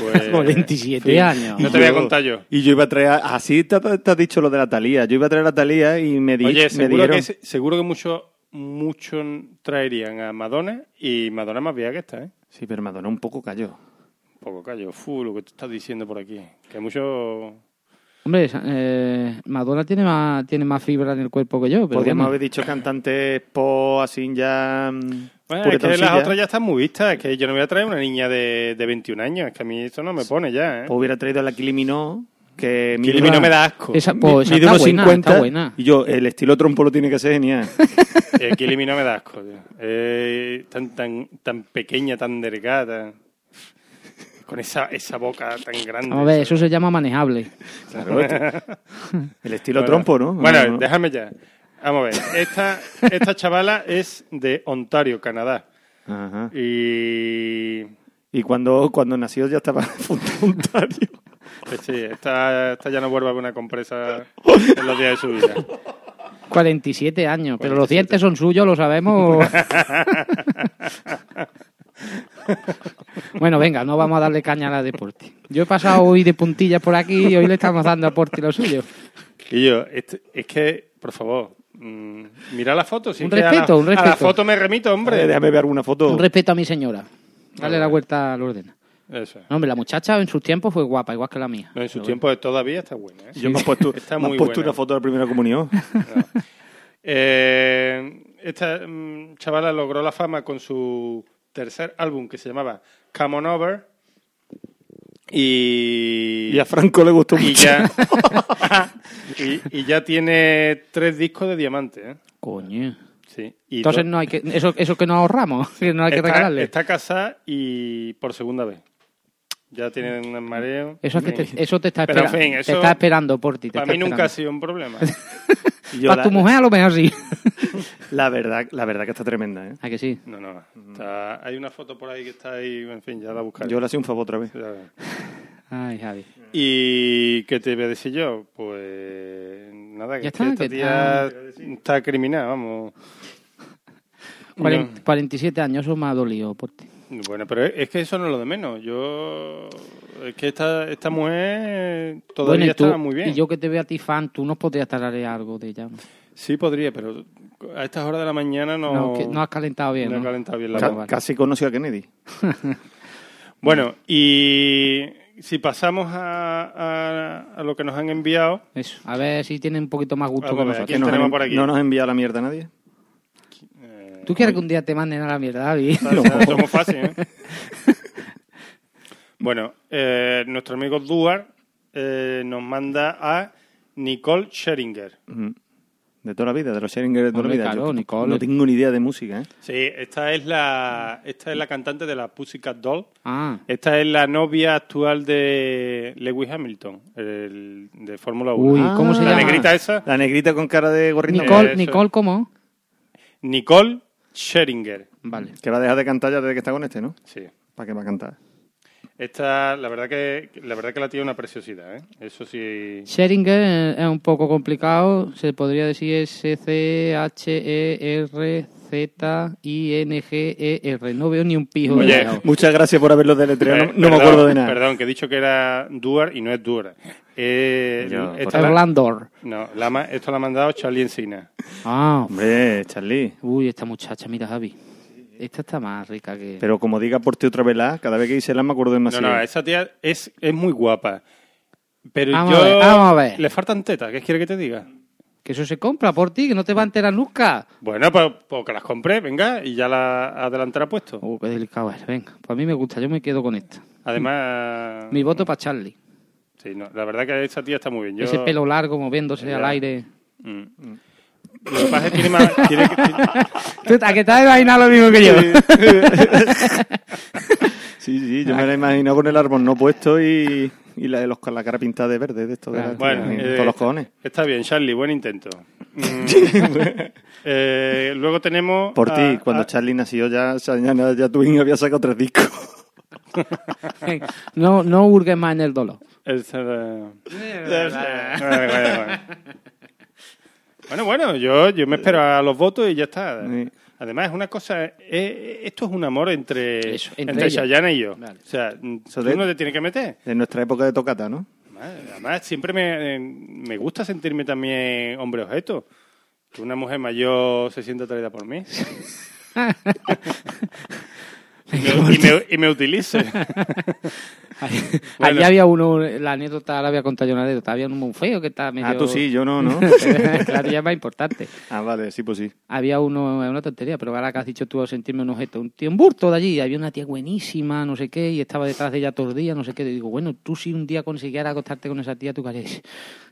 Speaker 2: Pues-
Speaker 4: Con 27 años.
Speaker 2: No te voy a contar yo.
Speaker 3: Y yo iba a traer. a- Así te, te has dicho lo de la Talía. Yo iba a traer a la Talía y me, di,
Speaker 2: Oye,
Speaker 3: me
Speaker 2: seguro
Speaker 3: dieron.
Speaker 2: que, se- seguro que muchos muchos traerían a Madonna y Madonna es más vieja que esta, ¿eh?
Speaker 3: Sí, pero Madonna un poco cayó.
Speaker 2: Un poco callo. Fu, lo que tú estás diciendo por aquí. Que muchos...
Speaker 4: Hombre, esa- eh, Madonna tiene más, tiene más fibra en el cuerpo que yo. Pero
Speaker 3: Podríamos
Speaker 4: bueno.
Speaker 3: haber dicho cantantes po, así ya. mm,
Speaker 2: Bueno, es que
Speaker 3: puretoncillas.
Speaker 2: las otras ya están muy vistas. Es que yo no voy a traer una niña de, de 21 años. Es que a mí esto no me pone ya, ¿eh?
Speaker 3: O hubiera traído a la Kylie Minogue, que
Speaker 2: Kylie Minogue me da asco. Esa- pues,
Speaker 3: Mi-
Speaker 2: esa
Speaker 3: mide
Speaker 2: está
Speaker 3: unos
Speaker 2: buena,
Speaker 3: 50,
Speaker 2: está buena.
Speaker 3: Y yo, el estilo trompo lo tiene que ser genial.
Speaker 2: Eh, Kylie Minogue me da asco, tío. Eh, tan, tan, tan pequeña, tan delgada. Con esa, esa boca tan grande.
Speaker 4: Vamos a ver, eso se llama manejable.
Speaker 2: Claro, este-
Speaker 3: El estilo
Speaker 2: Bueno,
Speaker 3: trompo, ¿no?
Speaker 2: Bueno,
Speaker 3: No, no.
Speaker 2: déjame ya. Vamos a ver. Esta, esta chavala es de Ontario, Canadá.
Speaker 3: Ajá.
Speaker 2: Y.
Speaker 3: Y cuando, cuando nació ya estaba voluntario.
Speaker 2: pues sí, esta, esta ya no vuelve a ver una compresa en los días de su vida.
Speaker 4: 47 años, pero los dientes son suyos, lo sabemos. bueno, venga, no vamos a darle caña a la deporte. Yo he pasado hoy de puntillas por aquí y hoy le estamos dando a Porti lo suyo.
Speaker 2: Y yo, este- es que, por favor, mm, mira la foto. Si
Speaker 4: Un
Speaker 2: es que a la-
Speaker 4: respeto, un
Speaker 2: A la
Speaker 4: respeto.
Speaker 2: foto me remito, hombre.
Speaker 4: Eh, déjame
Speaker 3: ver una foto.
Speaker 4: Un respeto a mi señora. Dale la vuelta al orden.
Speaker 2: Eso es.
Speaker 4: No, hombre, la muchacha en sus tiempos fue guapa, igual que la mía.
Speaker 2: No, en sus tiempos todavía está buena. ¿eh?
Speaker 3: Yo me he puesto,
Speaker 2: Está
Speaker 3: me han
Speaker 2: muy
Speaker 3: puesto
Speaker 2: buena.
Speaker 3: una foto de la primera comunión.
Speaker 2: Eh, esta mm, chavala logró la fama con su tercer álbum que se llamaba Come On Over. Y,
Speaker 3: Y a Franco le gustó
Speaker 2: y
Speaker 3: mucho.
Speaker 2: ya, y, y ya tiene tres discos de diamante. ¿eh?
Speaker 4: Coño.
Speaker 2: Sí. Y
Speaker 4: Entonces
Speaker 2: do-
Speaker 4: no hay que... Eso, eso que no ahorramos, que no hay que
Speaker 2: está,
Speaker 4: regalarle.
Speaker 2: Está casada y por segunda vez. Ya tiene un mareo.
Speaker 4: Eso, es que
Speaker 2: En fin.
Speaker 4: te, eso te está
Speaker 2: Pero, en
Speaker 4: esperando.
Speaker 2: fin, eso
Speaker 4: te está esperando, Porti.
Speaker 2: Para mí nunca ha sido un problema.
Speaker 4: Y yo Para la- tu mujer a lo mejor sí.
Speaker 3: La verdad, la verdad que está tremenda, ¿eh?
Speaker 4: ¿A que sí?
Speaker 2: No, no. Está- hay una foto por ahí que está ahí, en fin, ya la buscaré.
Speaker 3: Yo le hacía un favor otra vez.
Speaker 2: Ya ves.
Speaker 4: Ay, Javi.
Speaker 2: ¿Y qué te voy a decir yo? Pues nada, que
Speaker 4: Ya
Speaker 2: es que
Speaker 4: está,
Speaker 2: esta
Speaker 4: que
Speaker 2: tía
Speaker 4: está-
Speaker 2: está criminal, vamos.
Speaker 4: Cuaren- 47 años, eso me ha dolido, Porti.
Speaker 2: Bueno, pero es que eso no es lo de menos. Yo. Es que esta, esta mujer todavía
Speaker 4: Bueno, y tú-
Speaker 2: está muy bien.
Speaker 4: Y yo que te veo a ti fan, tú nos podrías tararear algo de ella. ¿no?
Speaker 2: Sí, podría, pero a estas horas de la mañana no.
Speaker 4: No, que no has calentado bien,
Speaker 2: No, he
Speaker 4: ¿no?
Speaker 2: calentado bien la
Speaker 4: Ca-
Speaker 2: voz.
Speaker 3: Casi conoció a Kennedy.
Speaker 2: Bueno, y si pasamos a, a- a lo que nos han enviado.
Speaker 4: Eso. A ver si tiene un poquito más
Speaker 2: Vamos a
Speaker 4: gusto que
Speaker 2: ver,
Speaker 4: nosotros.
Speaker 2: ¿quién tenemos por aquí?
Speaker 3: ¿No nos ha enviado la mierda a nadie?
Speaker 4: ¿Tú quieres que un día te manden a la mierda, Javi?
Speaker 2: O sea, esto es muy fácil, ¿eh? Bueno, eh, nuestro amigo Duar eh, nos manda a Nicole Scheringer.
Speaker 3: Ujú. De toda la vida, de los Scheringer de toda
Speaker 2: Hombre,
Speaker 3: la vida.
Speaker 2: claro,
Speaker 3: Yo
Speaker 2: Nicole.
Speaker 3: No tengo ni idea de música, ¿eh?
Speaker 2: Sí, esta es la esta es la cantante de la Pussycat Doll.
Speaker 4: Ah.
Speaker 2: Esta es la novia actual de Lewis Hamilton, el de Fórmula 1.
Speaker 4: Uy, ¿cómo se
Speaker 2: la
Speaker 4: llama?
Speaker 2: negrita esa,
Speaker 3: La negrita con cara de gorrito.
Speaker 4: Nicole, Nicole, ¿cómo?
Speaker 2: Nicole Scheringer.
Speaker 4: Vale.
Speaker 3: Que va a dejar de cantar ya desde que está con este, ¿no?
Speaker 2: Sí.
Speaker 3: ¿Para qué va a cantar?
Speaker 2: Esta, la verdad que la verdad que la tiene una preciosidad, ¿eh? Eso sí.
Speaker 4: Scheringer eh, es un poco complicado. Se podría decir E, S-C-H-E-R-Z-I-N-G-E-R. E, No veo ni un pijo. de
Speaker 2: Oye,
Speaker 4: lado.
Speaker 3: Muchas gracias por haberlo deletreado. No,
Speaker 2: Eh,
Speaker 3: no me
Speaker 2: perdón,
Speaker 3: acuerdo de nada.
Speaker 2: Perdón, que he dicho que era Duar y no es Duar. Eh,
Speaker 3: Yo,
Speaker 2: esta
Speaker 3: por-
Speaker 2: la-
Speaker 4: Orlandor.
Speaker 2: No, la ma- esto lo ha mandado Charlie Encina.
Speaker 4: Ah,
Speaker 3: hombre, Charlie.
Speaker 4: Uy, esta muchacha, mira, Javi. Esta está más rica que...
Speaker 3: Pero como diga por ti otra vez la A, cada vez que dice la A me acuerdo de más.
Speaker 2: No, no, esa tía es, es muy guapa. Pero
Speaker 4: Vamos
Speaker 2: yo.
Speaker 4: a ver, vamos a ver.
Speaker 2: Le faltan tetas, ¿qué quiere que te diga?
Speaker 4: Que eso se compra por ti, que no te va a enterar nunca.
Speaker 2: Bueno, pues, pues que las compré, venga, y ya la adelantará puesto.
Speaker 4: Uh, qué delicado es. Venga, pues a mí me gusta, yo me quedo con esta.
Speaker 2: Además.
Speaker 4: Mi voto para Charlie.
Speaker 2: Sí, no, la verdad que esa tía está muy bien. Yo-
Speaker 4: Ese pelo largo moviéndose al aire.
Speaker 2: Mm. Lo que pasa es que tiene más. tiene que-
Speaker 4: ¿Tú, ¿A que te has imaginado lo mismo que yo?
Speaker 3: Sí, sí, yo me la imagino con el árbol no puesto y, y la, de los, con la cara pintada de verde, de esto. de la-
Speaker 2: Bueno,
Speaker 3: en
Speaker 2: eh,
Speaker 3: todos los cojones.
Speaker 2: Está bien, Charlie, buen intento. Mm. Eh, luego tenemos.
Speaker 3: Por
Speaker 2: a-
Speaker 3: ti, cuando Charlie nació ya, ya, ya, ya Twin había sacado tres discos.
Speaker 4: No, no hurgues más en el dolor.
Speaker 2: El ser- eh,
Speaker 3: Ah.
Speaker 4: verdad.
Speaker 2: eh, bueno, bueno. Bueno, bueno, yo, yo me espero a los votos y ya está. Además, es una cosa, eh, esto es un amor entre,
Speaker 3: entre
Speaker 2: entre
Speaker 3: ellos.
Speaker 2: Chayanne y yo.
Speaker 3: Vale.
Speaker 2: O sea, tú no te tienes que meter.
Speaker 3: De nuestra época de tocata, ¿no?
Speaker 2: Madre, Además, siempre me, eh, me gusta sentirme también hombre objeto. Que una mujer mayor se sienta atraída por mí. y, me, y me- y me utilice.
Speaker 4: Allí había uno, la anécdota la había contado yo una anécdota, había uno muy feo que estaba medio...
Speaker 3: Ah, tú sí, yo no, ¿no?
Speaker 4: la tuya es más importante.
Speaker 3: Ah, vale, sí, pues sí.
Speaker 4: Había uno, es una tontería, pero ahora que has dicho tú sentirme un objeto, un tío, un burto de allí, había una tía buenísima, no sé qué, y estaba detrás de ella todos los días, no sé qué, y digo, bueno, tú si un día consiguieras acostarte con esa tía, tú qué harías?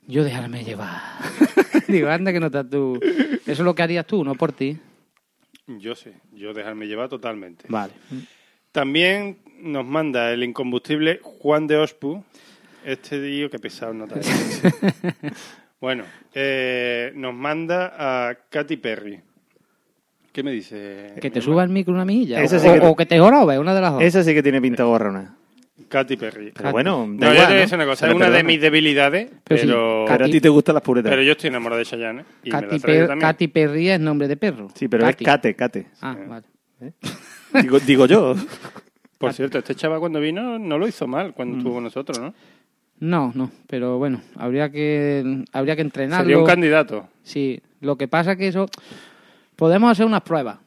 Speaker 4: yo dejarme llevar. digo, anda que no estás tú. Eso es lo que harías tú, no por ti.
Speaker 2: Yo sé, yo dejarme llevar totalmente.
Speaker 4: Vale.
Speaker 2: También nos manda el incombustible Juan de Ospu. Este tío que pesado no te Bueno, eh, nos manda a Katy Perry. ¿Qué me dice?
Speaker 4: Que te suba el micro una milla.
Speaker 3: Esa
Speaker 4: O,
Speaker 3: sí que-
Speaker 4: o que te jorobe, una de las dos.
Speaker 3: Esa sí que tiene pinta gorrona.
Speaker 2: Katy Perry.
Speaker 3: Pero bueno,
Speaker 2: no,
Speaker 3: da
Speaker 2: yo
Speaker 3: igual,
Speaker 2: te voy a
Speaker 3: ¿no?
Speaker 2: decir una cosa,
Speaker 3: Pero
Speaker 2: es una de
Speaker 3: perdona.
Speaker 2: mis debilidades,
Speaker 3: Pero sí,
Speaker 2: pero...
Speaker 3: Katy- Pero a ti te gustan las puretas.
Speaker 2: Pero yo estoy enamorado de Chayanne. Y me
Speaker 4: Katy,
Speaker 2: la traigo
Speaker 4: Per-
Speaker 2: también.
Speaker 4: Katy Perry es nombre de perro.
Speaker 3: Sí, pero
Speaker 4: Katy.
Speaker 3: es cate, cate.
Speaker 4: Ah, vale.
Speaker 3: Digo, digo yo.
Speaker 2: Por cierto, este chaval cuando vino no lo hizo mal
Speaker 4: Mm.
Speaker 2: cuando estuvo con nosotros, ¿no?
Speaker 4: No, no, pero bueno, habría que habría que entrenarlo.
Speaker 2: Sería un candidato.
Speaker 4: Sí, lo que pasa que eso podemos hacer unas pruebas,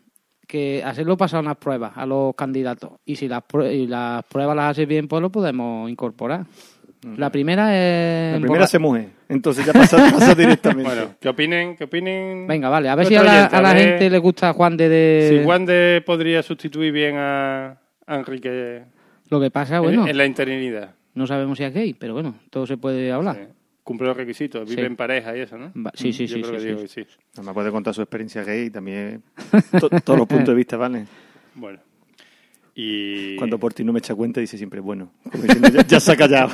Speaker 4: que hacerlo pasar unas pruebas a los candidatos y si las prue- y las pruebas las haces bien pues lo podemos incorporar. La primera es
Speaker 3: La primera
Speaker 4: emborra-
Speaker 3: se mueve. Entonces ya pasa, pasa directamente.
Speaker 2: Bueno, ¿qué opinen? ¿Qué opinen?
Speaker 4: Venga, eh. vale, a ver si a
Speaker 2: nuestros
Speaker 4: la,
Speaker 2: oyentes?
Speaker 4: a la
Speaker 2: ver
Speaker 4: gente le gusta Juan de, de-
Speaker 2: Si Juan de podría sustituir bien a a Enrique
Speaker 4: Lo que pasa,
Speaker 2: en-
Speaker 4: Ah, bueno,
Speaker 2: en la interinidad. Eh,
Speaker 4: no sabemos si es gay, pero bueno, todo se puede hablar.
Speaker 2: Cumple los requisitos, vive
Speaker 4: Ah. Sí.
Speaker 2: en pareja y eso, ¿no? Mm,
Speaker 4: Va- sí, sí,
Speaker 2: Yo
Speaker 4: sí,
Speaker 2: creo
Speaker 4: sí,
Speaker 2: que
Speaker 4: sí,
Speaker 2: digo
Speaker 4: sí.
Speaker 2: que sí.
Speaker 3: Me puede contar su experiencia gay y también to- todos los puntos de vista, ¿vale?
Speaker 2: Bueno. Y...
Speaker 3: Cuando Porti no me echa cuenta dice siempre, bueno, como diciendo, ya, ya se ha callado.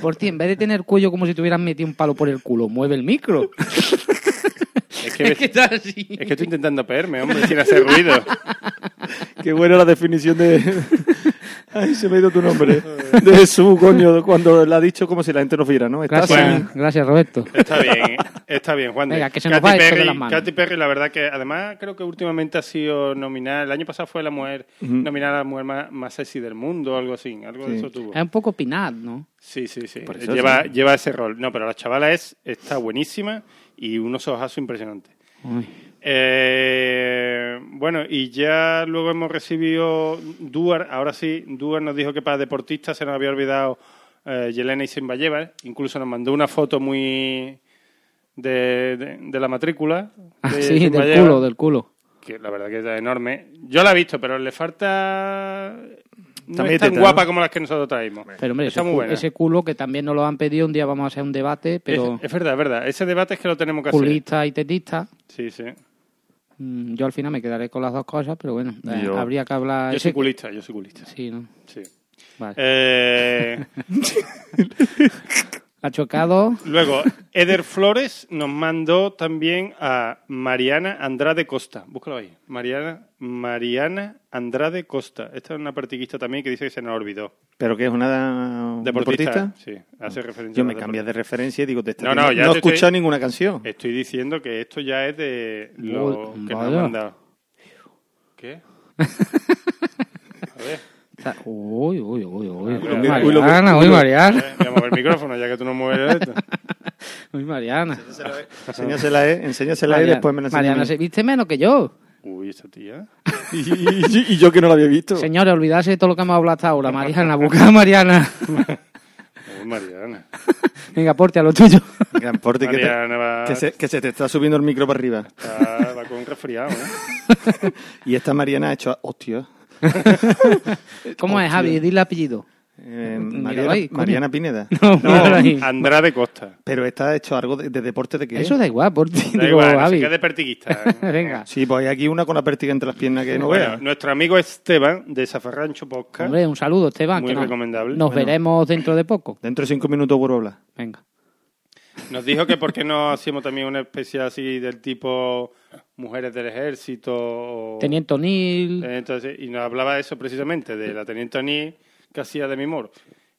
Speaker 4: Por ti, en vez de tener cuello como si te hubieran metido un palo por el culo, mueve el micro.
Speaker 2: Es que, es que estoy intentando peerme, hombre, sin hacer ruido.
Speaker 3: Qué buena la definición de... Ay, se me ha ido tu nombre. De Jesús, coño, cuando la ha dicho como si la gente no viera, ¿no? Estás-
Speaker 4: Gracias, gracias Roberto.
Speaker 2: Está bien, ¿eh? está bien, Juan. de.
Speaker 4: Venga, que se nos
Speaker 2: Katy
Speaker 4: va esto de
Speaker 2: Perry-
Speaker 4: las manos.
Speaker 2: Katy Perry, la verdad que además creo que últimamente ha sido nominada, el año pasado fue la mujer
Speaker 4: Ujú.
Speaker 2: nominada a la mujer más, más sexy del mundo o algo así, algo de eso tuvo.
Speaker 4: Es un poco pinad, ¿no?
Speaker 2: Sí, sí, sí.
Speaker 4: Por eso,
Speaker 2: lleva,
Speaker 4: sí.
Speaker 2: lleva ese rol. No, pero la chavala es, está buenísima y unos ojazos impresionantes.
Speaker 4: Uy.
Speaker 2: Eh, bueno, y ya luego hemos recibido Duar, ahora sí, Duar nos dijo que para deportistas se nos había olvidado eh, Yelena Isinbayeva, incluso nos mandó una foto muy de, de- de la matrícula.
Speaker 4: Ah,
Speaker 2: de
Speaker 4: sí, del
Speaker 2: Isinbayeva,
Speaker 4: culo, del culo.
Speaker 2: Que la verdad que es enorme. Yo la he visto, pero le falta... No
Speaker 4: También
Speaker 2: es tan
Speaker 4: teta,
Speaker 2: guapa
Speaker 4: ¿no?
Speaker 2: como las que nosotros traímos.
Speaker 4: Pero hombre,
Speaker 2: Está
Speaker 4: ese,
Speaker 2: muy
Speaker 4: cu-
Speaker 2: buena.
Speaker 4: ese culo que también nos lo han pedido, un día vamos a hacer un debate, pero
Speaker 2: Es, es verdad, es verdad. Ese debate es que lo tenemos que hacer.
Speaker 4: culista y tetista.
Speaker 2: Sí, sí.
Speaker 4: mm, Yo al final me quedaré con las dos cosas, pero bueno, eh,
Speaker 2: Yo-
Speaker 4: habría que hablar.
Speaker 2: Yo soy
Speaker 4: ese-
Speaker 2: culista, yo soy culista.
Speaker 4: Sí, ¿no?
Speaker 2: Sí.
Speaker 4: Vale.
Speaker 2: Eh,
Speaker 4: Ha chocado.
Speaker 2: luego, Eder Flores nos mandó también a Mariana Andrade Costa. Búscalo ahí. Mariana, Mariana Andrade Costa. Esta es una partiquista también que dice que se nos olvidó.
Speaker 3: ¿Pero que es una
Speaker 2: Deportista,
Speaker 3: deportista?
Speaker 2: sí, hace referencia
Speaker 3: Yo
Speaker 2: a
Speaker 3: me
Speaker 2: los
Speaker 3: cambié de referencia y digo, te
Speaker 2: No, no, ya
Speaker 3: no he
Speaker 2: te estoy-
Speaker 3: escuchado ninguna canción.
Speaker 2: Estoy diciendo que esto ya es de lo
Speaker 4: Oh,
Speaker 2: que nos han
Speaker 4: vaya.
Speaker 2: mandado. ¿Qué? A ver.
Speaker 4: Está- Uy, uy, uy,
Speaker 2: Uy,
Speaker 4: uy. Uy,
Speaker 2: uy, lo-
Speaker 4: Mariana,
Speaker 2: uy,
Speaker 4: uy,
Speaker 2: lo-
Speaker 4: Mariana.
Speaker 2: Eh, voy a mover el micrófono, ya que tú no mueves esto.
Speaker 4: Uy, Mariana.
Speaker 3: Enséñasela, eh, enséñasela eh, y
Speaker 4: Mariana-
Speaker 3: después me la enseñas.
Speaker 4: Mariana se viste menos que yo.
Speaker 2: Uy, esa tía.
Speaker 3: y, y- y yo que no la había visto.
Speaker 4: Señores, olvidarse de todo lo que hemos hablado hasta ahora. Mariana, busca a Mariana.
Speaker 2: Uy, Mariana.
Speaker 4: Venga, aporte a lo tuyo.
Speaker 3: Gran porte que, te-
Speaker 2: Mariana va-
Speaker 3: que se, que se te está subiendo el micro para arriba.
Speaker 2: Está- va con un resfriado, ¿eh?
Speaker 3: Y esta Mariana ha hecho... ¡Hostia!
Speaker 4: ¿Cómo es, Javi? Dile el apellido.
Speaker 3: Eh,
Speaker 4: Míralo
Speaker 3: Mariana,
Speaker 4: ahí, coño.
Speaker 3: Mariana Pineda.
Speaker 4: No, míralo ahí.
Speaker 2: No, Ah, Andrade Costa.
Speaker 3: Pero esta ha hecho algo de, de deporte de qué.
Speaker 4: Eso da igual, por ti.
Speaker 2: Da
Speaker 4: Digo,
Speaker 2: igual, no sé
Speaker 4: Javi.
Speaker 2: qué es de pertiguista.
Speaker 4: Venga.
Speaker 3: Sí, pues hay aquí una con la pértiga entre las piernas que no
Speaker 2: Bueno,
Speaker 3: veas.
Speaker 2: nuestro amigo Esteban, de Zafarrancho Podcast.
Speaker 4: Hombre, un saludo, Esteban.
Speaker 2: Muy
Speaker 4: que nos-
Speaker 2: recomendable.
Speaker 4: Nos
Speaker 2: Bueno.
Speaker 4: veremos dentro de poco.
Speaker 3: Dentro de cinco minutos vuelvo a hablar.
Speaker 4: Venga.
Speaker 2: Nos dijo que por qué no hacíamos también una especie así del tipo mujeres del ejército. o-
Speaker 4: Teniente O'Neill.
Speaker 2: Oh. Eh, Entonces, y nos hablaba de eso precisamente, de la teniente O'Neill que hacía Demi Moore.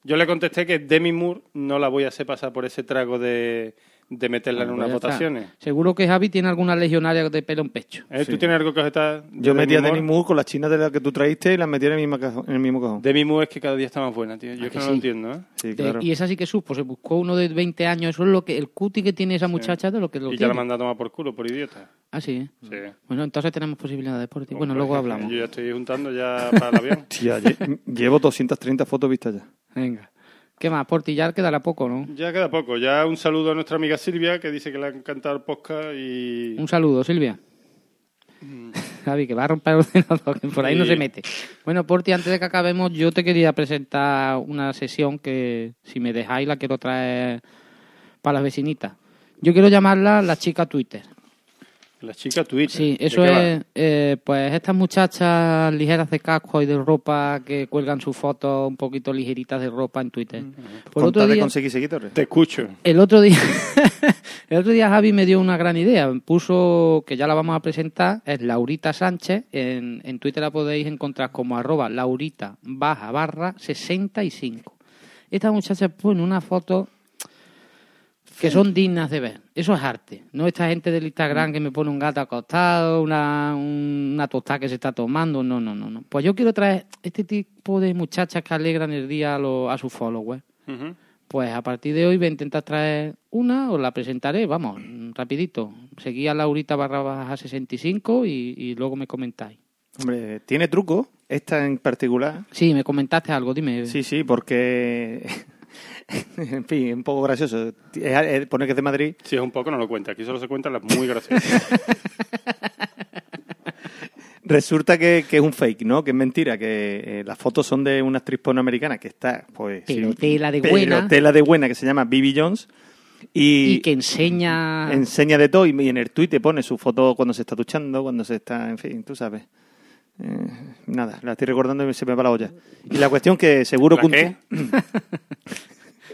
Speaker 2: Yo le contesté que Demi Moore no la voy a hacer pasar por ese trago de, de meterla en
Speaker 4: Pues
Speaker 2: unas
Speaker 4: ya está.
Speaker 2: votaciones.
Speaker 4: Seguro que Javi tiene alguna legionaria de pelo en pecho.
Speaker 2: ¿Eh? ¿Tú tienes algo que objetar?
Speaker 3: Yo metí a
Speaker 2: Demi
Speaker 3: Denis
Speaker 2: Moore?
Speaker 3: Moore con las chinas de las que tú traíste y las metí en el mismo cajón. En el mismo cajón.
Speaker 2: Demi Moore es que cada día está más buena, tío. Yo
Speaker 3: ¿A
Speaker 2: es que
Speaker 3: que
Speaker 2: no lo
Speaker 3: sí?
Speaker 2: entiendo, ¿eh?
Speaker 3: Sí,
Speaker 4: De- y esa sí que supo, se buscó uno de 20 años, eso es lo que el cuti que tiene esa muchacha de lo que lo
Speaker 2: Y ya
Speaker 4: tiene.
Speaker 2: la manda a tomar por culo, por idiota.
Speaker 4: Ah, sí, ¿eh?
Speaker 2: Sí.
Speaker 4: Bueno, entonces tenemos posibilidades por ti. Bueno,
Speaker 2: Hombre,
Speaker 4: luego hablamos.
Speaker 2: Yo ya estoy juntando ya para el avión.
Speaker 3: Tía, lle- llevo 230 fotos vistas ya.
Speaker 4: Pues Venga. ¿Qué más? Porti, ya quedará poco, ¿no?
Speaker 2: Ya queda poco. Ya un saludo a nuestra amiga Silvia, que dice que le ha encantado el podcast y...
Speaker 4: Un saludo, Silvia. Javi, que va a romper el ordenador, que por ahí no
Speaker 2: Mm. Sí.
Speaker 4: se mete. Bueno, Porti, antes de que acabemos, yo te quería presentar una sesión que, si me dejáis, la quiero traer para las vecinitas. Yo quiero llamarla la chica Twitter.
Speaker 2: La chica Twitter.
Speaker 4: Sí,
Speaker 2: ¿De
Speaker 4: eso
Speaker 2: qué va?
Speaker 4: es, eh, pues estas muchachas ligeras de casco y de ropa que cuelgan sus fotos un poquito ligeritas de ropa en Twitter.
Speaker 2: Mm,
Speaker 4: Por
Speaker 3: Con
Speaker 4: otro
Speaker 3: tal de
Speaker 4: día,
Speaker 3: conseguir seguidores.
Speaker 2: Te escucho.
Speaker 4: el otro día, el otro día Javi me dio una gran idea. Puso que ya la vamos a presentar es Laurita Sánchez. En, en Twitter la podéis encontrar como arroba laurita baja barra 65. Esta muchacha pone una foto que son dignas de ver. Eso es arte. No esta gente del Instagram que me pone un gato acostado, una, un- una tostada que se está tomando. No, no, no, no. Pues yo quiero traer este tipo de muchachas que alegran el día a, los- a sus followers.
Speaker 2: Ujú.
Speaker 4: Pues a partir de hoy voy a intentar traer una, os la presentaré, vamos, mm, rapidito. Seguí a Laurita barra baja 65 y, y luego me comentáis.
Speaker 3: Hombre, tiene truco, esta en particular.
Speaker 4: Sí, me comentaste algo, dime.
Speaker 3: Sí, sí, porque. en fin, es un poco gracioso. Es- es- Poner que es de Madrid.
Speaker 2: Si es un poco, no lo cuenta. Aquí solo se cuentan las muy graciosas.
Speaker 3: Resulta que, que es un fake, ¿no? Que es mentira, que eh, las fotos son de una actriz pornoamericana que está, pues...
Speaker 4: Pero
Speaker 3: sin-
Speaker 4: tela de
Speaker 3: pero
Speaker 4: buena.
Speaker 3: tela de buena, que se llama Bibi Jones. Y,
Speaker 4: Y que enseña...
Speaker 3: enseña de todo y y en el tuit te pone su foto cuando se está duchando, cuando se está, en fin, tú sabes. Eh, nada, la estoy recordando y se me va la olla. Y la cuestión que seguro
Speaker 2: ¿La
Speaker 3: que...
Speaker 2: qué?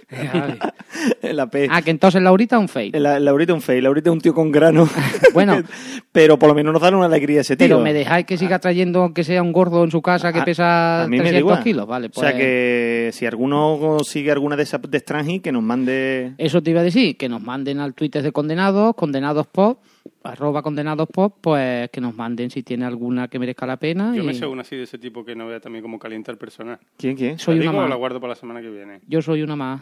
Speaker 4: Javi.
Speaker 3: la P.
Speaker 4: Eh, ah, que entonces Laurita es un fake.
Speaker 3: La, Laurita es un fake, Laurita es un tío con grano.
Speaker 4: Bueno.
Speaker 3: pero por lo menos nos dan una alegría a ese tío.
Speaker 4: Pero me dejáis que siga trayendo, aunque sea un gordo en su casa que
Speaker 3: A-
Speaker 4: pesa
Speaker 3: a mí me da
Speaker 4: 300
Speaker 3: igual.
Speaker 4: kilos. Vale, pues
Speaker 3: O sea que si alguno sigue alguna de esas de Strange, que nos mande.
Speaker 4: Eso te iba a decir, que nos manden al Twitter de Condenados, Condenados Pop, arroba Condenados Pop, pues que nos manden si tiene alguna que merezca la pena.
Speaker 2: Yo
Speaker 4: y
Speaker 2: me sé una así de ese tipo que no vea también cómo calienta el personal.
Speaker 3: ¿Quién, quién?
Speaker 4: Soy
Speaker 2: ¿La
Speaker 4: una
Speaker 2: digo o
Speaker 4: más.
Speaker 2: la guardo para la semana que viene?
Speaker 4: Yo soy una más.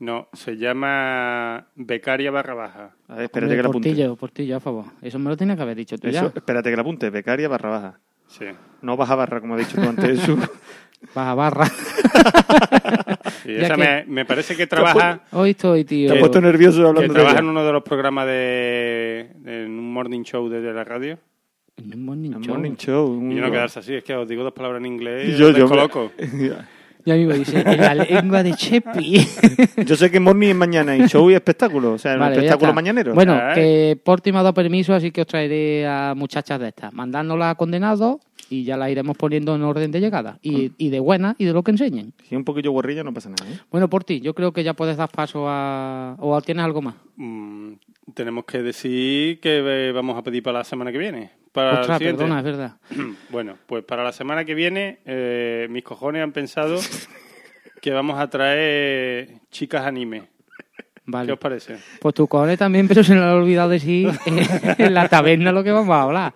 Speaker 2: No, se llama Becaria Barra Baja.
Speaker 3: A ver, espérate
Speaker 4: Hombre,
Speaker 3: que la apunte.
Speaker 4: Portillo, Portillo, a favor. Eso me lo tenías que haber dicho tú
Speaker 3: Eso,
Speaker 4: ya.
Speaker 3: espérate que la apunte. Becaria barra baja.
Speaker 2: Sí.
Speaker 3: No baja barra, como ha dicho tú antes. Jesús.
Speaker 4: Baja barra.
Speaker 2: Sí,
Speaker 4: Ya
Speaker 2: esa
Speaker 4: que-
Speaker 2: me, me parece que trabaja,
Speaker 4: Hoy estoy, tío.
Speaker 3: Te has puesto nervioso
Speaker 2: que
Speaker 3: hablando de
Speaker 2: trabaja en
Speaker 3: ella.
Speaker 2: uno de los programas de, de- en un morning show de, de la radio.
Speaker 4: En un morning
Speaker 3: Un
Speaker 4: show.
Speaker 3: Morning show.
Speaker 2: Y
Speaker 3: un-
Speaker 2: yo no quedarse así, es que os digo dos palabras en inglés y
Speaker 3: Mm. Yo-
Speaker 2: os
Speaker 3: yo me-
Speaker 2: descoloco.
Speaker 4: Y a mí me dice, en la lengua de Chepi.
Speaker 3: Yo sé que morning es mañana y show y espectáculo. O sea,
Speaker 4: Vale,
Speaker 3: un
Speaker 4: ya
Speaker 3: espectáculo
Speaker 4: está.
Speaker 3: mañanero. ¿eh?
Speaker 4: Bueno,
Speaker 2: Ah,
Speaker 4: que Porti me ha dado permiso, así que os traeré a muchachas de estas. Mandándolas a condenados y ya las iremos poniendo en orden de llegada.
Speaker 3: Ah.
Speaker 4: Y, y de buenas y de lo que enseñen.
Speaker 3: Si un poquillo guarrilla no pasa nada. ¿eh?
Speaker 4: Bueno, Porti, yo creo que ya puedes dar paso a... ¿O tienes algo más?
Speaker 2: Mm, tenemos que decir que eh, vamos a pedir para la semana que viene. Para la
Speaker 4: Ostras,
Speaker 2: siguiente.
Speaker 4: perdona, es verdad.
Speaker 2: Bueno, pues para la semana que viene, eh, mis cojones han pensado que vamos a traer chicas anime. ¿Qué
Speaker 4: Vale.
Speaker 2: os parece?
Speaker 4: Pues tus cojones también, pero se nos ha olvidado decir eh, en la taberna lo que vamos a hablar.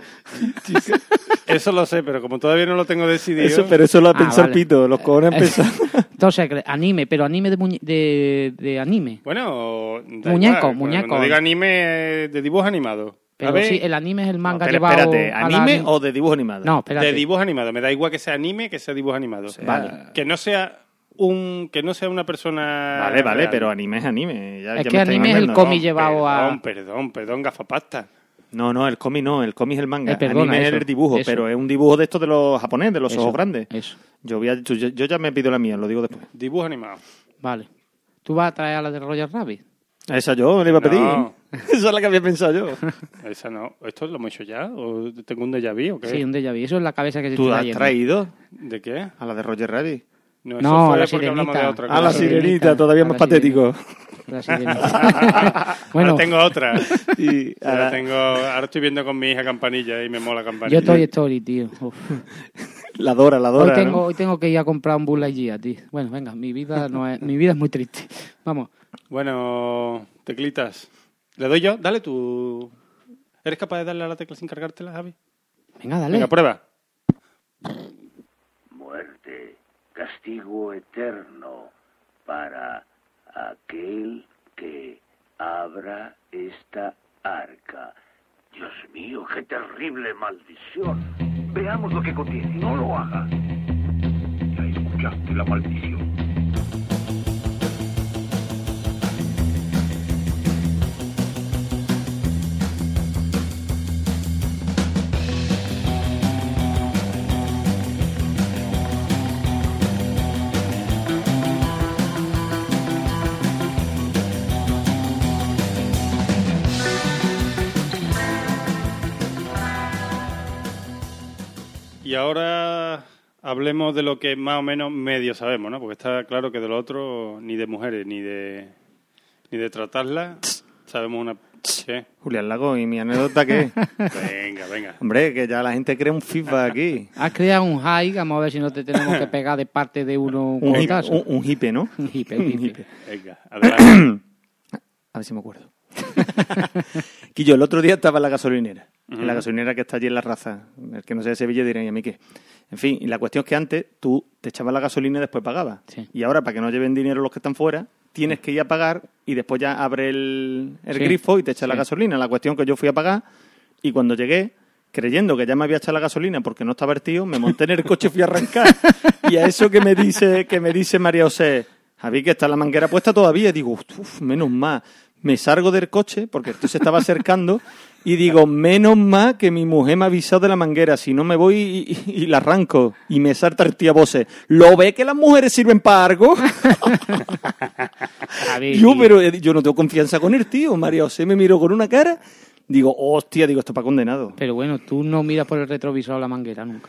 Speaker 2: Eso lo sé, pero como todavía no lo tengo decidido,
Speaker 3: Eso, pero eso lo ha
Speaker 4: Ah,
Speaker 3: pensado
Speaker 4: vale.
Speaker 3: Pito. Los cojones han pensado.
Speaker 4: Entonces, anime, pero anime de, muñe- de, de anime.
Speaker 2: bueno, da
Speaker 4: Muñeco,
Speaker 2: igual. pues,
Speaker 4: muñeco.
Speaker 2: Cuando digo anime eh, de dibujos animados. A
Speaker 4: Pero
Speaker 2: ver,
Speaker 4: sí, el anime es el manga
Speaker 3: Pero
Speaker 4: llevado...
Speaker 3: espérate,
Speaker 4: a la
Speaker 3: ¿anime
Speaker 4: ani-
Speaker 3: o de dibujo animado?
Speaker 4: No, espérate.
Speaker 2: de dibujos animados. Me da igual que sea anime, que sea dibujos animados.
Speaker 3: Vale.
Speaker 2: Que no sea un, que no sea una persona.
Speaker 3: Vale, vale,
Speaker 2: real.
Speaker 3: pero anime es anime. Ya-
Speaker 4: Es
Speaker 3: ya
Speaker 4: que
Speaker 3: me estoy
Speaker 4: anime es el
Speaker 3: engañando, ¿no?
Speaker 4: cómic llevado a...
Speaker 2: Perdón, perdón, perdón, gafapasta.
Speaker 3: No, no, el cómic no, el cómic es el manga.
Speaker 4: Eh, perdona,
Speaker 3: anime
Speaker 4: eso,
Speaker 3: es el dibujo,
Speaker 4: eso.
Speaker 3: pero es un dibujo de estos de los japoneses, de los
Speaker 4: Eso,
Speaker 3: ojos grandes.
Speaker 4: Eso,
Speaker 3: Yo, voy a- yo, yo ya me pido la mía, lo digo después.
Speaker 2: Dibujos animados.
Speaker 4: vale. ¿Tú vas a traer a la de Roger Rabbit?
Speaker 3: Esa yo le iba a pedir.
Speaker 2: No.
Speaker 3: Esa es la que había pensado yo.
Speaker 2: Esa no. ¿Esto lo hemos hecho ya? ¿O tengo un déjà vu o qué?
Speaker 4: Sí, un déjà vu. Eso es la cabeza que se
Speaker 3: ¿Tú
Speaker 4: está
Speaker 3: la has
Speaker 4: yendo.
Speaker 3: traído
Speaker 2: ¿De qué?
Speaker 3: a la de Roger Rabbit?
Speaker 2: No,
Speaker 4: No,
Speaker 2: fue
Speaker 4: la
Speaker 2: porque hablamos de
Speaker 4: sirenita.
Speaker 2: otra
Speaker 3: A
Speaker 4: A
Speaker 2: cosa.
Speaker 3: Ah, la
Speaker 4: la
Speaker 3: sirenita,
Speaker 4: sirenita,
Speaker 3: todavía
Speaker 4: a
Speaker 3: más
Speaker 4: la
Speaker 3: patético.
Speaker 4: La siguiente. bueno,
Speaker 2: Ahora tengo otra.
Speaker 3: Y a
Speaker 2: Ahora,
Speaker 3: la-
Speaker 2: tengo, ahora estoy viendo con mi hija campanilla y me mola campanilla.
Speaker 4: yo Toy Story, tío. Uf.
Speaker 3: la Dora, la
Speaker 4: Hoy
Speaker 3: Dora.
Speaker 4: tengo,
Speaker 3: ¿no?
Speaker 4: hoy tengo que ir a comprar un Buzz Lightyear, tío. Bueno, venga, mi vida no es, mi vida es muy triste. Vamos,
Speaker 2: Bueno, teclitas. ¿Le doy yo? Dale tú. ¿Eres capaz de darle a la tecla sin cargártela, Javi?
Speaker 4: Venga, dale.
Speaker 2: Venga, prueba.
Speaker 11: Muerte, castigo eterno para aquel que abra esta arca. Dios mío, qué terrible maldición. Veamos lo que contiene. No lo hagas. Ya escuchaste la maldición.
Speaker 2: Y ahora hablemos de lo que más o menos medio sabemos, ¿no? Porque está claro que de lo otro, ni de mujeres, ni de, ni de tratarlas, sabemos una... ¿Qué?
Speaker 3: Julián Lago, ¿y mi anécdota qué?
Speaker 2: Venga, venga.
Speaker 3: Hombre, que ya la gente crea un feedback aquí.
Speaker 4: Has creado un high, vamos a ver si no te tenemos que pegar de parte de uno
Speaker 3: Un, hip-
Speaker 4: cotazo.
Speaker 3: un, un hipe, ¿no?
Speaker 4: Un hipe, un hipe.
Speaker 2: Venga, adelante.
Speaker 3: A ver si me acuerdo. que yo el otro día estaba en la gasolinera. En
Speaker 4: Ujú.
Speaker 3: la gasolinera que está allí en la raza. El que no sea de Sevilla dirán, ¿y a mí qué? En fin, y la cuestión es que antes tú te echabas la gasolina y después pagabas. Y ahora, para que no lleven dinero los que están fuera, tienes que ir a pagar y después ya abre el, el
Speaker 4: Sí.
Speaker 3: grifo y te echa la
Speaker 4: Sí.
Speaker 3: gasolina. La cuestión que yo fui a pagar y cuando llegué, creyendo que ya me había echado la gasolina porque no estaba el tío, me monté en el coche y fui a arrancar. Y a eso que me dice, que me dice María José, Javi, que está la manguera puesta todavía. Y digo, uff, menos mal. Me salgo del coche porque esto se estaba acercando y digo, menos mal que mi mujer me ha avisado de la manguera. Si no me voy y, y- y la arranco. Y me salta el tío a voces. ¿Lo ve que las mujeres sirven para algo? yo, pero eh, yo no tengo confianza con el tío. María José me miró con una cara. Digo, hostia, digo, esto para condenado.
Speaker 4: Pero bueno, tú no miras por el retrovisor la manguera nunca.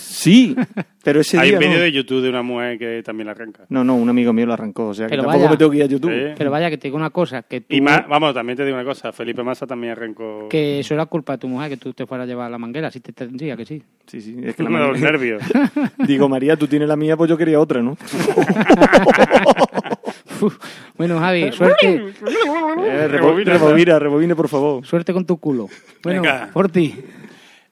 Speaker 3: Sí, pero ese
Speaker 2: Hay
Speaker 3: día.
Speaker 2: un vídeo
Speaker 3: no.
Speaker 2: de YouTube de una mujer que también la arranca. ¿eh?
Speaker 3: No, no, un amigo mío lo arrancó, o sea que
Speaker 4: Pero
Speaker 3: tampoco
Speaker 4: vaya,
Speaker 3: me tengo que ir a YouTube.
Speaker 4: Pero vaya, que te digo una cosa, que tú- eh.
Speaker 2: Y más, vamos, también te digo una cosa, Felipe Massa también arrancó...
Speaker 4: que eso era culpa de tu mujer que tú te fueras a llevar la manguera, si te tendría que sí.
Speaker 3: Sí, sí,
Speaker 2: Es que me da los nervios.
Speaker 3: Digo, María, tú tienes la mía, pues yo quería otra, ¿no?
Speaker 4: Bueno, Javi, suerte.
Speaker 3: Eh, rebo- rebobina, rebobine, por favor.
Speaker 4: Suerte con tu culo. Bueno,
Speaker 2: Venga.
Speaker 4: Forti.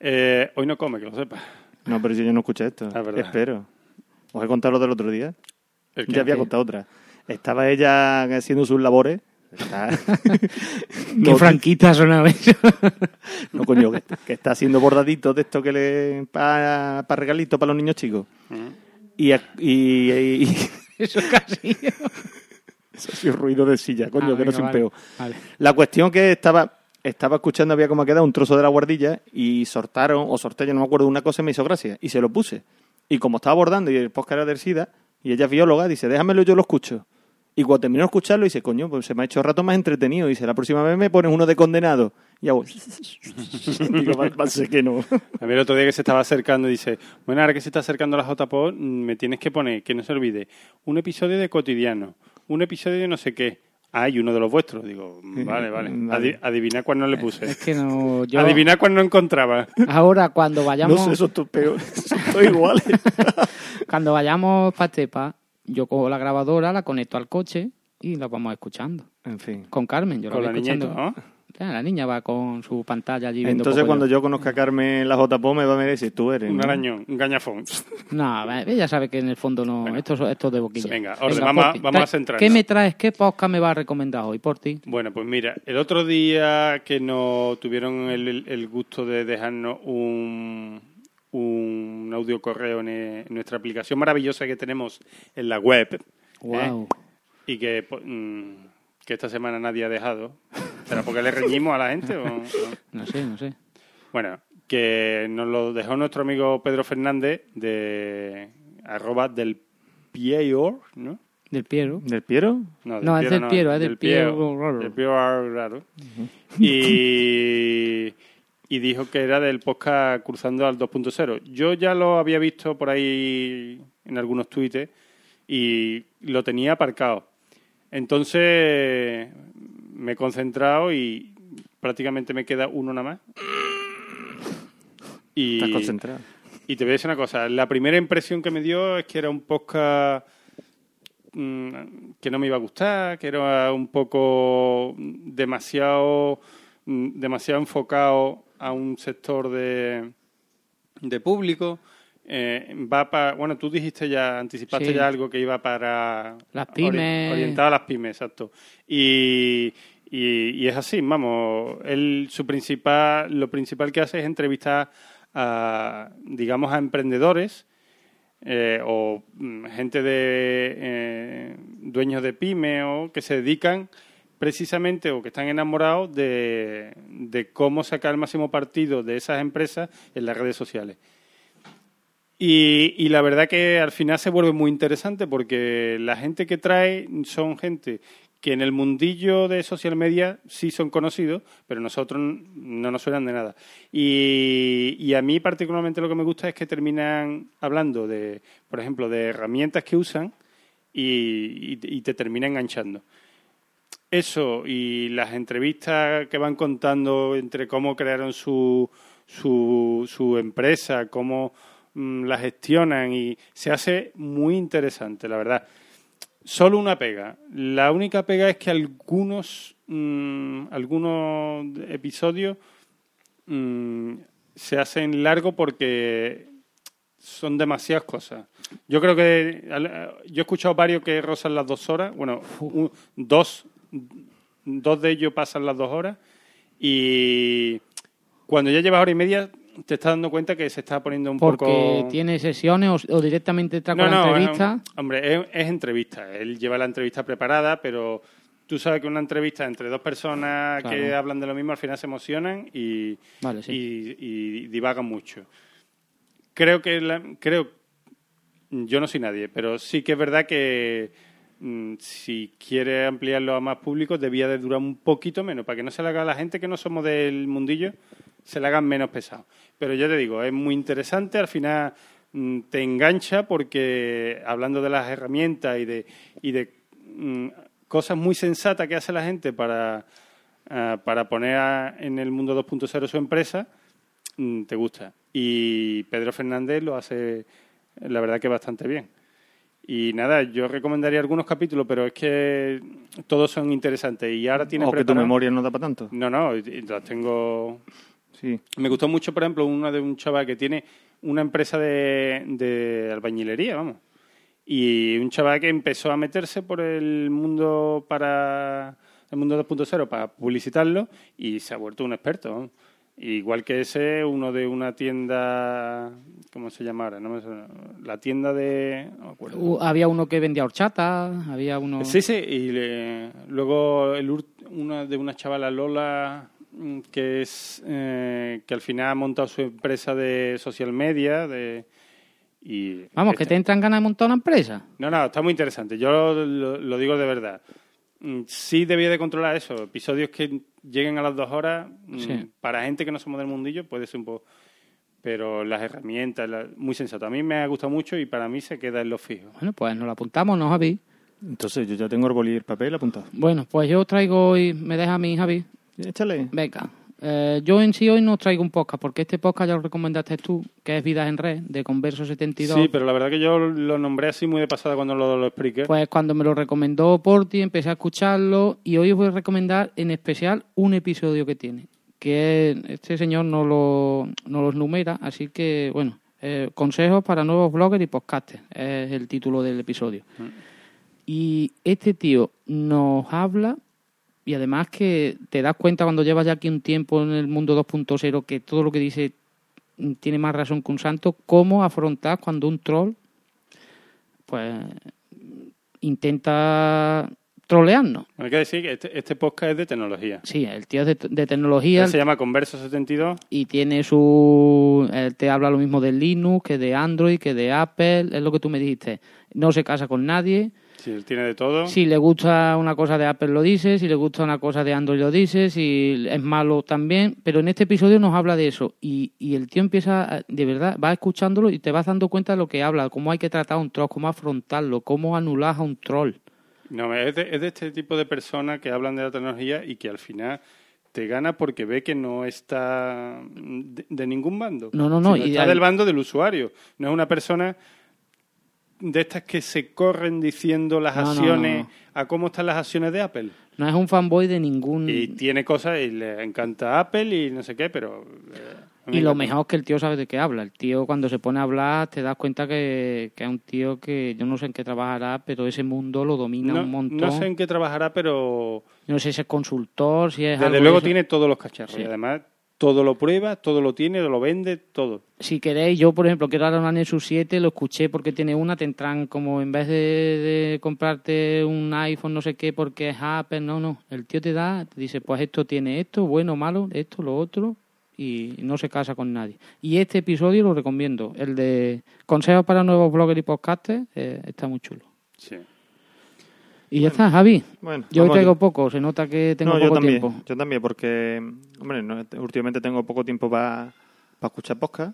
Speaker 2: Eh, hoy no come, que lo sepas.
Speaker 3: No, pero si yo no escuché esto.
Speaker 2: Ah, verdad.
Speaker 3: Espero. ¿Os he contado lo del otro día?
Speaker 2: ¿El qué?
Speaker 3: Ya había contado otra. Estaba ella haciendo sus labores. Está... No,
Speaker 4: Qué franquita sonaba eso.
Speaker 3: No, coño, que, que está haciendo bordaditos de esto que le... para pa regalitos para los niños chicos.
Speaker 4: Mm.
Speaker 3: Y, a- y- y-
Speaker 4: Eso casi.
Speaker 3: Eso ha sido ruido de silla, coño,
Speaker 4: Ah,
Speaker 3: que no
Speaker 4: venga,
Speaker 3: se
Speaker 4: vale,
Speaker 3: empeo.
Speaker 4: vale.
Speaker 3: La cuestión que estaba, estaba escuchando había como quedado un trozo de la guardilla y sortaron, o sorté, yo no me acuerdo, una cosa y me hizo gracia. Y se lo puse. Y como estaba abordando y el podcast era del SIDA, y ella es bióloga, dice, déjamelo, yo lo escucho. Y cuando terminó de escucharlo, dice, coño, pues se me ha hecho rato más entretenido. dice, la próxima vez me pones uno de condenado. Y hago... Digo, "Va- va a ser que no.
Speaker 2: A mí el otro día que se estaba acercando dice, bueno, ahora que se está acercando la JPO, mm, me tienes que poner, que no se olvide, un episodio de cotidiano, un episodio de no sé qué. Ah, y uno de los vuestros. Digo, mm, vale, vale.
Speaker 4: Vale.
Speaker 2: Adi- adivina cuál no le puse.
Speaker 4: Es que no. Yo...
Speaker 2: Adivina cuál no encontraba.
Speaker 4: Ahora, cuando vayamos.
Speaker 2: No sé, eso
Speaker 3: es peor. igual.
Speaker 4: cuando vayamos para Tepa, yo cojo la grabadora, la conecto al coche y la vamos escuchando.
Speaker 3: En fin.
Speaker 4: Con Carmen, yo la
Speaker 2: Con
Speaker 4: voy
Speaker 2: la
Speaker 4: escuchando.
Speaker 2: niñeta,
Speaker 4: Ya, la niña va con su pantalla allí viendo.
Speaker 3: Entonces
Speaker 4: Pocoyo.
Speaker 3: cuando yo conozca a Carmen la JPO me va a mirar y decir, tú eres...
Speaker 2: Un
Speaker 3: ¿no?".
Speaker 2: arañón, un gañafón.
Speaker 4: No, ella sabe que en el fondo no. Esto, es- esto es de boquilla.
Speaker 2: Venga, orden, vamos a-
Speaker 4: Porti,
Speaker 2: vamos a
Speaker 4: tra-
Speaker 2: centrarnos.
Speaker 4: ¿Qué me traes? ¿Qué podcast me va a recomendar hoy, Porti?
Speaker 2: Bueno, pues mira, el otro día que nos tuvieron el, el- el gusto de dejarnos un, un audio correo en, eh, nuestra aplicación maravillosa que tenemos en la web.
Speaker 4: Guau.
Speaker 2: Y que, po- mm, que esta semana nadie ha dejado. ¿Será porque le reñimos a la gente? o- o-
Speaker 4: No sé, no sé.
Speaker 2: Bueno, que nos lo dejó nuestro amigo Pedro Fernández de arroba del Pior, ¿no?
Speaker 4: Del Piero.
Speaker 3: ¿Del Piero?
Speaker 4: No, es del Piero, es del Piero Raro.
Speaker 2: Del Piero Raro. Y, y dijo que era del podcast Cruzando al 2.0. Yo ya lo había visto por ahí en algunos tweets y lo tenía aparcado. Entonces me he concentrado y prácticamente me queda uno nada más. Y,
Speaker 3: Estás concentrado.
Speaker 2: y te voy a decir una cosa. La primera impresión que me dio es que era un podcast mm, que no me iba a gustar, que era un poco demasiado, mm, demasiado enfocado a un sector de, de público. Eh, va para, bueno, tú dijiste ya, anticipaste
Speaker 4: Sí.
Speaker 2: ya algo que iba para
Speaker 4: Las
Speaker 2: ori-
Speaker 4: pymes.
Speaker 2: orientado a las pymes, exacto. Y, y- y es así, vamos, él, su principal, lo principal que hace es entrevistar a, digamos, a emprendedores eh, o mm, gente de eh, dueños de pyme o que se dedican precisamente o que están enamorados de, de cómo sacar el máximo partido de esas empresas en las redes sociales. Y, y la verdad que al final se vuelve muy interesante porque la gente que trae son gente que en el mundillo de social media sí son conocidos, pero nosotros no nos suenan de nada. Y, y a mí particularmente lo que me gusta es que terminan hablando de, por ejemplo, de herramientas que usan y, y- y te termina enganchando. Eso y las entrevistas que van contando entre cómo crearon su, su, su empresa, cómo mm, la gestionan y se hace muy interesante, la verdad. Solo una pega. La única pega es que algunos, mm, algunos episodios mm, se hacen largo porque son demasiadas cosas. Yo creo que al- yo he escuchado varios que rozan las dos horas. Bueno, un- dos, dos de ellos pasan las dos horas y cuando ya llevas hora y media te estás dando cuenta que se está poniendo un
Speaker 4: Porque
Speaker 2: poco...
Speaker 4: tiene sesiones o, o directamente trae con la entrevista.
Speaker 2: no, eh, hombre, es, es entrevista. Él lleva la entrevista preparada, pero tú sabes que una entrevista entre dos personas que
Speaker 4: Claro.
Speaker 2: hablan de lo mismo al final se emocionan y,
Speaker 4: Vale, sí.
Speaker 2: y- y divagan mucho. Creo que la- creo yo no soy nadie, pero sí que es verdad que mm, si quiere ampliarlo a más público debía de durar un poquito menos para que no se le haga a la gente que no somos del mundillo se le hagan menos pesado. Pero yo te digo, es muy interesante, al final mm, te engancha porque hablando de las herramientas y de, y de mm, cosas muy sensatas que hace la gente para, ah, para poner a- en el mundo 2.0 su empresa, mm, te gusta. Y Pedro Fernández lo hace, la verdad que bastante bien. Y nada, yo recomendaría algunos capítulos, pero es que todos son interesantes. Y ahora tiene
Speaker 3: o que tu
Speaker 2: preparado-
Speaker 3: memoria no da para tanto.
Speaker 2: no, no, y- y las tengo.
Speaker 3: Sí.
Speaker 2: Me gustó mucho, por ejemplo, una de un chaval que tiene una empresa de, de albañilería, vamos. Y un chaval que empezó a meterse por el mundo para el mundo 2.0 para publicitarlo y se ha vuelto un experto. vamos. Igual que ese, uno de una tienda, ¿cómo se llama ahora? No me suena. La tienda de... no me acuerdo.
Speaker 4: U- Había uno que vendía horchata, había uno...
Speaker 2: Sí, sí, y le- luego el ur- una de una chavala Lola mm, que es eh, que al final ha montado su empresa de social media de y
Speaker 4: Vamos, que te entran ganas de montar una empresa.
Speaker 2: no, no, está muy interesante. Yo lo, lo- lo digo de verdad. Mm, Sí debía de controlar eso. Episodios que lleguen a las dos horas, mm,
Speaker 4: Sí.
Speaker 2: para gente que no somos del mundillo, puede ser un poco... Pero las herramientas, la- muy sensato. A mí me ha gustado mucho y para mí se queda en lo fijo.
Speaker 4: Bueno, pues nos la apuntamos, ¿no, Javi?
Speaker 3: Entonces yo ya tengo el boli y el papel apuntado.
Speaker 4: Bueno, pues yo traigo hoy, me deja a mí, Javi.
Speaker 3: Échale.
Speaker 4: Venga. Eh, yo en sí hoy no traigo un podcast, porque este podcast ya lo recomendaste tú, que es Vidas en Red, de Converso72.
Speaker 2: Sí, pero la verdad que yo lo nombré así muy de pasada cuando lo, lo expliqué.
Speaker 4: Pues cuando me lo recomendó Porti, empecé a escucharlo y hoy os voy a recomendar en especial un episodio que tiene, que este señor no, lo, no los numera, así que bueno, eh, consejos para nuevos bloggers y podcasters es el título del episodio. Y este tío nos habla y además que te das cuenta cuando llevas ya aquí un tiempo en el mundo 2.0 que todo lo que dice mm, tiene más razón que un santo, cómo afrontar cuando un troll pues intenta trolearnos.
Speaker 2: Hay que decir que este, este podcast es de tecnología.
Speaker 4: Sí, el tío es de, de tecnología
Speaker 2: Él se llama Converso 72.
Speaker 4: y tiene su... él te habla lo mismo de Linux que de Android, que de Apple, es lo que tú me dijiste. No se casa con nadie.
Speaker 2: Sí, él tiene de todo.
Speaker 4: Si le gusta una cosa de Apple lo dice, si le gusta una cosa de Android lo dice, si es malo también, pero en este episodio nos habla de eso y, y el tío empieza, a- de verdad, va escuchándolo y te vas dando cuenta de lo que habla, cómo hay que tratar a un troll, cómo afrontarlo, cómo anular a un troll.
Speaker 2: No, es de, es de este tipo de personas que hablan de la tecnología y que al final te gana porque ve que no está mm, de, de ningún bando.
Speaker 4: No, no, no,
Speaker 2: Sino
Speaker 4: y
Speaker 2: está
Speaker 4: al-
Speaker 2: del bando del usuario. No es una persona de estas que se corren diciendo las
Speaker 4: No, no, no,
Speaker 2: acciones,
Speaker 4: no.
Speaker 2: a cómo están las acciones de Apple.
Speaker 4: No es un fanboy de ningún...
Speaker 2: Y
Speaker 4: Y,
Speaker 2: tiene cosas y le encanta Apple y no sé qué, pero... eh, a mí
Speaker 4: lo
Speaker 2: me-
Speaker 4: mejor es que el tío sabe de qué habla. El tío cuando se pone a hablar te das cuenta que, que es un tío que yo no sé en qué trabajará, pero ese mundo lo domina
Speaker 2: No,
Speaker 4: un montón.
Speaker 2: no sé en qué trabajará, pero
Speaker 4: Yo no sé si es consultor, si es... algo
Speaker 2: desde
Speaker 4: de
Speaker 2: luego
Speaker 4: eso.
Speaker 2: tiene todos los cacharros.
Speaker 4: Sí.
Speaker 2: Y además todo lo prueba, todo lo tiene, lo vende, todo.
Speaker 4: Si queréis, yo por ejemplo quiero ahora una Nexus 7, lo escuché porque tiene una, tendrán como en vez de, de comprarte un iPhone no sé qué porque es Apple, no, no. El tío te da, te dice pues esto tiene esto, bueno, malo, esto, lo otro y no se casa con nadie. Y este episodio lo recomiendo, el de consejos para nuevos bloggers y podcasters, eh, está muy chulo.
Speaker 2: Sí.
Speaker 4: Y ya está, Javi.
Speaker 3: Bueno,
Speaker 4: yo hoy
Speaker 3: vamos,
Speaker 4: traigo
Speaker 3: yo-
Speaker 4: poco, se nota que tengo
Speaker 3: no,
Speaker 4: poco
Speaker 3: yo también,
Speaker 4: tiempo.
Speaker 3: Yo también, porque hombre, no, este, últimamente tengo poco tiempo para escuchar podcast.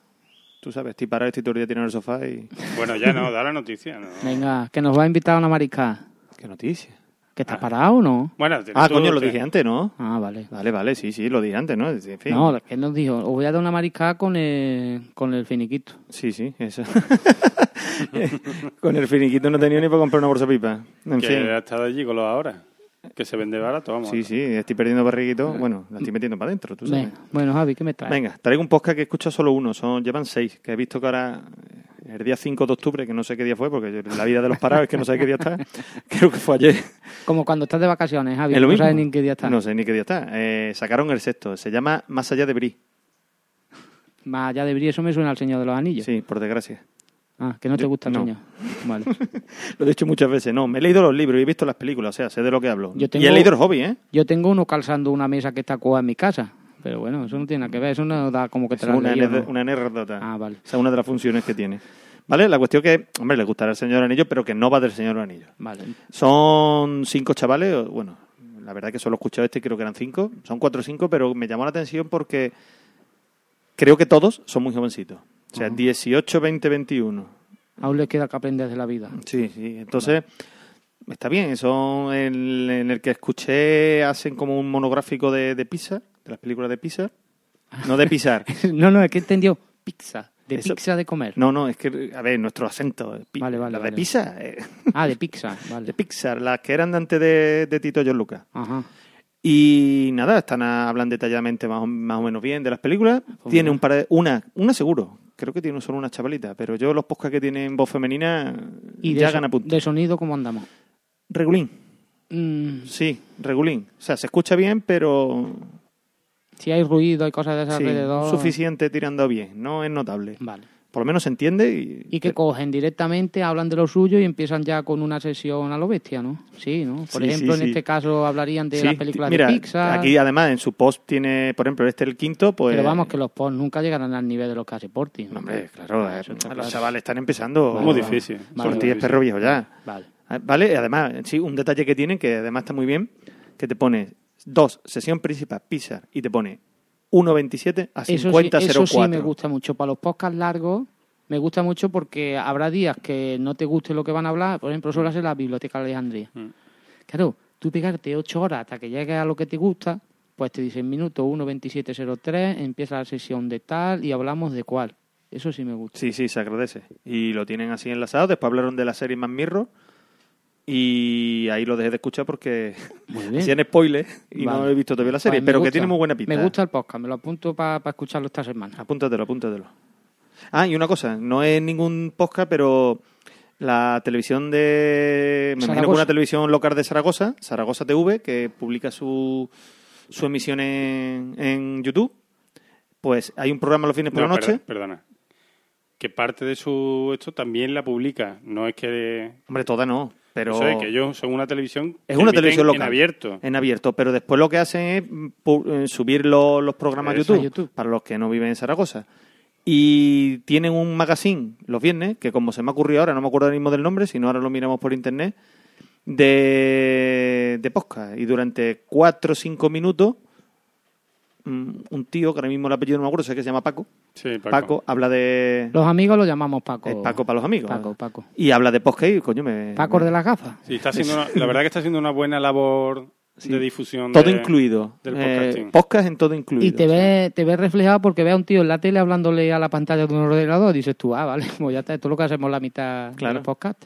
Speaker 3: Tú sabes, estoy parado, estoy todo el día tirado en el sofá y...
Speaker 2: Bueno, ya no, da la noticia. ¿no?
Speaker 4: Venga, que nos va a invitar a una mariscada.
Speaker 3: ¿Qué noticia?
Speaker 4: ¿Que estás parado o no?
Speaker 2: Bueno,
Speaker 3: Ah, coño, lo dije antes, ¿no?
Speaker 4: Ah, vale.
Speaker 3: Vale, vale, sí, sí, lo dije antes, ¿no? En fin.
Speaker 4: No, que él nos dijo, os voy a dar una mariscada con el, con el finiquito.
Speaker 3: Sí, sí, eso. Con el finiquito no tenía ni para comprar una bolsa pipa. En
Speaker 2: que
Speaker 3: fin.
Speaker 2: ha estado allí con los ahora. Que se vende barato, vamos.
Speaker 3: Sí, sí, estoy perdiendo barriguito. Bueno, la estoy metiendo para adentro, tú sabes.
Speaker 4: Venga, bueno, Javi, ¿qué me traes?
Speaker 3: Venga, traigo un podcast que escucho solo uno, son llevan seis, que he visto que ahora eh, el día 5 de octubre, que no sé qué día fue, porque yo- la vida de los parados es que no sé qué día está, creo que fue ayer.
Speaker 4: Como cuando estás de vacaciones, Javi,
Speaker 3: ¿Es lo
Speaker 4: no
Speaker 3: mismo?
Speaker 4: sabes ni en qué día estás.
Speaker 3: No sé ni qué día está. Eh, sacaron el sexto, se llama Más allá de Bri.
Speaker 4: Más allá de brillo, eso me suena al Señor de los Anillos.
Speaker 3: Sí, por desgracia.
Speaker 4: Ah, que no te
Speaker 3: Yo-
Speaker 4: gusta el
Speaker 3: no.
Speaker 4: Señor. Vale.
Speaker 3: Lo he dicho muchas veces, no, me he leído los libros y he visto las películas, o sea, sé de lo que hablo.
Speaker 4: Yo
Speaker 3: Y he
Speaker 4: tengo-
Speaker 3: leído el hobby, ¿eh?
Speaker 4: Yo tengo uno calzando una mesa que está coa en mi casa. Pero bueno, eso no tiene nada que ver, eso no da como que
Speaker 3: Es
Speaker 4: te lo has
Speaker 3: una,
Speaker 4: leído,
Speaker 3: anécdota-
Speaker 4: ¿no?
Speaker 3: una anécdota.
Speaker 4: Ah, vale.
Speaker 3: Esa es una de las funciones que tiene. ¿Vale? La cuestión que, hombre, le gustará el Señor Anillo, pero que no va del Señor Anillo.
Speaker 4: Vale.
Speaker 3: Son cinco chavales, o- bueno, la verdad que solo he escuchado este, creo que eran cinco. Son cuatro o cinco, pero me llamó la atención porque creo que todos son muy jovencitos. O sea,
Speaker 4: Ajá.
Speaker 3: 18, 20, 21.
Speaker 4: Aún les queda que aprender de la vida.
Speaker 3: Sí, sí. Entonces, está bien. Son el- en el que escuché, hacen como un monográfico de, de Pixar, de las películas de Pixar. No de Pixar.
Speaker 4: no, no, es que entendió pizza, de
Speaker 3: Eso-
Speaker 4: pizza de comer.
Speaker 3: No, no, es que, a ver, nuestro acento. eh, pi-
Speaker 4: Vale, vale,
Speaker 3: la de
Speaker 4: vale.
Speaker 3: Pisa, eh,
Speaker 4: Ah, de pizza, vale.
Speaker 3: de Pixar, las que eran de antes de, de Tito John Lucas.
Speaker 4: Ajá.
Speaker 3: Y nada, están a- hablan detalladamente más o, más o menos bien de las películas. tiene un par de, una, una seguro. Creo que tiene solo una chavalita, pero yo los podcasts que tienen voz femenina
Speaker 4: Y de,
Speaker 3: ya
Speaker 4: so-
Speaker 3: gana punto.
Speaker 4: de sonido, ¿cómo andamos?
Speaker 3: Regulín,
Speaker 4: Mm,
Speaker 3: sí, regulín. O sea, se escucha bien, pero
Speaker 4: si hay ruido, hay cosas de esas
Speaker 3: sí,
Speaker 4: alrededor.
Speaker 3: suficiente tirando a bien. No es notable.
Speaker 4: Vale.
Speaker 3: Por lo menos se entiende y
Speaker 4: Y que cogen directamente, hablan de lo suyo y empiezan ya con una sesión a lo bestia, ¿no? Sí, ¿no? Por
Speaker 3: Sí,
Speaker 4: ejemplo,
Speaker 3: sí,
Speaker 4: en
Speaker 3: sí.
Speaker 4: este caso hablarían de
Speaker 3: Sí,
Speaker 4: las películas
Speaker 3: ti- mira,
Speaker 4: de Pixar.
Speaker 3: Aquí además en su post tiene, por ejemplo, este el quinto, pues.
Speaker 4: Pero vamos, que los posts nunca llegarán al nivel de los que hace Porti.
Speaker 3: No, hombre, claro, eh,
Speaker 4: Eso está
Speaker 3: los
Speaker 4: claro.
Speaker 3: chavales están empezando.
Speaker 2: Muy difícil.
Speaker 4: Vale,
Speaker 3: Ortiz es
Speaker 2: vale.
Speaker 3: perro viejo ya.
Speaker 4: Vale.
Speaker 3: Ah, Vale, además, sí, un detalle que tienen que además está muy bien, que te pone dos, sesión principal, Pixar, y te pone 1.27 a
Speaker 4: Eso sí,
Speaker 3: 50.04.
Speaker 4: eso sí me gusta mucho. Para los podcasts largos, me gusta mucho porque habrá días que no te guste lo que van a hablar. Por ejemplo,
Speaker 3: Mm.
Speaker 4: suele ser la Biblioteca de Alejandría. Claro, tú pegarte ocho horas hasta que llegues a lo que te gusta, pues te dicen minuto 1.2703, empieza la sesión de tal y hablamos de cuál. Eso sí me gusta.
Speaker 3: Sí, sí, se agradece. Y lo tienen así enlazado. Después hablaron de la serie Más Mirror. Y ahí lo dejé de escuchar porque
Speaker 4: Muy bien.
Speaker 3: hacían spoilers y no
Speaker 4: Vale.
Speaker 3: he visto todavía la serie,
Speaker 4: Pues me
Speaker 3: pero que
Speaker 4: gusta.
Speaker 3: tiene muy buena pinta. ¿eh?
Speaker 4: Me gusta el podcast, me lo apunto para escucharlo esta semana.
Speaker 3: Apúntatelo, apúntatelo. Ah, y una cosa, no es ningún podcast, pero la televisión de. Me imagino que
Speaker 4: Zaragoza.
Speaker 3: una televisión local de Zaragoza, Zaragoza TV, que publica su, su emisión en, en YouTube. Pues hay un programa los fines por la
Speaker 2: No,
Speaker 3: noche.
Speaker 2: perdo- perdona. Que parte de su esto también la publica. No es que.
Speaker 3: Hombre, toda no, pero.
Speaker 2: Eso es, que ellos son una televisión. que
Speaker 3: Es una
Speaker 2: emiten
Speaker 3: televisión local. Eh,
Speaker 2: En abierto.
Speaker 3: En abierto, pero después lo que hacen es mm, pu- eh, subir lo- los programas a
Speaker 2: Eso,
Speaker 3: YouTube,
Speaker 4: a YouTube.
Speaker 3: para los que no viven en Zaragoza. Y tienen un magazine los viernes, que como se me ha ocurrido ahora, no me acuerdo ahora mismo del nombre, sino ahora lo miramos por internet, de, de podcast. Y durante cuatro o cinco minutos, mm, un tío, que ahora mismo el apellido no me acuerdo, sé que se llama Paco.
Speaker 2: Sí, Paco.
Speaker 3: Paco, habla de...
Speaker 4: Los amigos lo llamamos Paco.
Speaker 3: es Paco Eh, para los amigos.
Speaker 4: Paco, Paco.
Speaker 3: Y habla de podcast y coño me...
Speaker 4: Paco
Speaker 3: me-
Speaker 4: de las gafas.
Speaker 2: Sí, está haciendo una- la verdad que está haciendo una buena labor
Speaker 4: Sí.
Speaker 2: de difusión.
Speaker 3: Todo
Speaker 2: de-
Speaker 3: incluido.
Speaker 2: Del
Speaker 3: Eh,
Speaker 2: podcasting.
Speaker 3: podcast en todo incluido.
Speaker 4: Y te ve, te ve reflejado porque ve a un tío en la tele hablándole a la pantalla de un ordenador. Dices tú, ah, vale, pues ya está, esto es lo que hacemos la mitad del podcast.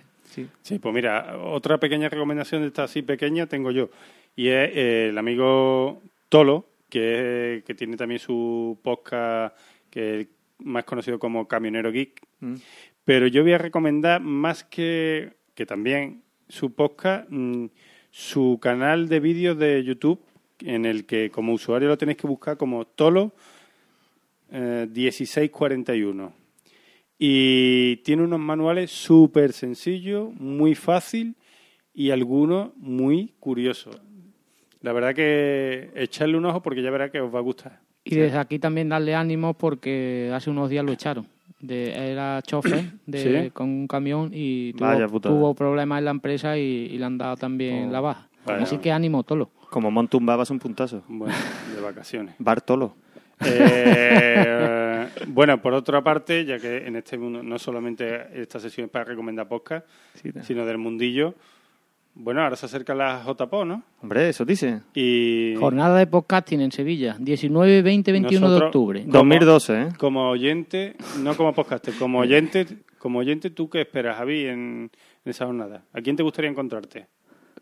Speaker 3: Sí.
Speaker 2: pues mira, otra pequeña recomendación de esta así pequeña tengo yo. Y es eh, el amigo Tolo, que, es- que tiene también su podcast, que es más conocido como Camionero Geek.
Speaker 3: Mm.
Speaker 2: Pero yo voy a recomendar más que, que también su podcast, mm, su canal de vídeos de YouTube, en el que como usuario lo tenéis que buscar como Tolo eh, 1641. Y tiene unos manuales súper sencillos, muy fácil y algunos muy curiosos. La verdad que echarle un ojo porque ya verá que os va a gustar.
Speaker 4: Y desde aquí también darle ánimos porque hace unos días lo echaron. De, era chofer de,
Speaker 2: Sí.
Speaker 4: con un camión y
Speaker 3: Vaya
Speaker 4: tuvo,
Speaker 3: putada.
Speaker 4: tuvo problemas en la empresa y, y le han dado también
Speaker 3: Oh.
Speaker 4: la baja.
Speaker 3: Vaya.
Speaker 4: Así que ánimo, Tolo.
Speaker 3: Como montumbabas un puntazo.
Speaker 2: Bueno, de vacaciones.
Speaker 3: Bartolo.
Speaker 2: Eh, bueno, por otra parte, ya que en este mundo no solamente esta sesión es para recomendar podcast, sino del mundillo, bueno, ahora se acerca la JPO, ¿no?
Speaker 3: Hombre, eso dice.
Speaker 2: Y
Speaker 4: Jornada de podcasting en Sevilla, 19, 20, 21 de
Speaker 2: Nosotros,
Speaker 4: octubre.
Speaker 2: como-
Speaker 3: 2012, ¿eh?
Speaker 2: Como oyente, no como podcaster, como oyente, como oyente ¿tú qué esperas, Javi, en, en esa jornada? ¿A quién te gustaría encontrarte?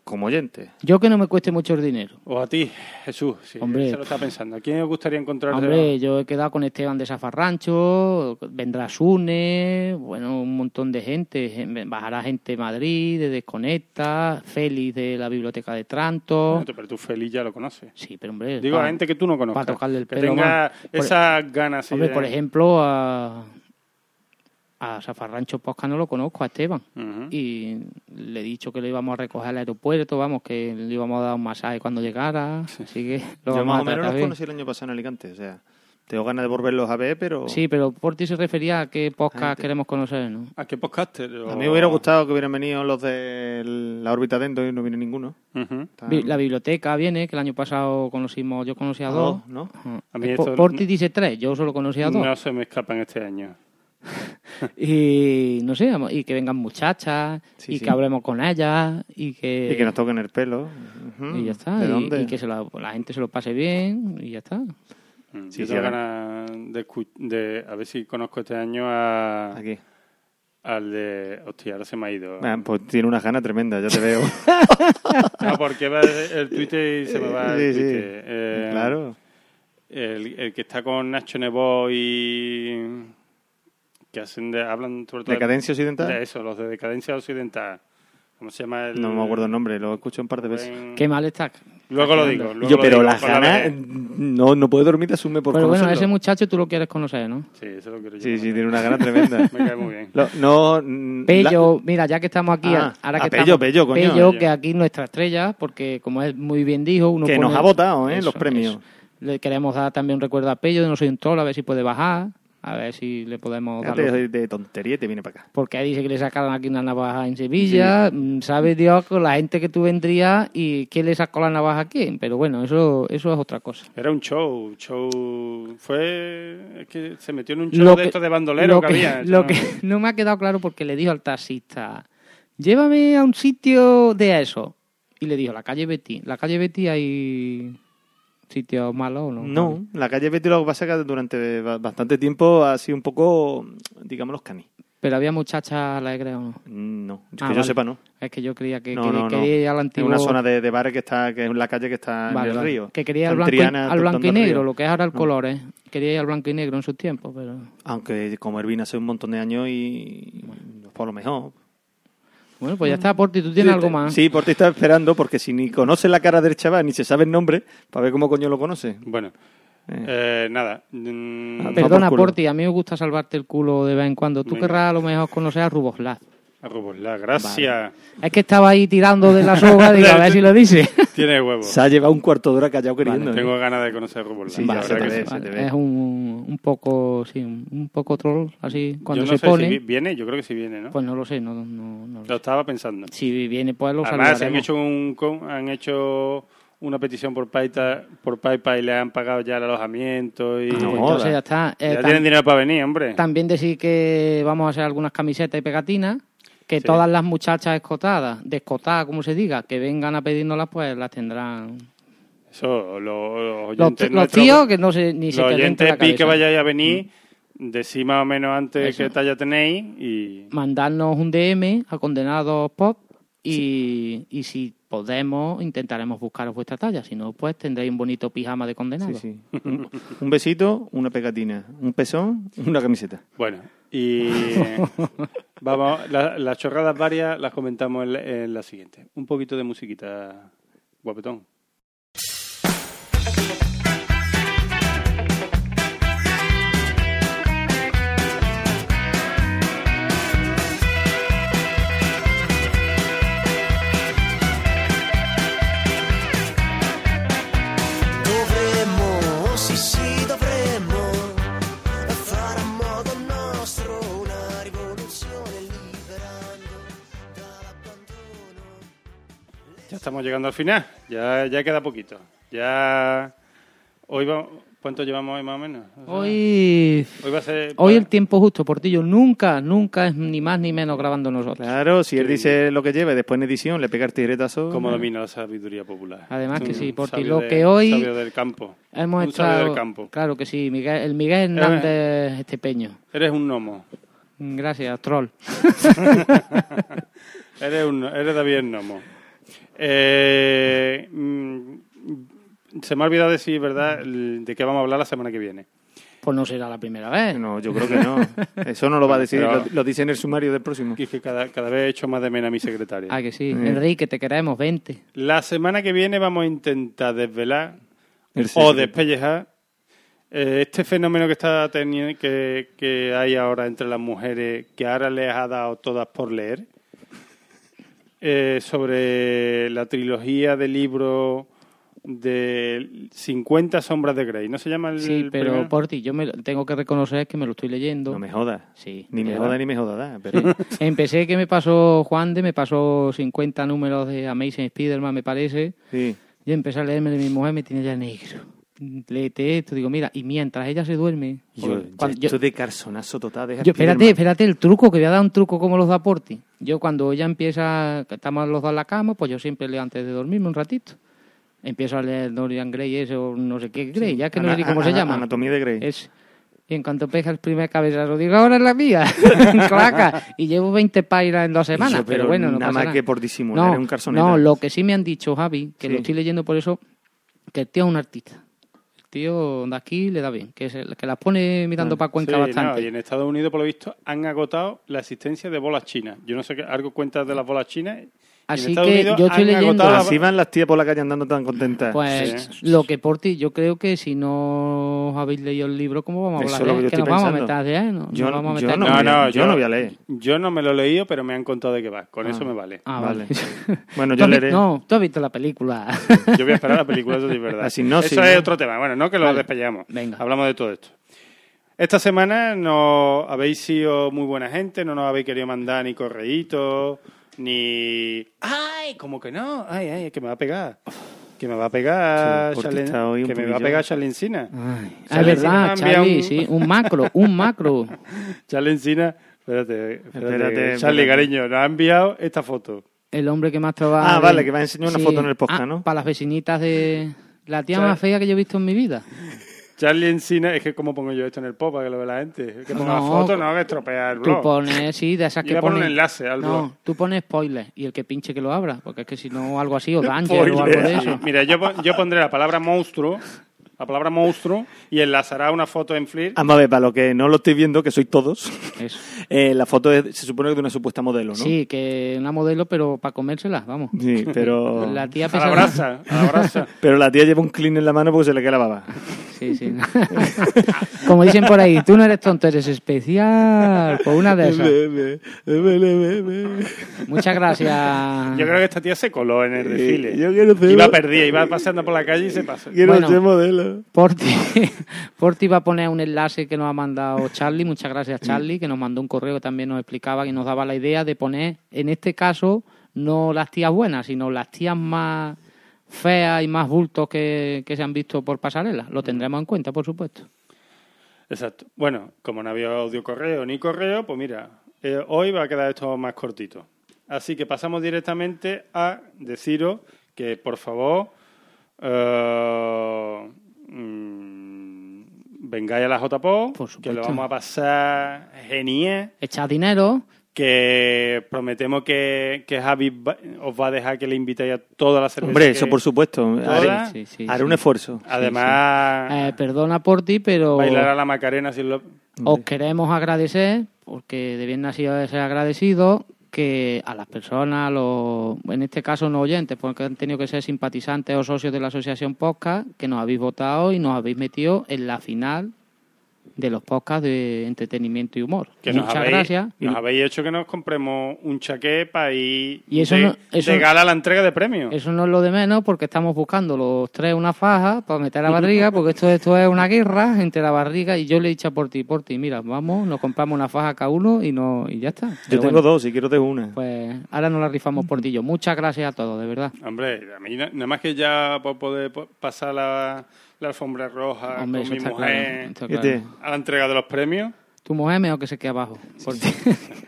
Speaker 3: Como oyente.
Speaker 4: Yo que no me cueste mucho el dinero.
Speaker 2: O a ti, Jesús, sí,
Speaker 4: Hombre.
Speaker 2: se lo está pensando. ¿A quién os gustaría encontrarte?
Speaker 4: Hombre, yo he quedado con Esteban de Zafarrancho, vendrá Sune, bueno, un montón de gente. gen- Bajará gente de Madrid, de Desconecta, Félix de la Biblioteca de Tranto.
Speaker 2: Bueno, Pero tú feliz ya lo conoces.
Speaker 4: Sí, pero hombre...
Speaker 2: Digo,
Speaker 4: para-
Speaker 2: a gente que tú no conozcas.
Speaker 4: para tocarle el
Speaker 2: que
Speaker 4: pelo
Speaker 2: tenga
Speaker 4: más. Por-
Speaker 2: esas ganas. sí,
Speaker 4: Hombre,
Speaker 2: de-
Speaker 4: por ejemplo, a, a Zafarrancho Posca no lo conozco, a Esteban.
Speaker 3: ¿Mm?
Speaker 4: Y le he dicho que lo íbamos a recoger al aeropuerto, vamos, que le íbamos a dar un masaje cuando llegara. Así que lo
Speaker 3: Yo
Speaker 4: vamos
Speaker 3: más
Speaker 4: a
Speaker 3: o menos
Speaker 4: tratar
Speaker 3: los
Speaker 4: bien.
Speaker 3: conocí el año pasado en Alicante. O sea, tengo ganas de volverlos a ver, pero...
Speaker 4: Sí, pero por ti se refería a qué podcast queremos conocer, ¿no?
Speaker 2: ¿A qué podcaster?
Speaker 3: A mí me hubiera gustado que hubieran venido los de la órbita dentro y no viene ninguno. Tan-
Speaker 4: Vi- La biblioteca viene, que el año pasado conocimos, yo conocí a
Speaker 3: A
Speaker 4: dos.
Speaker 3: dos, Ah, ¿no?
Speaker 4: Ajá.
Speaker 2: A mí
Speaker 4: Eh,
Speaker 2: esto-
Speaker 4: Por- Porti dice tres, yo solo conocí a dos.
Speaker 2: No se me escapan este año.
Speaker 4: Y no sé, y que vengan muchachas,
Speaker 3: sí.
Speaker 4: y que hablemos con ellas, y que...
Speaker 3: Y que nos toquen el pelo. Ujú.
Speaker 4: Eh, Y ya está.
Speaker 3: ¿De
Speaker 4: y,
Speaker 3: dónde?
Speaker 4: y que se la, la gente se lo pase bien y ya está.
Speaker 2: Mm,
Speaker 3: Sí,
Speaker 2: yo
Speaker 3: sí,
Speaker 2: tengo
Speaker 3: a ver.
Speaker 2: ganas de, escu- de- a ver si conozco este año a... Al de... Hostia, ahora se me ha ido.
Speaker 3: Ah, pues tiene una gana tremenda, ya te veo.
Speaker 2: No, Ah, porque va el Twitter y se me va el
Speaker 3: Sí, sí.
Speaker 2: Twitter. Eh,
Speaker 3: Claro.
Speaker 2: El, el que está con Nacho Nebo y... Que hacen de, hablan sobre todo...
Speaker 3: ¿Decadencia Occidental?
Speaker 2: De eso, los de Decadencia Occidental. ¿Cómo se llama el...?
Speaker 3: No me acuerdo el nombre, lo escucho un par de veces.
Speaker 4: Qué mal está.
Speaker 2: Luego lo digo.
Speaker 3: Y
Speaker 2: luego
Speaker 3: yo,
Speaker 2: lo
Speaker 3: pero
Speaker 2: digo,
Speaker 3: las
Speaker 2: con la
Speaker 3: ganas,
Speaker 2: vez.
Speaker 3: no, no puedo dormir, te asume por
Speaker 4: Pero bueno,
Speaker 3: conocerlo.
Speaker 4: ese muchacho tú lo quieres conocer, ¿no?
Speaker 2: Sí, eso lo quiero yo.
Speaker 3: Sí, sí, tiene una gana tremenda.
Speaker 2: Me cae muy bien.
Speaker 3: Lo- no, mm,
Speaker 4: Pello, mira, ya que estamos aquí,
Speaker 3: Ah,
Speaker 4: ahora
Speaker 3: ah,
Speaker 4: que
Speaker 3: Pello,
Speaker 4: estamos-
Speaker 3: Pello, coño.
Speaker 4: Pello, que aquí nuestra estrella, porque como él muy bien dijo, uno
Speaker 3: la- que
Speaker 4: pone-
Speaker 3: nos ha votado, ¿eh?
Speaker 4: Eso,
Speaker 3: los premios.
Speaker 4: eso. Le queremos dar también un recuerdo a Pello de No Soy un Troll, a ver si puede bajar, a ver si le podemos dar...
Speaker 3: Fíjate, de, de tontería y te viene para acá.
Speaker 4: Porque dice que le sacaron aquí una navaja en Sevilla, mm, sabe Dios con la gente que tú vendrías y quién le sacó la navaja a quién, pero bueno, eso, eso es otra cosa.
Speaker 2: Era un show, show. Fue. Es que se metió en un
Speaker 4: Lo
Speaker 2: show de
Speaker 4: que-
Speaker 2: estos de bandolero
Speaker 4: lo
Speaker 2: que,
Speaker 4: que-
Speaker 2: había. eso
Speaker 4: Lo
Speaker 2: no-
Speaker 4: que no me ha quedado claro porque le dijo al taxista, llévame a un sitio de eso. Y le dijo, la calle Betty. ¿La calle Betty hay sitios malos o no?
Speaker 3: No, la calle Betty lo que pasa es que durante ba- bastante tiempo ha sido un poco, digamos, los canis.
Speaker 4: ¿Pero había muchachas alegres o no?
Speaker 3: No, que
Speaker 4: Ah,
Speaker 3: yo
Speaker 4: vale.
Speaker 3: sepa, no.
Speaker 4: Es que yo creía que,
Speaker 3: No,
Speaker 4: que-
Speaker 3: no,
Speaker 4: que
Speaker 3: no.
Speaker 4: ir al
Speaker 3: Es
Speaker 4: antiguo...
Speaker 3: una zona de, de bares que está, que es la calle que está
Speaker 4: Vale,
Speaker 3: en el
Speaker 4: vale.
Speaker 3: río.
Speaker 4: Que quería ir al
Speaker 3: Está en
Speaker 4: blanco, y-
Speaker 3: Triana,
Speaker 4: al blanco
Speaker 3: Tortón
Speaker 4: y
Speaker 3: del
Speaker 4: negro,
Speaker 3: Río. Ah.
Speaker 4: lo que es ahora el
Speaker 3: No.
Speaker 4: color, ¿eh? Quería ir al blanco y negro en sus tiempos, pero...
Speaker 3: Aunque como Ervina hace un montón de años y por lo mejor.
Speaker 4: Bueno, pues ya está, Porti, tú tienes
Speaker 3: Sí,
Speaker 4: algo más.
Speaker 3: Sí, Porti está esperando porque si ni conoce la cara del chaval ni se sabe el nombre, para ver cómo coño lo conoce.
Speaker 2: Bueno, eh, nada. mm,
Speaker 3: Ah,
Speaker 4: Perdona,
Speaker 3: por culo.
Speaker 4: Porti, a mí me gusta salvarte el culo de vez en cuando. Tú
Speaker 2: Venga.
Speaker 4: querrás a lo mejor conocer a Ruboslav.
Speaker 2: a Rubos, la gracia.
Speaker 4: Es que estaba ahí tirando de la soga, digo, a ver si lo dice.
Speaker 2: Tiene huevo.
Speaker 3: Se ha llevado un cuarto de hora callado queriendo. ¿eh?
Speaker 2: Tengo ganas de conocer a Rubos.
Speaker 3: Sí,
Speaker 2: la
Speaker 3: ya
Speaker 2: verdad
Speaker 3: se te
Speaker 2: que
Speaker 3: ve,
Speaker 2: sí.
Speaker 3: se te
Speaker 4: Es
Speaker 3: ve.
Speaker 4: un, un poco, sí, un un poco troll, así, cuando
Speaker 2: yo no
Speaker 4: se
Speaker 2: sé
Speaker 4: pone.
Speaker 2: si vi- viene, yo creo que sí viene, ¿no?
Speaker 4: Pues no lo sé, no, no, no lo
Speaker 2: lo
Speaker 4: sé.
Speaker 2: estaba pensando.
Speaker 4: Si viene, pues lo
Speaker 2: Además, han
Speaker 4: saludaremos.
Speaker 2: hecho, un, con- han hecho una petición por PayPal, por PayPal y le han pagado ya el alojamiento. Y...
Speaker 4: pues entonces ya está. Eh,
Speaker 2: ya
Speaker 4: tam-
Speaker 2: tienen dinero para venir, hombre.
Speaker 4: También decir que vamos a hacer algunas camisetas y pegatinas. Que todas las muchachas escotadas, descotadas, como se diga, que vengan a pedírnoslas, pues las tendrán.
Speaker 2: Eso, lo- los
Speaker 4: Los,
Speaker 2: oyentes.
Speaker 4: los
Speaker 2: nuestros-
Speaker 4: tíos que no se, ni
Speaker 2: los
Speaker 4: se te
Speaker 2: oyentes
Speaker 4: dentro la
Speaker 2: pi que
Speaker 4: cabeza. Mm.
Speaker 2: vayáis a venir, decís más o menos antes
Speaker 4: Eso.
Speaker 2: qué talla tenéis y.
Speaker 4: mandarnos un DM a Condenados Pop y, y si podemos, intentaremos buscaros vuestra talla. Si no, pues tendréis un bonito pijama de condenados.
Speaker 3: Sí, Un, un besito, una pegatina, un pezón, una camiseta.
Speaker 2: Bueno, y. vamos, la- las chorradas varias las comentamos en la, en la siguiente. Un poquito de musiquita, guapetón.
Speaker 1: Dovremmo, sì sì dovremmo fare a modo nostro una rivoluzione liberando
Speaker 2: Ya estamos llegando al final, ya, ya queda poquito. Ya. Hoy vamos. ¿Cuánto llevamos hoy más o menos? O sea,
Speaker 4: Hoy,
Speaker 3: Ah.
Speaker 2: Hoy va a ser.
Speaker 4: hoy el tiempo justo, Portillo. Nunca, nunca es ni más ni menos grabando nosotros.
Speaker 3: Claro, si él dice lo que lleva y después en edición le pega el tijeretazo.
Speaker 2: Como domina la sabiduría popular.
Speaker 4: Además que
Speaker 2: Un
Speaker 4: sí, Porti,
Speaker 2: sabio
Speaker 4: lo
Speaker 2: de-
Speaker 4: que hoy
Speaker 2: sabio del campo.
Speaker 4: Hemos
Speaker 2: Un sabio
Speaker 4: estado,
Speaker 2: del campo.
Speaker 4: Claro que sí, Miguel, el Miguel
Speaker 2: Eh,
Speaker 4: Hernández Estepeño.
Speaker 2: Eres un gnomo.
Speaker 4: Gracias, troll.
Speaker 2: Eres, un, eres David el Gnomo. Eh, mm, se me ha olvidado decir, ¿verdad?, el- de qué vamos a hablar la semana que viene.
Speaker 4: pues no será la primera vez.
Speaker 3: No, yo creo que no. Eso no lo va a decir,
Speaker 2: Pero-
Speaker 3: lo, lo dice en el sumario del próximo.
Speaker 2: Que cada, cada vez he hecho más de menos a mi secretaria.
Speaker 4: Ah, que sí.
Speaker 3: Eh.
Speaker 4: Enrique, te queremos, vente.
Speaker 2: La semana que viene vamos a intentar desvelar
Speaker 3: El
Speaker 2: o
Speaker 3: secreto.
Speaker 2: despellejar eh, este fenómeno que está teniendo que, que hay ahora entre las mujeres que ahora les ha dado todas por leer eh, sobre la trilogía de libro de 50 sombras de Grey. ¿No se llama el
Speaker 4: Sí, pero
Speaker 2: primero?
Speaker 4: Porti, yo me, lo- tengo que reconocer que me lo estoy leyendo.
Speaker 3: No me jodas.
Speaker 4: Sí.
Speaker 3: Ni me
Speaker 4: Ya.
Speaker 3: joda ni me joda. da, Pero...
Speaker 4: Empecé que me pasó Juan de, me pasó 50 números de Amazing Spider-Man, me parece.
Speaker 3: Sí.
Speaker 4: Yo empecé a leerme de mi mujer, me tiene ya negro. Léete esto, digo, mira, y mientras ella se duerme.
Speaker 3: Yo,
Speaker 4: porque cuando- yo-
Speaker 3: esto de carsonazo total. deja
Speaker 4: yo- espérate,
Speaker 3: Spiderman.
Speaker 4: espérate, el truco, que voy a dar un truco como los da Porti. Yo cuando ella empieza, que estamos los dos en la cama, pues yo siempre leo antes de dormirme un ratito. Empiezo a leer Dorian Gray, eso, no sé qué Gray, ya que no
Speaker 3: Ana-
Speaker 4: sé ni cómo
Speaker 3: ana-
Speaker 4: se llama. Eh,
Speaker 3: Anatomía de Grey.
Speaker 4: Es, y en cuanto pega el primer cabezazo, digo, ahora es la mía. Claraca. Y llevo 20 pairas en dos semanas,
Speaker 3: Eso,
Speaker 4: pero,
Speaker 3: pero
Speaker 4: bueno, no
Speaker 3: nada
Speaker 4: pasa
Speaker 3: más
Speaker 4: nada.
Speaker 3: que por disimular,
Speaker 4: no,
Speaker 3: era un carsonazo.
Speaker 4: No, lo que sí me han dicho, Javi, que lo
Speaker 3: Sí.
Speaker 4: estoy leyendo por eso, que el tío es un artista. El tío de aquí le da bien, que, se- que las pone mirando para Cuenca
Speaker 2: Sí,
Speaker 4: bastante.
Speaker 2: no, y en Estados Unidos, por lo visto, han agotado la existencia de bolas chinas. Yo no sé qué, algo cuentas de las bolas chinas. y en
Speaker 4: Así
Speaker 2: Estados
Speaker 4: que
Speaker 2: Unidos
Speaker 4: yo estoy
Speaker 2: han
Speaker 4: leyendo-
Speaker 2: agotado la-
Speaker 3: Así van las tías por la calle andando tan contentas.
Speaker 4: Pues
Speaker 2: Sí.
Speaker 4: lo que Porti, yo creo que si no os habéis leído el libro, ¿cómo vamos a
Speaker 3: Eso
Speaker 4: hablar?
Speaker 3: es lo
Speaker 4: de
Speaker 3: que yo estoy
Speaker 4: él? nos vamos a
Speaker 3: pensando.
Speaker 4: meter de él, ¿no?
Speaker 3: Yo
Speaker 4: Nos
Speaker 3: no-
Speaker 4: vamos a
Speaker 3: yo
Speaker 4: meter
Speaker 3: no
Speaker 4: en-
Speaker 3: me- yo no voy a leer.
Speaker 2: Yo no me lo he leído, pero me han contado de qué va. Con
Speaker 3: Ah.
Speaker 2: eso me vale.
Speaker 4: Ah,
Speaker 3: Vale.
Speaker 4: vale.
Speaker 3: Bueno,
Speaker 4: Tú
Speaker 3: yo
Speaker 4: has vi-
Speaker 3: leeré.
Speaker 4: No, tú has visto la película.
Speaker 2: Yo voy a esperar la película, eso sí es verdad.
Speaker 3: La sinopsis,
Speaker 2: eso es
Speaker 3: ¿no?
Speaker 2: otro tema. Bueno, no que lo
Speaker 4: Vale.
Speaker 2: despellamos.
Speaker 4: Venga.
Speaker 2: Hablamos de todo esto. Esta semana no habéis sido muy buena gente, no nos habéis querido mandar ni correitos, ni... ¡Ay! como que no? ¡Ay, ay! Que me va a pegar. Que me va a pegar...
Speaker 3: Sí, porque
Speaker 2: Chalen-
Speaker 3: está hoy un
Speaker 2: que me va a
Speaker 3: poquillo.
Speaker 2: pegar Chalencina.
Speaker 4: Ah, es verdad,
Speaker 2: Charlie Encina me ha
Speaker 4: Xavi,
Speaker 2: enviado un-
Speaker 4: sí, un macro, un macro.
Speaker 2: Chalencina... Espérate, espérate,
Speaker 3: Espérate,
Speaker 2: Charlie,
Speaker 3: espérate.
Speaker 2: cariño, nos ha enviado esta foto.
Speaker 4: El hombre que más trabaja.
Speaker 3: Ah, vale, que me ha enseñado una foto en el podcast,
Speaker 4: Ah,
Speaker 3: ¿no?
Speaker 4: Para las vecinitas de. La tía
Speaker 2: Xavi.
Speaker 4: más fea que yo he visto en mi vida.
Speaker 2: Charlie Encina... Es que ¿cómo pongo yo esto en el pop para que lo vea la gente? Que ponga
Speaker 4: No,
Speaker 2: foto, no, que estropea el blog.
Speaker 4: Tú pones, sí, de esas
Speaker 2: Yo
Speaker 4: que
Speaker 2: voy a poner
Speaker 4: pones.
Speaker 2: un enlace al blog.
Speaker 4: No, tú pones spoiler y el que pinche que lo abra, porque es que si no, algo así, o danger o algo de
Speaker 2: Spoiler.
Speaker 4: eso.
Speaker 2: Mira, yo, pon- yo pondré la palabra monstruo, la palabra monstruo, y enlazará una foto en Flickr.
Speaker 3: Vamos a ver, para lo que no lo estoy viendo, que sois todos,
Speaker 4: Eso.
Speaker 3: eh, la foto es- se supone que de una supuesta modelo, ¿no?
Speaker 4: Sí, que una modelo, pero para comérsela, vamos.
Speaker 3: Sí, pero...
Speaker 4: La tía
Speaker 2: A la
Speaker 4: pesada.
Speaker 2: brasa, a la brasa.
Speaker 3: Pero la tía lleva un clean en la mano porque se le cae la baba.
Speaker 4: Sí, sí. Como dicen por ahí, tú no eres tonto, eres especial. Por una de esas. Muchas gracias.
Speaker 2: Yo creo que esta tía se coló en el desfile.
Speaker 3: yo quiero ser-
Speaker 2: Iba perdida, iba paseando por la calle y se pasó.
Speaker 3: Quiero
Speaker 4: Bueno.
Speaker 3: ser modelo.
Speaker 4: Porti, Porti va a poner un enlace que nos ha mandado Charlie. Muchas gracias, Charlie, que nos mandó un correo que también nos explicaba y nos daba la idea de poner, en este caso, no las tías buenas, sino las tías más feas y más bultos que, que se han visto por pasarela. Lo tendremos en cuenta, por supuesto.
Speaker 2: Exacto. Bueno, como no había audio correo ni correo, pues mira, Eh, hoy va a quedar esto más cortito. Así que pasamos directamente a deciros que, por favor, eh, mm, vengáis a la JPO, que lo vamos a pasar genial.
Speaker 4: Echad dinero.
Speaker 2: Que prometemos que, que Javi va- os va a dejar que le invitéis a toda la cerveza.
Speaker 3: Hombre,
Speaker 2: que-
Speaker 3: eso por supuesto.
Speaker 2: toda.
Speaker 3: Haré, haré un esfuerzo.
Speaker 2: Además,
Speaker 4: Eh, perdona por ti, pero
Speaker 2: bailar
Speaker 3: Ah,
Speaker 2: a la Macarena si lo...
Speaker 4: os queremos agradecer, porque de bien nacido de ser agradecido, que a las personas, a los, en este caso no oyentes, porque han tenido que ser simpatizantes o socios de la Asociación Podcast, que nos habéis votado y nos habéis metido en la final de los podcasts de entretenimiento y humor.
Speaker 2: Que nos
Speaker 4: Muchas
Speaker 2: habéis,
Speaker 4: gracias.
Speaker 2: Nos habéis hecho que nos compremos un chaqué para ir
Speaker 4: Y eso
Speaker 2: de,
Speaker 4: no- eso-
Speaker 2: de gala a la entrega de premios.
Speaker 4: Eso no es lo de menos porque estamos buscando los tres una faja para meter la barriga, porque esto, esto es una guerra entre la barriga y yo le he dicho a por ti, por ti, mira, vamos, nos compramos una faja cada uno y no y ya está.
Speaker 3: Yo
Speaker 4: Pero
Speaker 3: tengo
Speaker 4: bueno,
Speaker 3: dos, si quiero tengo una.
Speaker 4: Pues ahora nos la rifamos por ti y yo. Muchas gracias a todos, de verdad.
Speaker 2: Hombre, a mí na- nada más que ya por poder po- pasar la, la alfombra roja
Speaker 4: Hombre,
Speaker 2: Ah, con
Speaker 4: eso
Speaker 2: mi
Speaker 4: está claro,
Speaker 2: mujer
Speaker 4: está claro.
Speaker 2: a la entrega de los premios.
Speaker 4: Tu mujer me o que se quede abajo. por ti.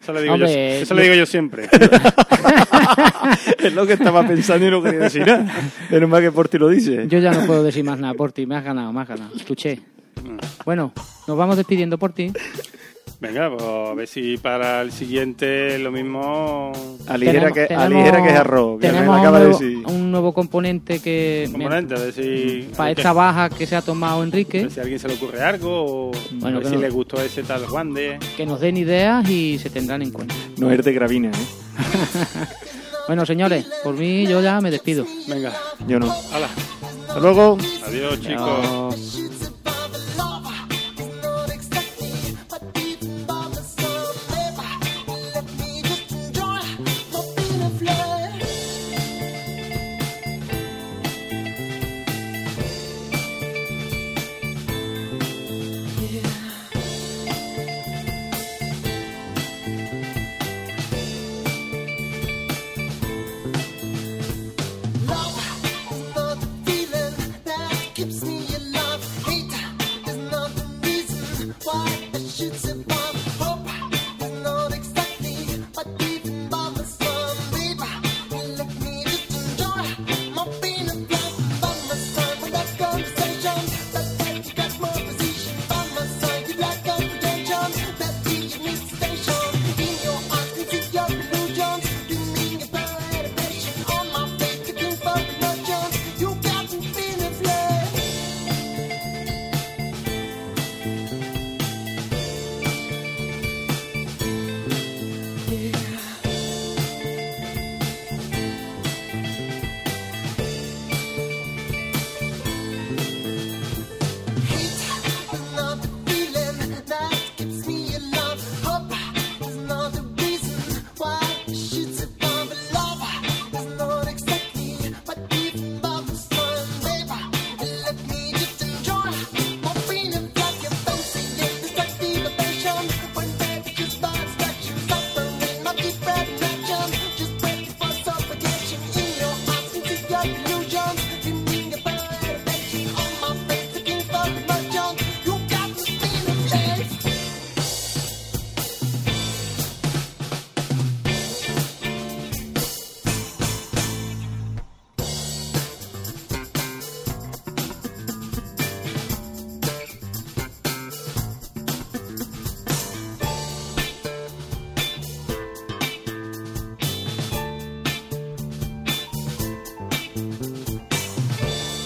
Speaker 2: Eso le digo,
Speaker 4: Hombre,
Speaker 2: yo, eso le digo yo siempre.
Speaker 3: es lo que estaba pensando y no quería decir nada. Menos mal que por ti lo dices.
Speaker 4: Yo ya no puedo decir más nada por ti, me has ganado, me has ganado. Escuché. Bueno, nos vamos despidiendo por ti.
Speaker 2: Venga, pues a ver si para el siguiente lo mismo.
Speaker 3: Aligera que, aligera que es arroz, que me lo
Speaker 4: tenemos
Speaker 3: acaba
Speaker 4: un
Speaker 3: de
Speaker 4: nuevo-
Speaker 3: decir.
Speaker 4: Un nuevo componente que...
Speaker 2: Componente, a ver si-
Speaker 4: Para Mm, esta baja que se ha tomado Enrique.
Speaker 2: Si a alguien se le ocurre algo o
Speaker 4: Bueno,
Speaker 2: a ver
Speaker 4: que
Speaker 2: si
Speaker 4: no.
Speaker 2: le gustó ese tal Juan de.
Speaker 4: que nos den ideas y se tendrán en cuenta.
Speaker 3: No es de gravina, ¿eh?
Speaker 4: Bueno, señores, por mí yo ya me despido.
Speaker 2: Venga.
Speaker 3: Yo no.
Speaker 2: Hala.
Speaker 3: Hasta luego.
Speaker 2: Adiós, chicos.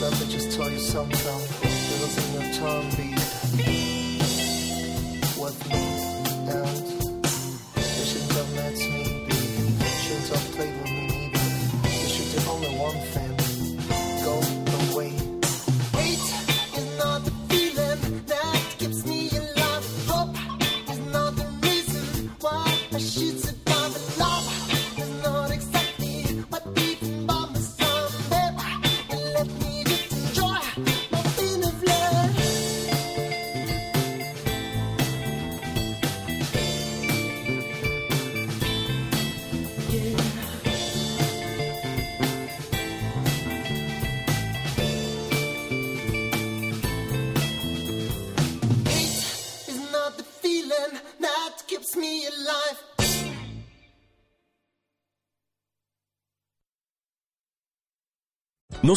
Speaker 12: Let me just tell you something. It was in your tongue beat with me, and you shouldn't have let me be. Shouldn't have played with me neither. You should do only one thing. Go away. Hate is not the feeling that keeps me alive. Hope is not the reason why I should survive. And Love is not exactly what beating by my side, babe. And let me just enjoy my feeling of love. It's not the feeling that keeps me alive.
Speaker 13: ¿No